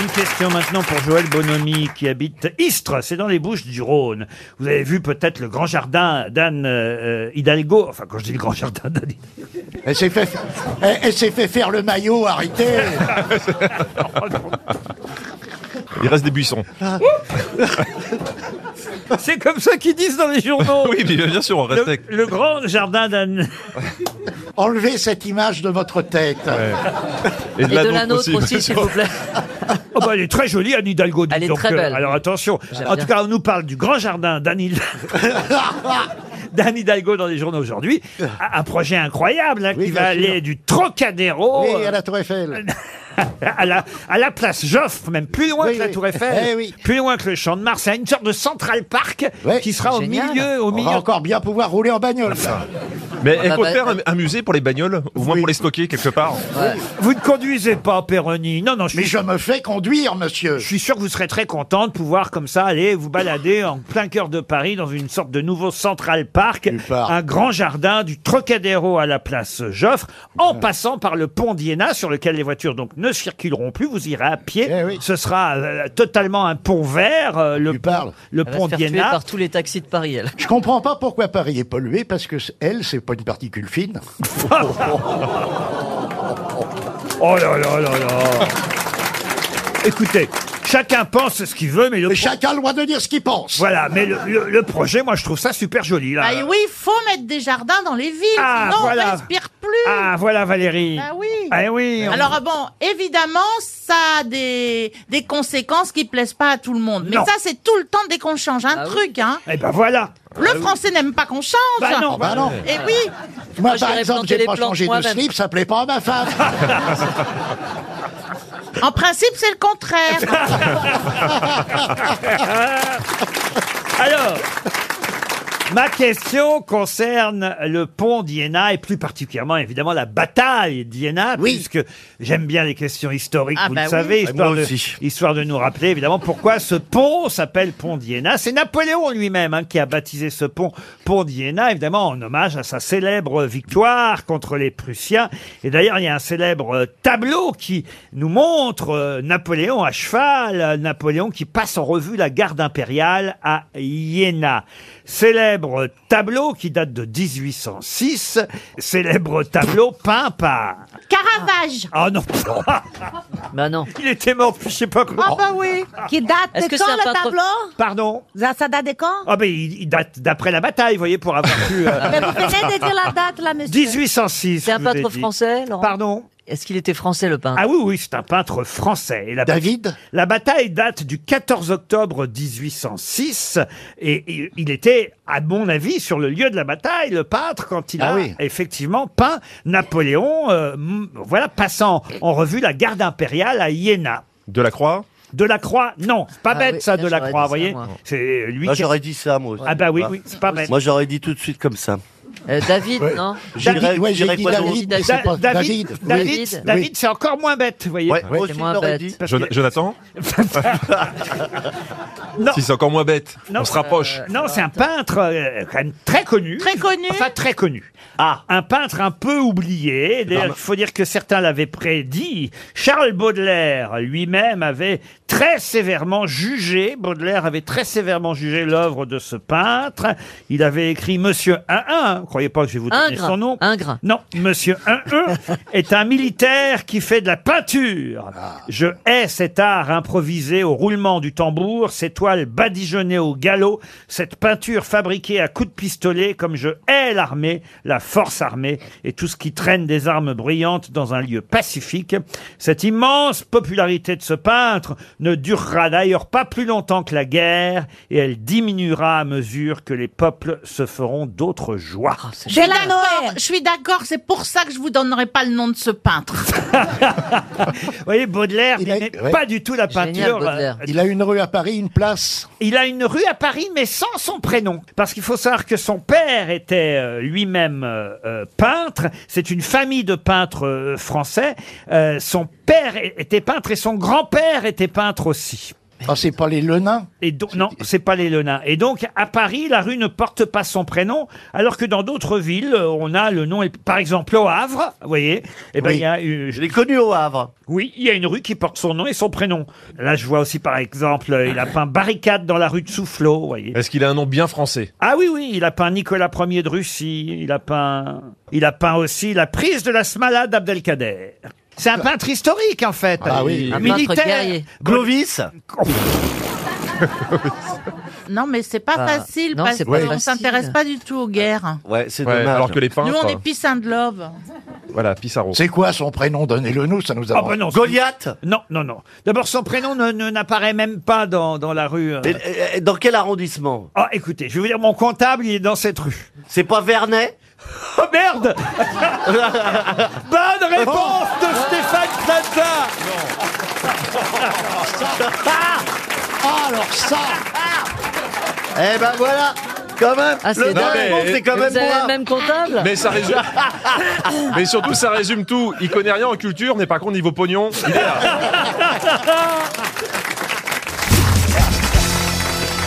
Une question maintenant pour Joël Bonomi qui habite Istres, c'est dans les Bouches du Rhône. Vous avez vu peut-être le grand jardin d'Anne euh, Hidalgo. Enfin, quand je dis le grand jardin d'Anne Hidalgo.
Elle s'est fait, elle, elle s'est fait faire le maillot, arrêtez
Oh,
Il reste des buissons.
C'est comme ça qu'ils disent dans les journaux.
Oui, mais bien sûr, on reste avec.
Le grand jardin d'Anne.
Enlevez cette image de votre tête.
Et de Et la de la nôtre nôtre aussi, aussi, s'il vous plaît.
Oh bah, elle est très jolie, Anne Hidalgo. Elle
est très belle.
alors attention.
J'aime
En
bien.
tout cas, on nous parle du grand jardin d'Anne Hid- d'Anne Hidalgo dans les journaux aujourd'hui. Un un projet incroyable hein, qui va
Ah. bien sûr.
aller du Trocadéro
Oui,
euh,
à la Tour Eiffel.
à, la, à la place Joffre, même plus loin que la Tour Eiffel,
Eh oui.
plus loin que le Champ de Mars. C'est une sorte de Central Park qui sera au milieu. Au
On
milieu.
va encore bien pouvoir rouler en
Ah,
bagnole. ça.
Ah,
Mais
bah,
On
elle
a
compte
pas-
faire un, un musée pour les bagnoles, au moins pour les stocker quelque part.
Vous ne conduisez pas, Péroni. Non, non, je
Mais je me fais conduire, monsieur.
Je suis sûr que vous serez très content de pouvoir comme ça aller vous balader en plein cœur de Paris dans une sorte de nouveau Central Park, un grand jardin du Trocadéro à la place Joffre, en passant par le pont d'Iéna sur lequel les voitures donc ne circuleront plus. Vous irez à pied.
Eh
Ce sera euh, totalement un pont vert. euh, le pont, le
Elle va
pont
se faire tuer
d'Iéna.
par tous les taxis de Paris, elle.
Je comprends pas pourquoi Paris est pollué, parce que c- elle, c'est pas une particule fine.
Oh là là là là Oh. Écoutez, chacun pense ce qu'il veut, mais le
chacun a le droit de dire ce qu'il pense.
Voilà, mais le, le- le projet, moi, je trouve ça super joli. Là.
Bah oui, il faut mettre des jardins dans les villes,
Ah,
sinon
voilà.
on respire plus.
Ah, voilà, Valérie.
Bah oui.
Ah oui, on-
Alors bon, évidemment, ça a des, des conséquences qui plaisent pas à tout le monde. Mais
Non.
ça, c'est tout le temps dès qu'on change
Ah
un truc, hein.
Eh ben voilà.
Le français n'aime pas qu'on change.
Bah non, Ah bah non.
Et oui.
Moi, par exemple, j'ai pas changé de slip, ça plaît pas à ma femme.
En principe, c'est le contraire.
Alors, ma question concerne le pont d'Iéna et plus particulièrement, évidemment, la bataille d'Iéna, puisque j'aime bien les questions historiques,
Ah
vous
bah
le
oui.
savez,
Et
histoire,
moi
de,
aussi.
histoire de nous rappeler, évidemment, pourquoi ce pont s'appelle pont d'Iéna. C'est Napoléon lui-même hein, qui a baptisé ce pont pont d'Iéna, évidemment, en hommage à sa célèbre victoire contre les Prussiens. Et d'ailleurs, il y a un célèbre euh, tableau qui nous montre euh, Napoléon à cheval, euh, Napoléon qui passe en revue la garde impériale à Iéna. Célèbre tableau qui date de 1806, célèbre tableau peint par...
Caravage.
Ah non
Bah non
Il était mort, je sais pas comment.
Ah bah oui. Qui date
Est-ce
de
que
quand
c'est un
le
peintre-
tableau
Pardon
ça, ça date de quand Ah,
Ah ben il, il date d'après la bataille, vous voyez, pour avoir pu... euh,
Mais vous venez de dire la date là, monsieur.
1806.
C'est un
je vous ai
peintre
dit.
français, Laurent
Pardon
Est-ce qu'il était français, le peintre
Ah oui, oui, c'est un peintre français. Et la
David
La bataille date du 14 octobre 1806 et, et il était, à mon avis, sur le lieu de la bataille, le peintre, quand il
Ah
a effectivement peint Napoléon, euh, m- voilà, passant en revue la garde impériale à Iéna.
De la Croix
De la Croix, non, c'est pas
Ah
bête
oui,
ça, de la
j'aurais dit
Croix, vous
ça,
voyez
moi.
C'est lui
Moi,
qui-
j'aurais dit ça, moi aussi.
Ah bah oui, oui, c'est pas bête.
Moi, j'aurais dit tout de suite comme ça.
David, non
J'irais-
David, ouais, j'ai
j'irais
dit
quoi d'autre
David, mais c'est pas-
David,
David, oui.
David,
Oui.
David, c'est encore moins bête, vous voyez.
Ouais, moi aussi,
moins
j'aurais
bête.
dit.
Parce
Jona-
que-
Jonathan Si c'est encore moins bête, on se rapproche.
Euh, non, c'est un peintre euh, quand même très connu. Très connu. Enfin, très connu. Ah. Un peintre un peu oublié. D'ailleurs, il faut dire que certains l'avaient prédit. Charles Baudelaire lui-même avait très sévèrement jugé, Baudelaire avait très sévèrement jugé l'œuvre de ce peintre. Il avait écrit Monsieur 1-1. Ne Croyez pas que je vais vous donner
Ingres.
son nom. Non, Monsieur 1-1 est un militaire qui fait de la peinture. Je hais cet art improvisé au roulement du tambour, ces toiles badigeonnées au galop, cette peinture fabriquée à coups de pistolet, comme je hais l'armée, la force armée et tout ce qui traîne des armes brillantes dans un lieu pacifique. Cette immense popularité de ce peintre ne durera d'ailleurs pas plus longtemps que la guerre et elle diminuera à mesure que les peuples se feront d'autres joies.
Je suis d'accord, je suis d'accord, c'est pour ça que je vous donnerai pas le nom de ce peintre.
Vous voyez, Baudelaire n'aimait
ouais.
pas du tout la peinture.
Baudelaire.
Il a une rue à Paris, une place. Il a une rue à Paris, mais sans son prénom. Parce qu'il faut savoir que son père était euh, lui-même euh, euh, peintre. C'est une famille de peintres euh, français. Euh, son père é- était peintre et son grand-père était peintre aussi. c'est pas les Lenins Et donc, non, c'est pas les Lenins. Et donc, à Paris, la rue ne porte pas son prénom, alors que dans d'autres villes, euh, on a le nom. et- Par exemple, au Havre, vous voyez, eh ben, il y a eu. Je l'ai connu au Havre. Oui, il y a une rue qui porte son nom et son prénom. Là, je vois aussi, par exemple, euh, il a peint barricade dans la rue de Soufflot, vous voyez.
Est-ce qu'il a un nom bien français
Ah oui, oui, il a peint Nicolas Ier de Russie, il a peint, il a peint aussi la prise de la Smala d'Abdelkader. C'est un peintre historique, en fait.
Ah oui. Un peintre
militaire. Oh,
guerrier. Clovis
Non, mais c'est pas
Ah,
facile
non,
parce
c'est pas
qu'on
facile.
s'intéresse pas du tout aux guerres.
Ouais, c'est
Ouais,
dommage.
alors que les peintres. euh,
Nous, on est peace and love.
Voilà, Pissarro.
C'est quoi son prénom Donnez-le nous, ça nous
Ah bah non, c'est- Non, non, non. D'abord, son prénom ne- ne- n'apparaît même pas dans, dans la rue. euh.
Dans quel arrondissement
Ah, écoutez, je vais vous dire, mon comptable, il est dans cette rue.
C'est pas Vernet
Oh merde Bonne réponse de Stéphane Plaza
Ah, alors ça Eh ben voilà Quand même
Ah,
Le
c'est dingue.
dernier mot, c'est quand
Vous
même
avez
moi
le même comptable
Mais ça résume. Mais surtout, ça résume tout. Il connaît rien en culture, n'est pas con niveau pognon. Il est là.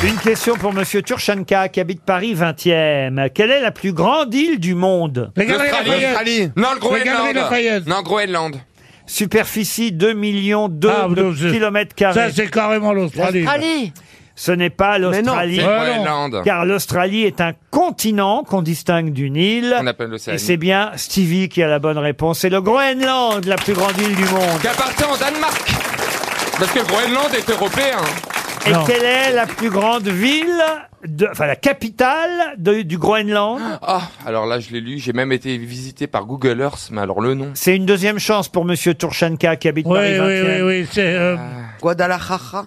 Une question pour Monsieur Turchanka, qui habite Paris 20e. Quelle est la plus grande île du monde
Les Galeries Lafayette. L'Australie. Non, le Les Groenland. Galeries Lafayette.
Non, Groenland. Superficie 2 millions de
Ah, non, c'est-
kilomètres carrés.
ça, c'est carrément l'Australie. L'Australie.
Ce n'est pas
non,
l'Australie,
c'est le Ouais, non. Groenland.
car l'Australie est un continent qu'on distingue d'une île.
On appelle l'Océanie.
Et c'est bien Stevie qui a la bonne réponse. C'est le Groenland, la plus grande île du monde.
Qui appartient au Danemark. Parce que le Groenland est européen. hein.
Et quelle est la plus grande ville, de, enfin la capitale de- du Groenland
Ah, Alors là, je l'ai lu, j'ai même été visité par Google Earth, mais alors le nom.
C'est une deuxième chance pour Monsieur Turchanka qui habite
Oui,
Paris Oh.
oui,
20e.
oui, oui,
c'est... euh,
Ah.
Guadalajara.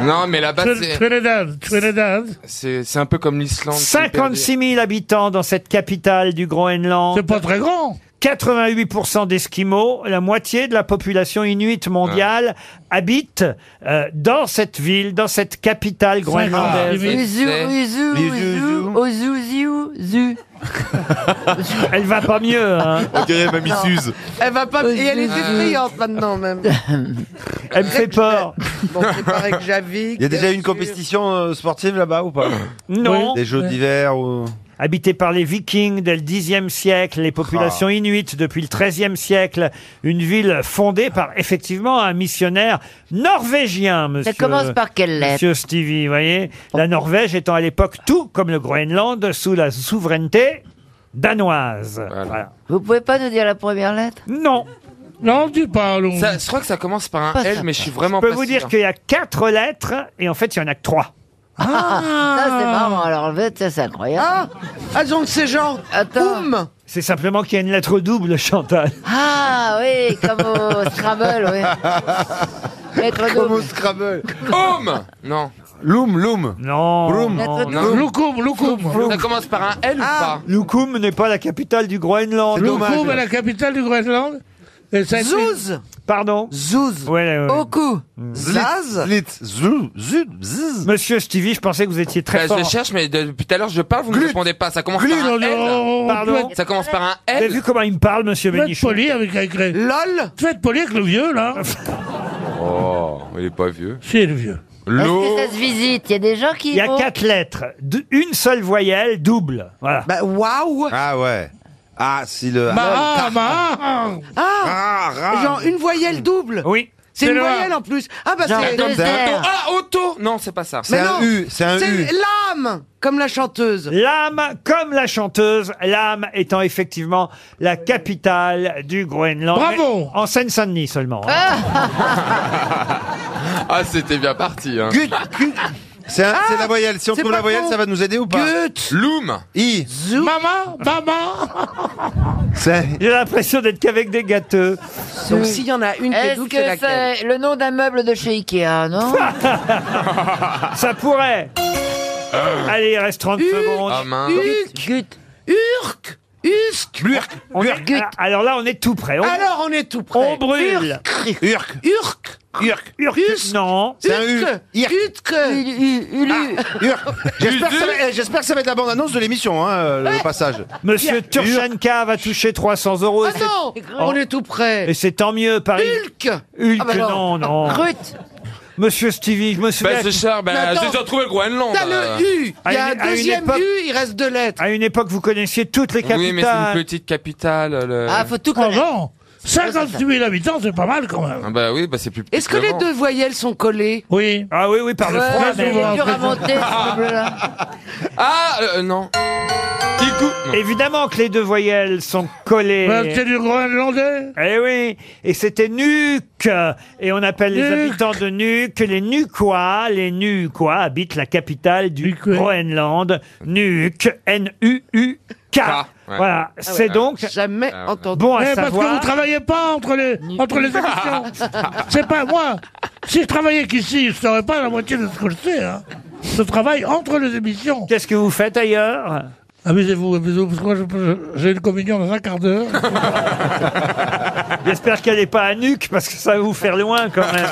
Non, mais là-bas,
Trin-
c'est-
Trinidad, Trinidad.
c'est c'est un peu comme l'Islande. c'est hyper dur.
56 000 habitants dans cette capitale du Groenland.
C'est pas très grand.
88% d'Esquimaux, la moitié de la population inuite mondiale habite euh, dans cette ville, dans cette capitale groenlandaise.
Uzu, uzu, uzu,
ozu, ziou, zu. Elle va pas mieux. Hein.
On dirait Mamie
Non. Suze. Elle va pas.
Euh,
Et elle est effrayante maintenant même.
Elle me fait peur.
Bon, c'est pareil que Javik.
Il y a déjà eu une compétition euh, sportive là-bas ou pas
Non.
Des jeux
Ouais.
d'hiver ou...
Habité par les Vikings dès le Xe siècle, les populations
Ah.
inuites depuis le XIIIe siècle, une ville fondée par effectivement un missionnaire norvégien, monsieur.
commence par quelle lettre Oh.
Monsieur Stevie, vous voyez, la Norvège étant à l'époque tout comme le Groenland sous la souveraineté danoise. Voilà.
Vous pouvez pas nous dire la première lettre
Non.
Non, tu parles.
Ça- je crois que ça commence par un
Pas
L,
ça.
mais je suis vraiment
Je peux
pas
vous
sûr.
dire qu'il y a quatre lettres et en fait il y en a que trois.
Ah,
Ça, c'est marrant. Alors, le fait, ça, c'est incroyable.
Ah, elles ont de ces gens. Boum.
C'est simplement qu'il y a une lettre double, Chantal.
Ah oui, comme au Scrabble, oui. Lettre double.
Scrabble.
Home Non.
Loum, loum.
Non.
Vroom. Lettre Non. double.
Loukoum, loukoum.
Ça commence par un L
Ah.
ou
Lukum n'est pas la capitale du Groenland.
Loukoum est la capitale du Groenland. Et ça-
Zouz.
Pardon
Zouz.
Ouais, ouais. Mm.
Oku. Zaz.
Monsieur Stevie, je pensais que vous étiez
pas
très fort.
Bah, Je cherche, mais de- depuis tout à l'heure, je parle, vous ne répondez pas. Ça commence
Glut,
par un
on- on-
L.
Pardon
Ça commence par un
Oh, Vous avez
L.
vu comment il me parle, monsieur
Faites
Bénichou
poli avec avec les-
LOL.
Faites poli avec le vieux, là.
Oh, il est pas vieux.
C'est le vieux.
Est-ce que ça se visite Il y a des gens qui.
Il y a
vont-
quatre lettres, de- une seule voyelle, double. Voilà.
Bah, waouh.
Ah ouais. Ah, si le...
Bah,
ah.
bah.
Ah,
rare.
Genre une voyelle double.
Oui.
C'est
C'est
une
le
voyelle en plus. Ah bah
Genre
c'est
deux R.
Ah, auto Non, c'est pas ça.
C'est un U, c'est un U.
l'âme, comme la chanteuse.
L'âme, comme la chanteuse, l'âme étant effectivement la capitale du Groenland.
Bravo
Mais En Seine-Saint-Denis seulement. hein.
Ah, c'était bien parti. Hein.
Gut, gut. C'est un-
Ah,
c'est la voyelle. Si on
c'est
trouve la
pas
voyelle,
con.
ça va nous aider ou pas
Loom.
I.
Maman, maman.
C'est...
J'ai l'impression d'être qu'avec des gâteux. Euh,
Donc s'il y en a une qui est
Est-ce
double,
que
c'est laquelle
c'est le nom d'un meuble de chez Ikea, non
Ça pourrait. Allez, il reste 30 secondes.
Ah, mince.
Urk. Urk. Usk.
On est- alors là, on est tout prêt. On,
Alors on est tout prêt.
on brûle.
Urk.
Urk.
Urk.
Urk, Non.
C'est un U. Irk.
Utk.
Urk. J'espère que ça va- eh, j'espère que ça va être la bande-annonce de l'émission, hein, le passage.
Monsieur Turchanka va toucher 300 euros. et
Ah
c'est-
Oh.
non On est tout prêt.
Et c'est tant mieux, Paris.
Hulk.
Hulk,
Ah bah
non,
non.
non.
Brut
Monsieur Stevie, je me souviens.
Ben, c'est ça, ben,
Mais attends,
j'ai déjà trouvé le Groenland.
t'as
euh.
le U. Il y a un deuxième U,
il reste deux lettres.
À une époque, vous connaissiez toutes les capitales.
Oui, mais c'est une petite capitale. le-
Euh,
Oh non
58 000 habitants, c'est pas mal quand même.
Ah bah oui, bah c'est plus petit
Est-ce que les
qu'avant.
deux voyelles sont collées
Oui.
Ah oui, oui, par
le Ouais, front. mais il est dur à monter, ce
là Ah, euh, non.
Évidemment que les deux voyelles sont collées.
Ben, c'est du groenlandais.
Eh oui, et c'était Nuuk. Euh, Et on appelle les
Nuuk.
habitants de Nuuk les Nuquois. Les Nuquois habitent la capitale du Groenland, Nuuk, N-U-U-K.
ouais.
Voilà,
Ah ouais.
c'est donc
jamais
Euh,
entendu.
Bon à
Eh, parce que
savoir.
vous travaillez pas entre les, entre les émissions. C'est pas moi. Si je travaillais qu'ici, je saurais pas la moitié de ce que je sais. Hein. Je travaille entre les émissions.
Qu'est-ce que vous faites ailleurs
Amusez-vous, amusez-vous, parce que moi, je- je- j'ai une communion dans un quart d'heure.
J'espère qu'elle n'est pas à Nuuk parce que ça va vous faire loin quand même.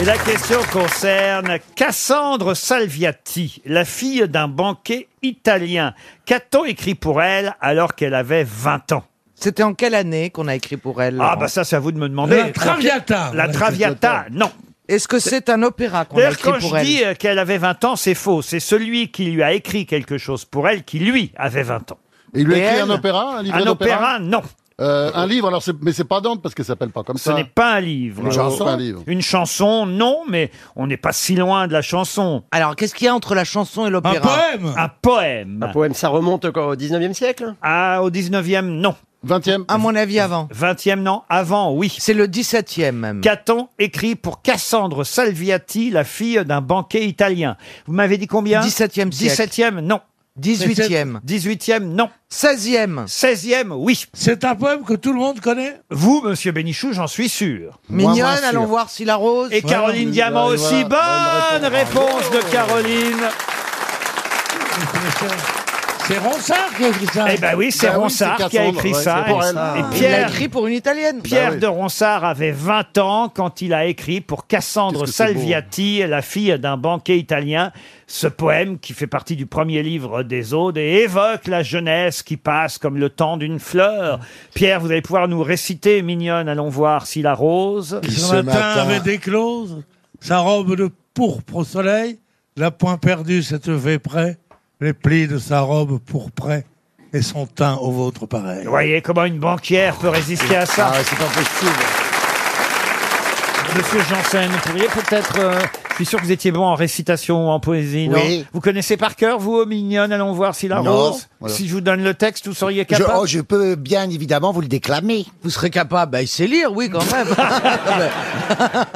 Et la question concerne Cassandre Salviati, la fille d'un banquier italien. Qu'a-t-on écrit pour elle alors qu'elle avait 20 ans
C'était en quelle année qu'on a écrit pour elle
Ah bah ça, c'est à vous de me demander.
La Traviata.
La Traviata, non.
Est-ce que c'est un opéra qu'on a
D'ailleurs,
écrit
quand
pour
je
elle
dis euh, qu'elle avait 20 ans, c'est faux. C'est celui qui lui a écrit quelque chose pour elle qui, lui, avait 20 ans.
Il lui a écrit un opéra, un livre
Un
d'opéra
opéra, non.
Euh, un livre, alors c'est- mais c'est pas Dante parce que ça s'appelle pas comme
Ce
ça.
n'est pas un livre. Oh,
Une chanson. Un livre.
Une chanson, non, mais on n'est pas si loin de la chanson.
Alors, qu'est-ce qu'il y a entre la chanson et l'opéra
poème Un poème.
Un poème, ça remonte encore au 19e siècle
Ah, au 19e, non.
20e
À mon avis, avant.
20e, non, avant, oui.
C'est le 17e même.
Caton écrit pour Cassandre Salviati, la fille d'un banquet italien. Vous m'avez dit combien
17e siècle.
17e, non.
18e.
18e, non.
16e.
16e, oui.
C'est un poème que tout le monde connaît
Vous, monsieur Bénichou, j'en suis sûr.
Mignonne, allons voir si la rose.
Et Caroline Diamant aussi. Bonne réponse
Ah
de Caroline.
C'est Ronsard qui a écrit ça.
Eh ben oui, c'est
Ben oui,
Ronsard
c'est
qui a
Cassandre,
écrit
ouais,
ça.
c'est pour
Et-
elle. Ah.
Et
Il l'a
Pierre,
écrit pour une italienne.
Bah
Bah
Pierre de Ronsard avait 20 ans quand il a écrit pour Cassandre
c'est beau.
Salviati, la fille d'un banquet italien, ce poème qui fait partie du premier livre des Audes et évoque la jeunesse qui passe comme le temps d'une fleur.
Ah.
Pierre, vous allez pouvoir nous réciter, mignonne, allons voir si la rose...
Qui ce matin avait déclose sa robe de pourpre au soleil, la point perdue s'élevait près, les plis de sa robe pourprée et son teint au vôtre pareil.
Vous voyez comment une banquière peut résister à ça
Ah,
C'est pas possible. Monsieur Janssen, vous pourriez peut-être... euh, je suis sûr que vous étiez bon en récitation ou en poésie, non
Oui.
Vous connaissez par cœur, vous, oh, mignonne Allons voir si la
Non.
rose...
Voilà.
Si je vous donne le texte, vous seriez
Je,
capable
oh, je peux bien évidemment vous le déclamer.
Vous serez capable, bah, il sait lire, oui, quand même.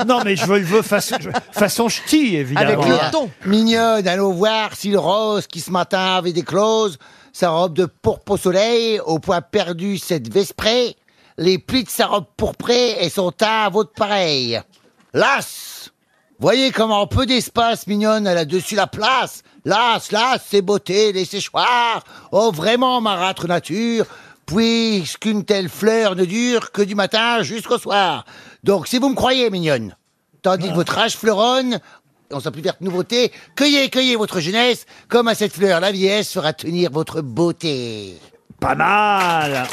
Non, mais je veux le veux façon, je- façon ch'ti, évidemment.
Avec le ton. Mignonne, allons voir si le rose qui ce matin avait déclose sa robe de pourpre au soleil, au point perdu cette vesprée, les plis de sa robe pourprée et son teint à votre pareil. Las Voyez comment peu d'espace, mignonne, elle a dessus la place. Las, las, ses beautés, les séchoirs. Oh, vraiment, ma râtre nature, puisqu'une telle fleur ne dure que du matin jusqu'au soir. Donc, si vous me croyez, mignonne, tandis que votre âge fleuronne, dans sa plus verte nouveauté, cueillez, cueillez votre jeunesse, comme à cette fleur, la vieillesse fera tenir votre beauté.
Pas mal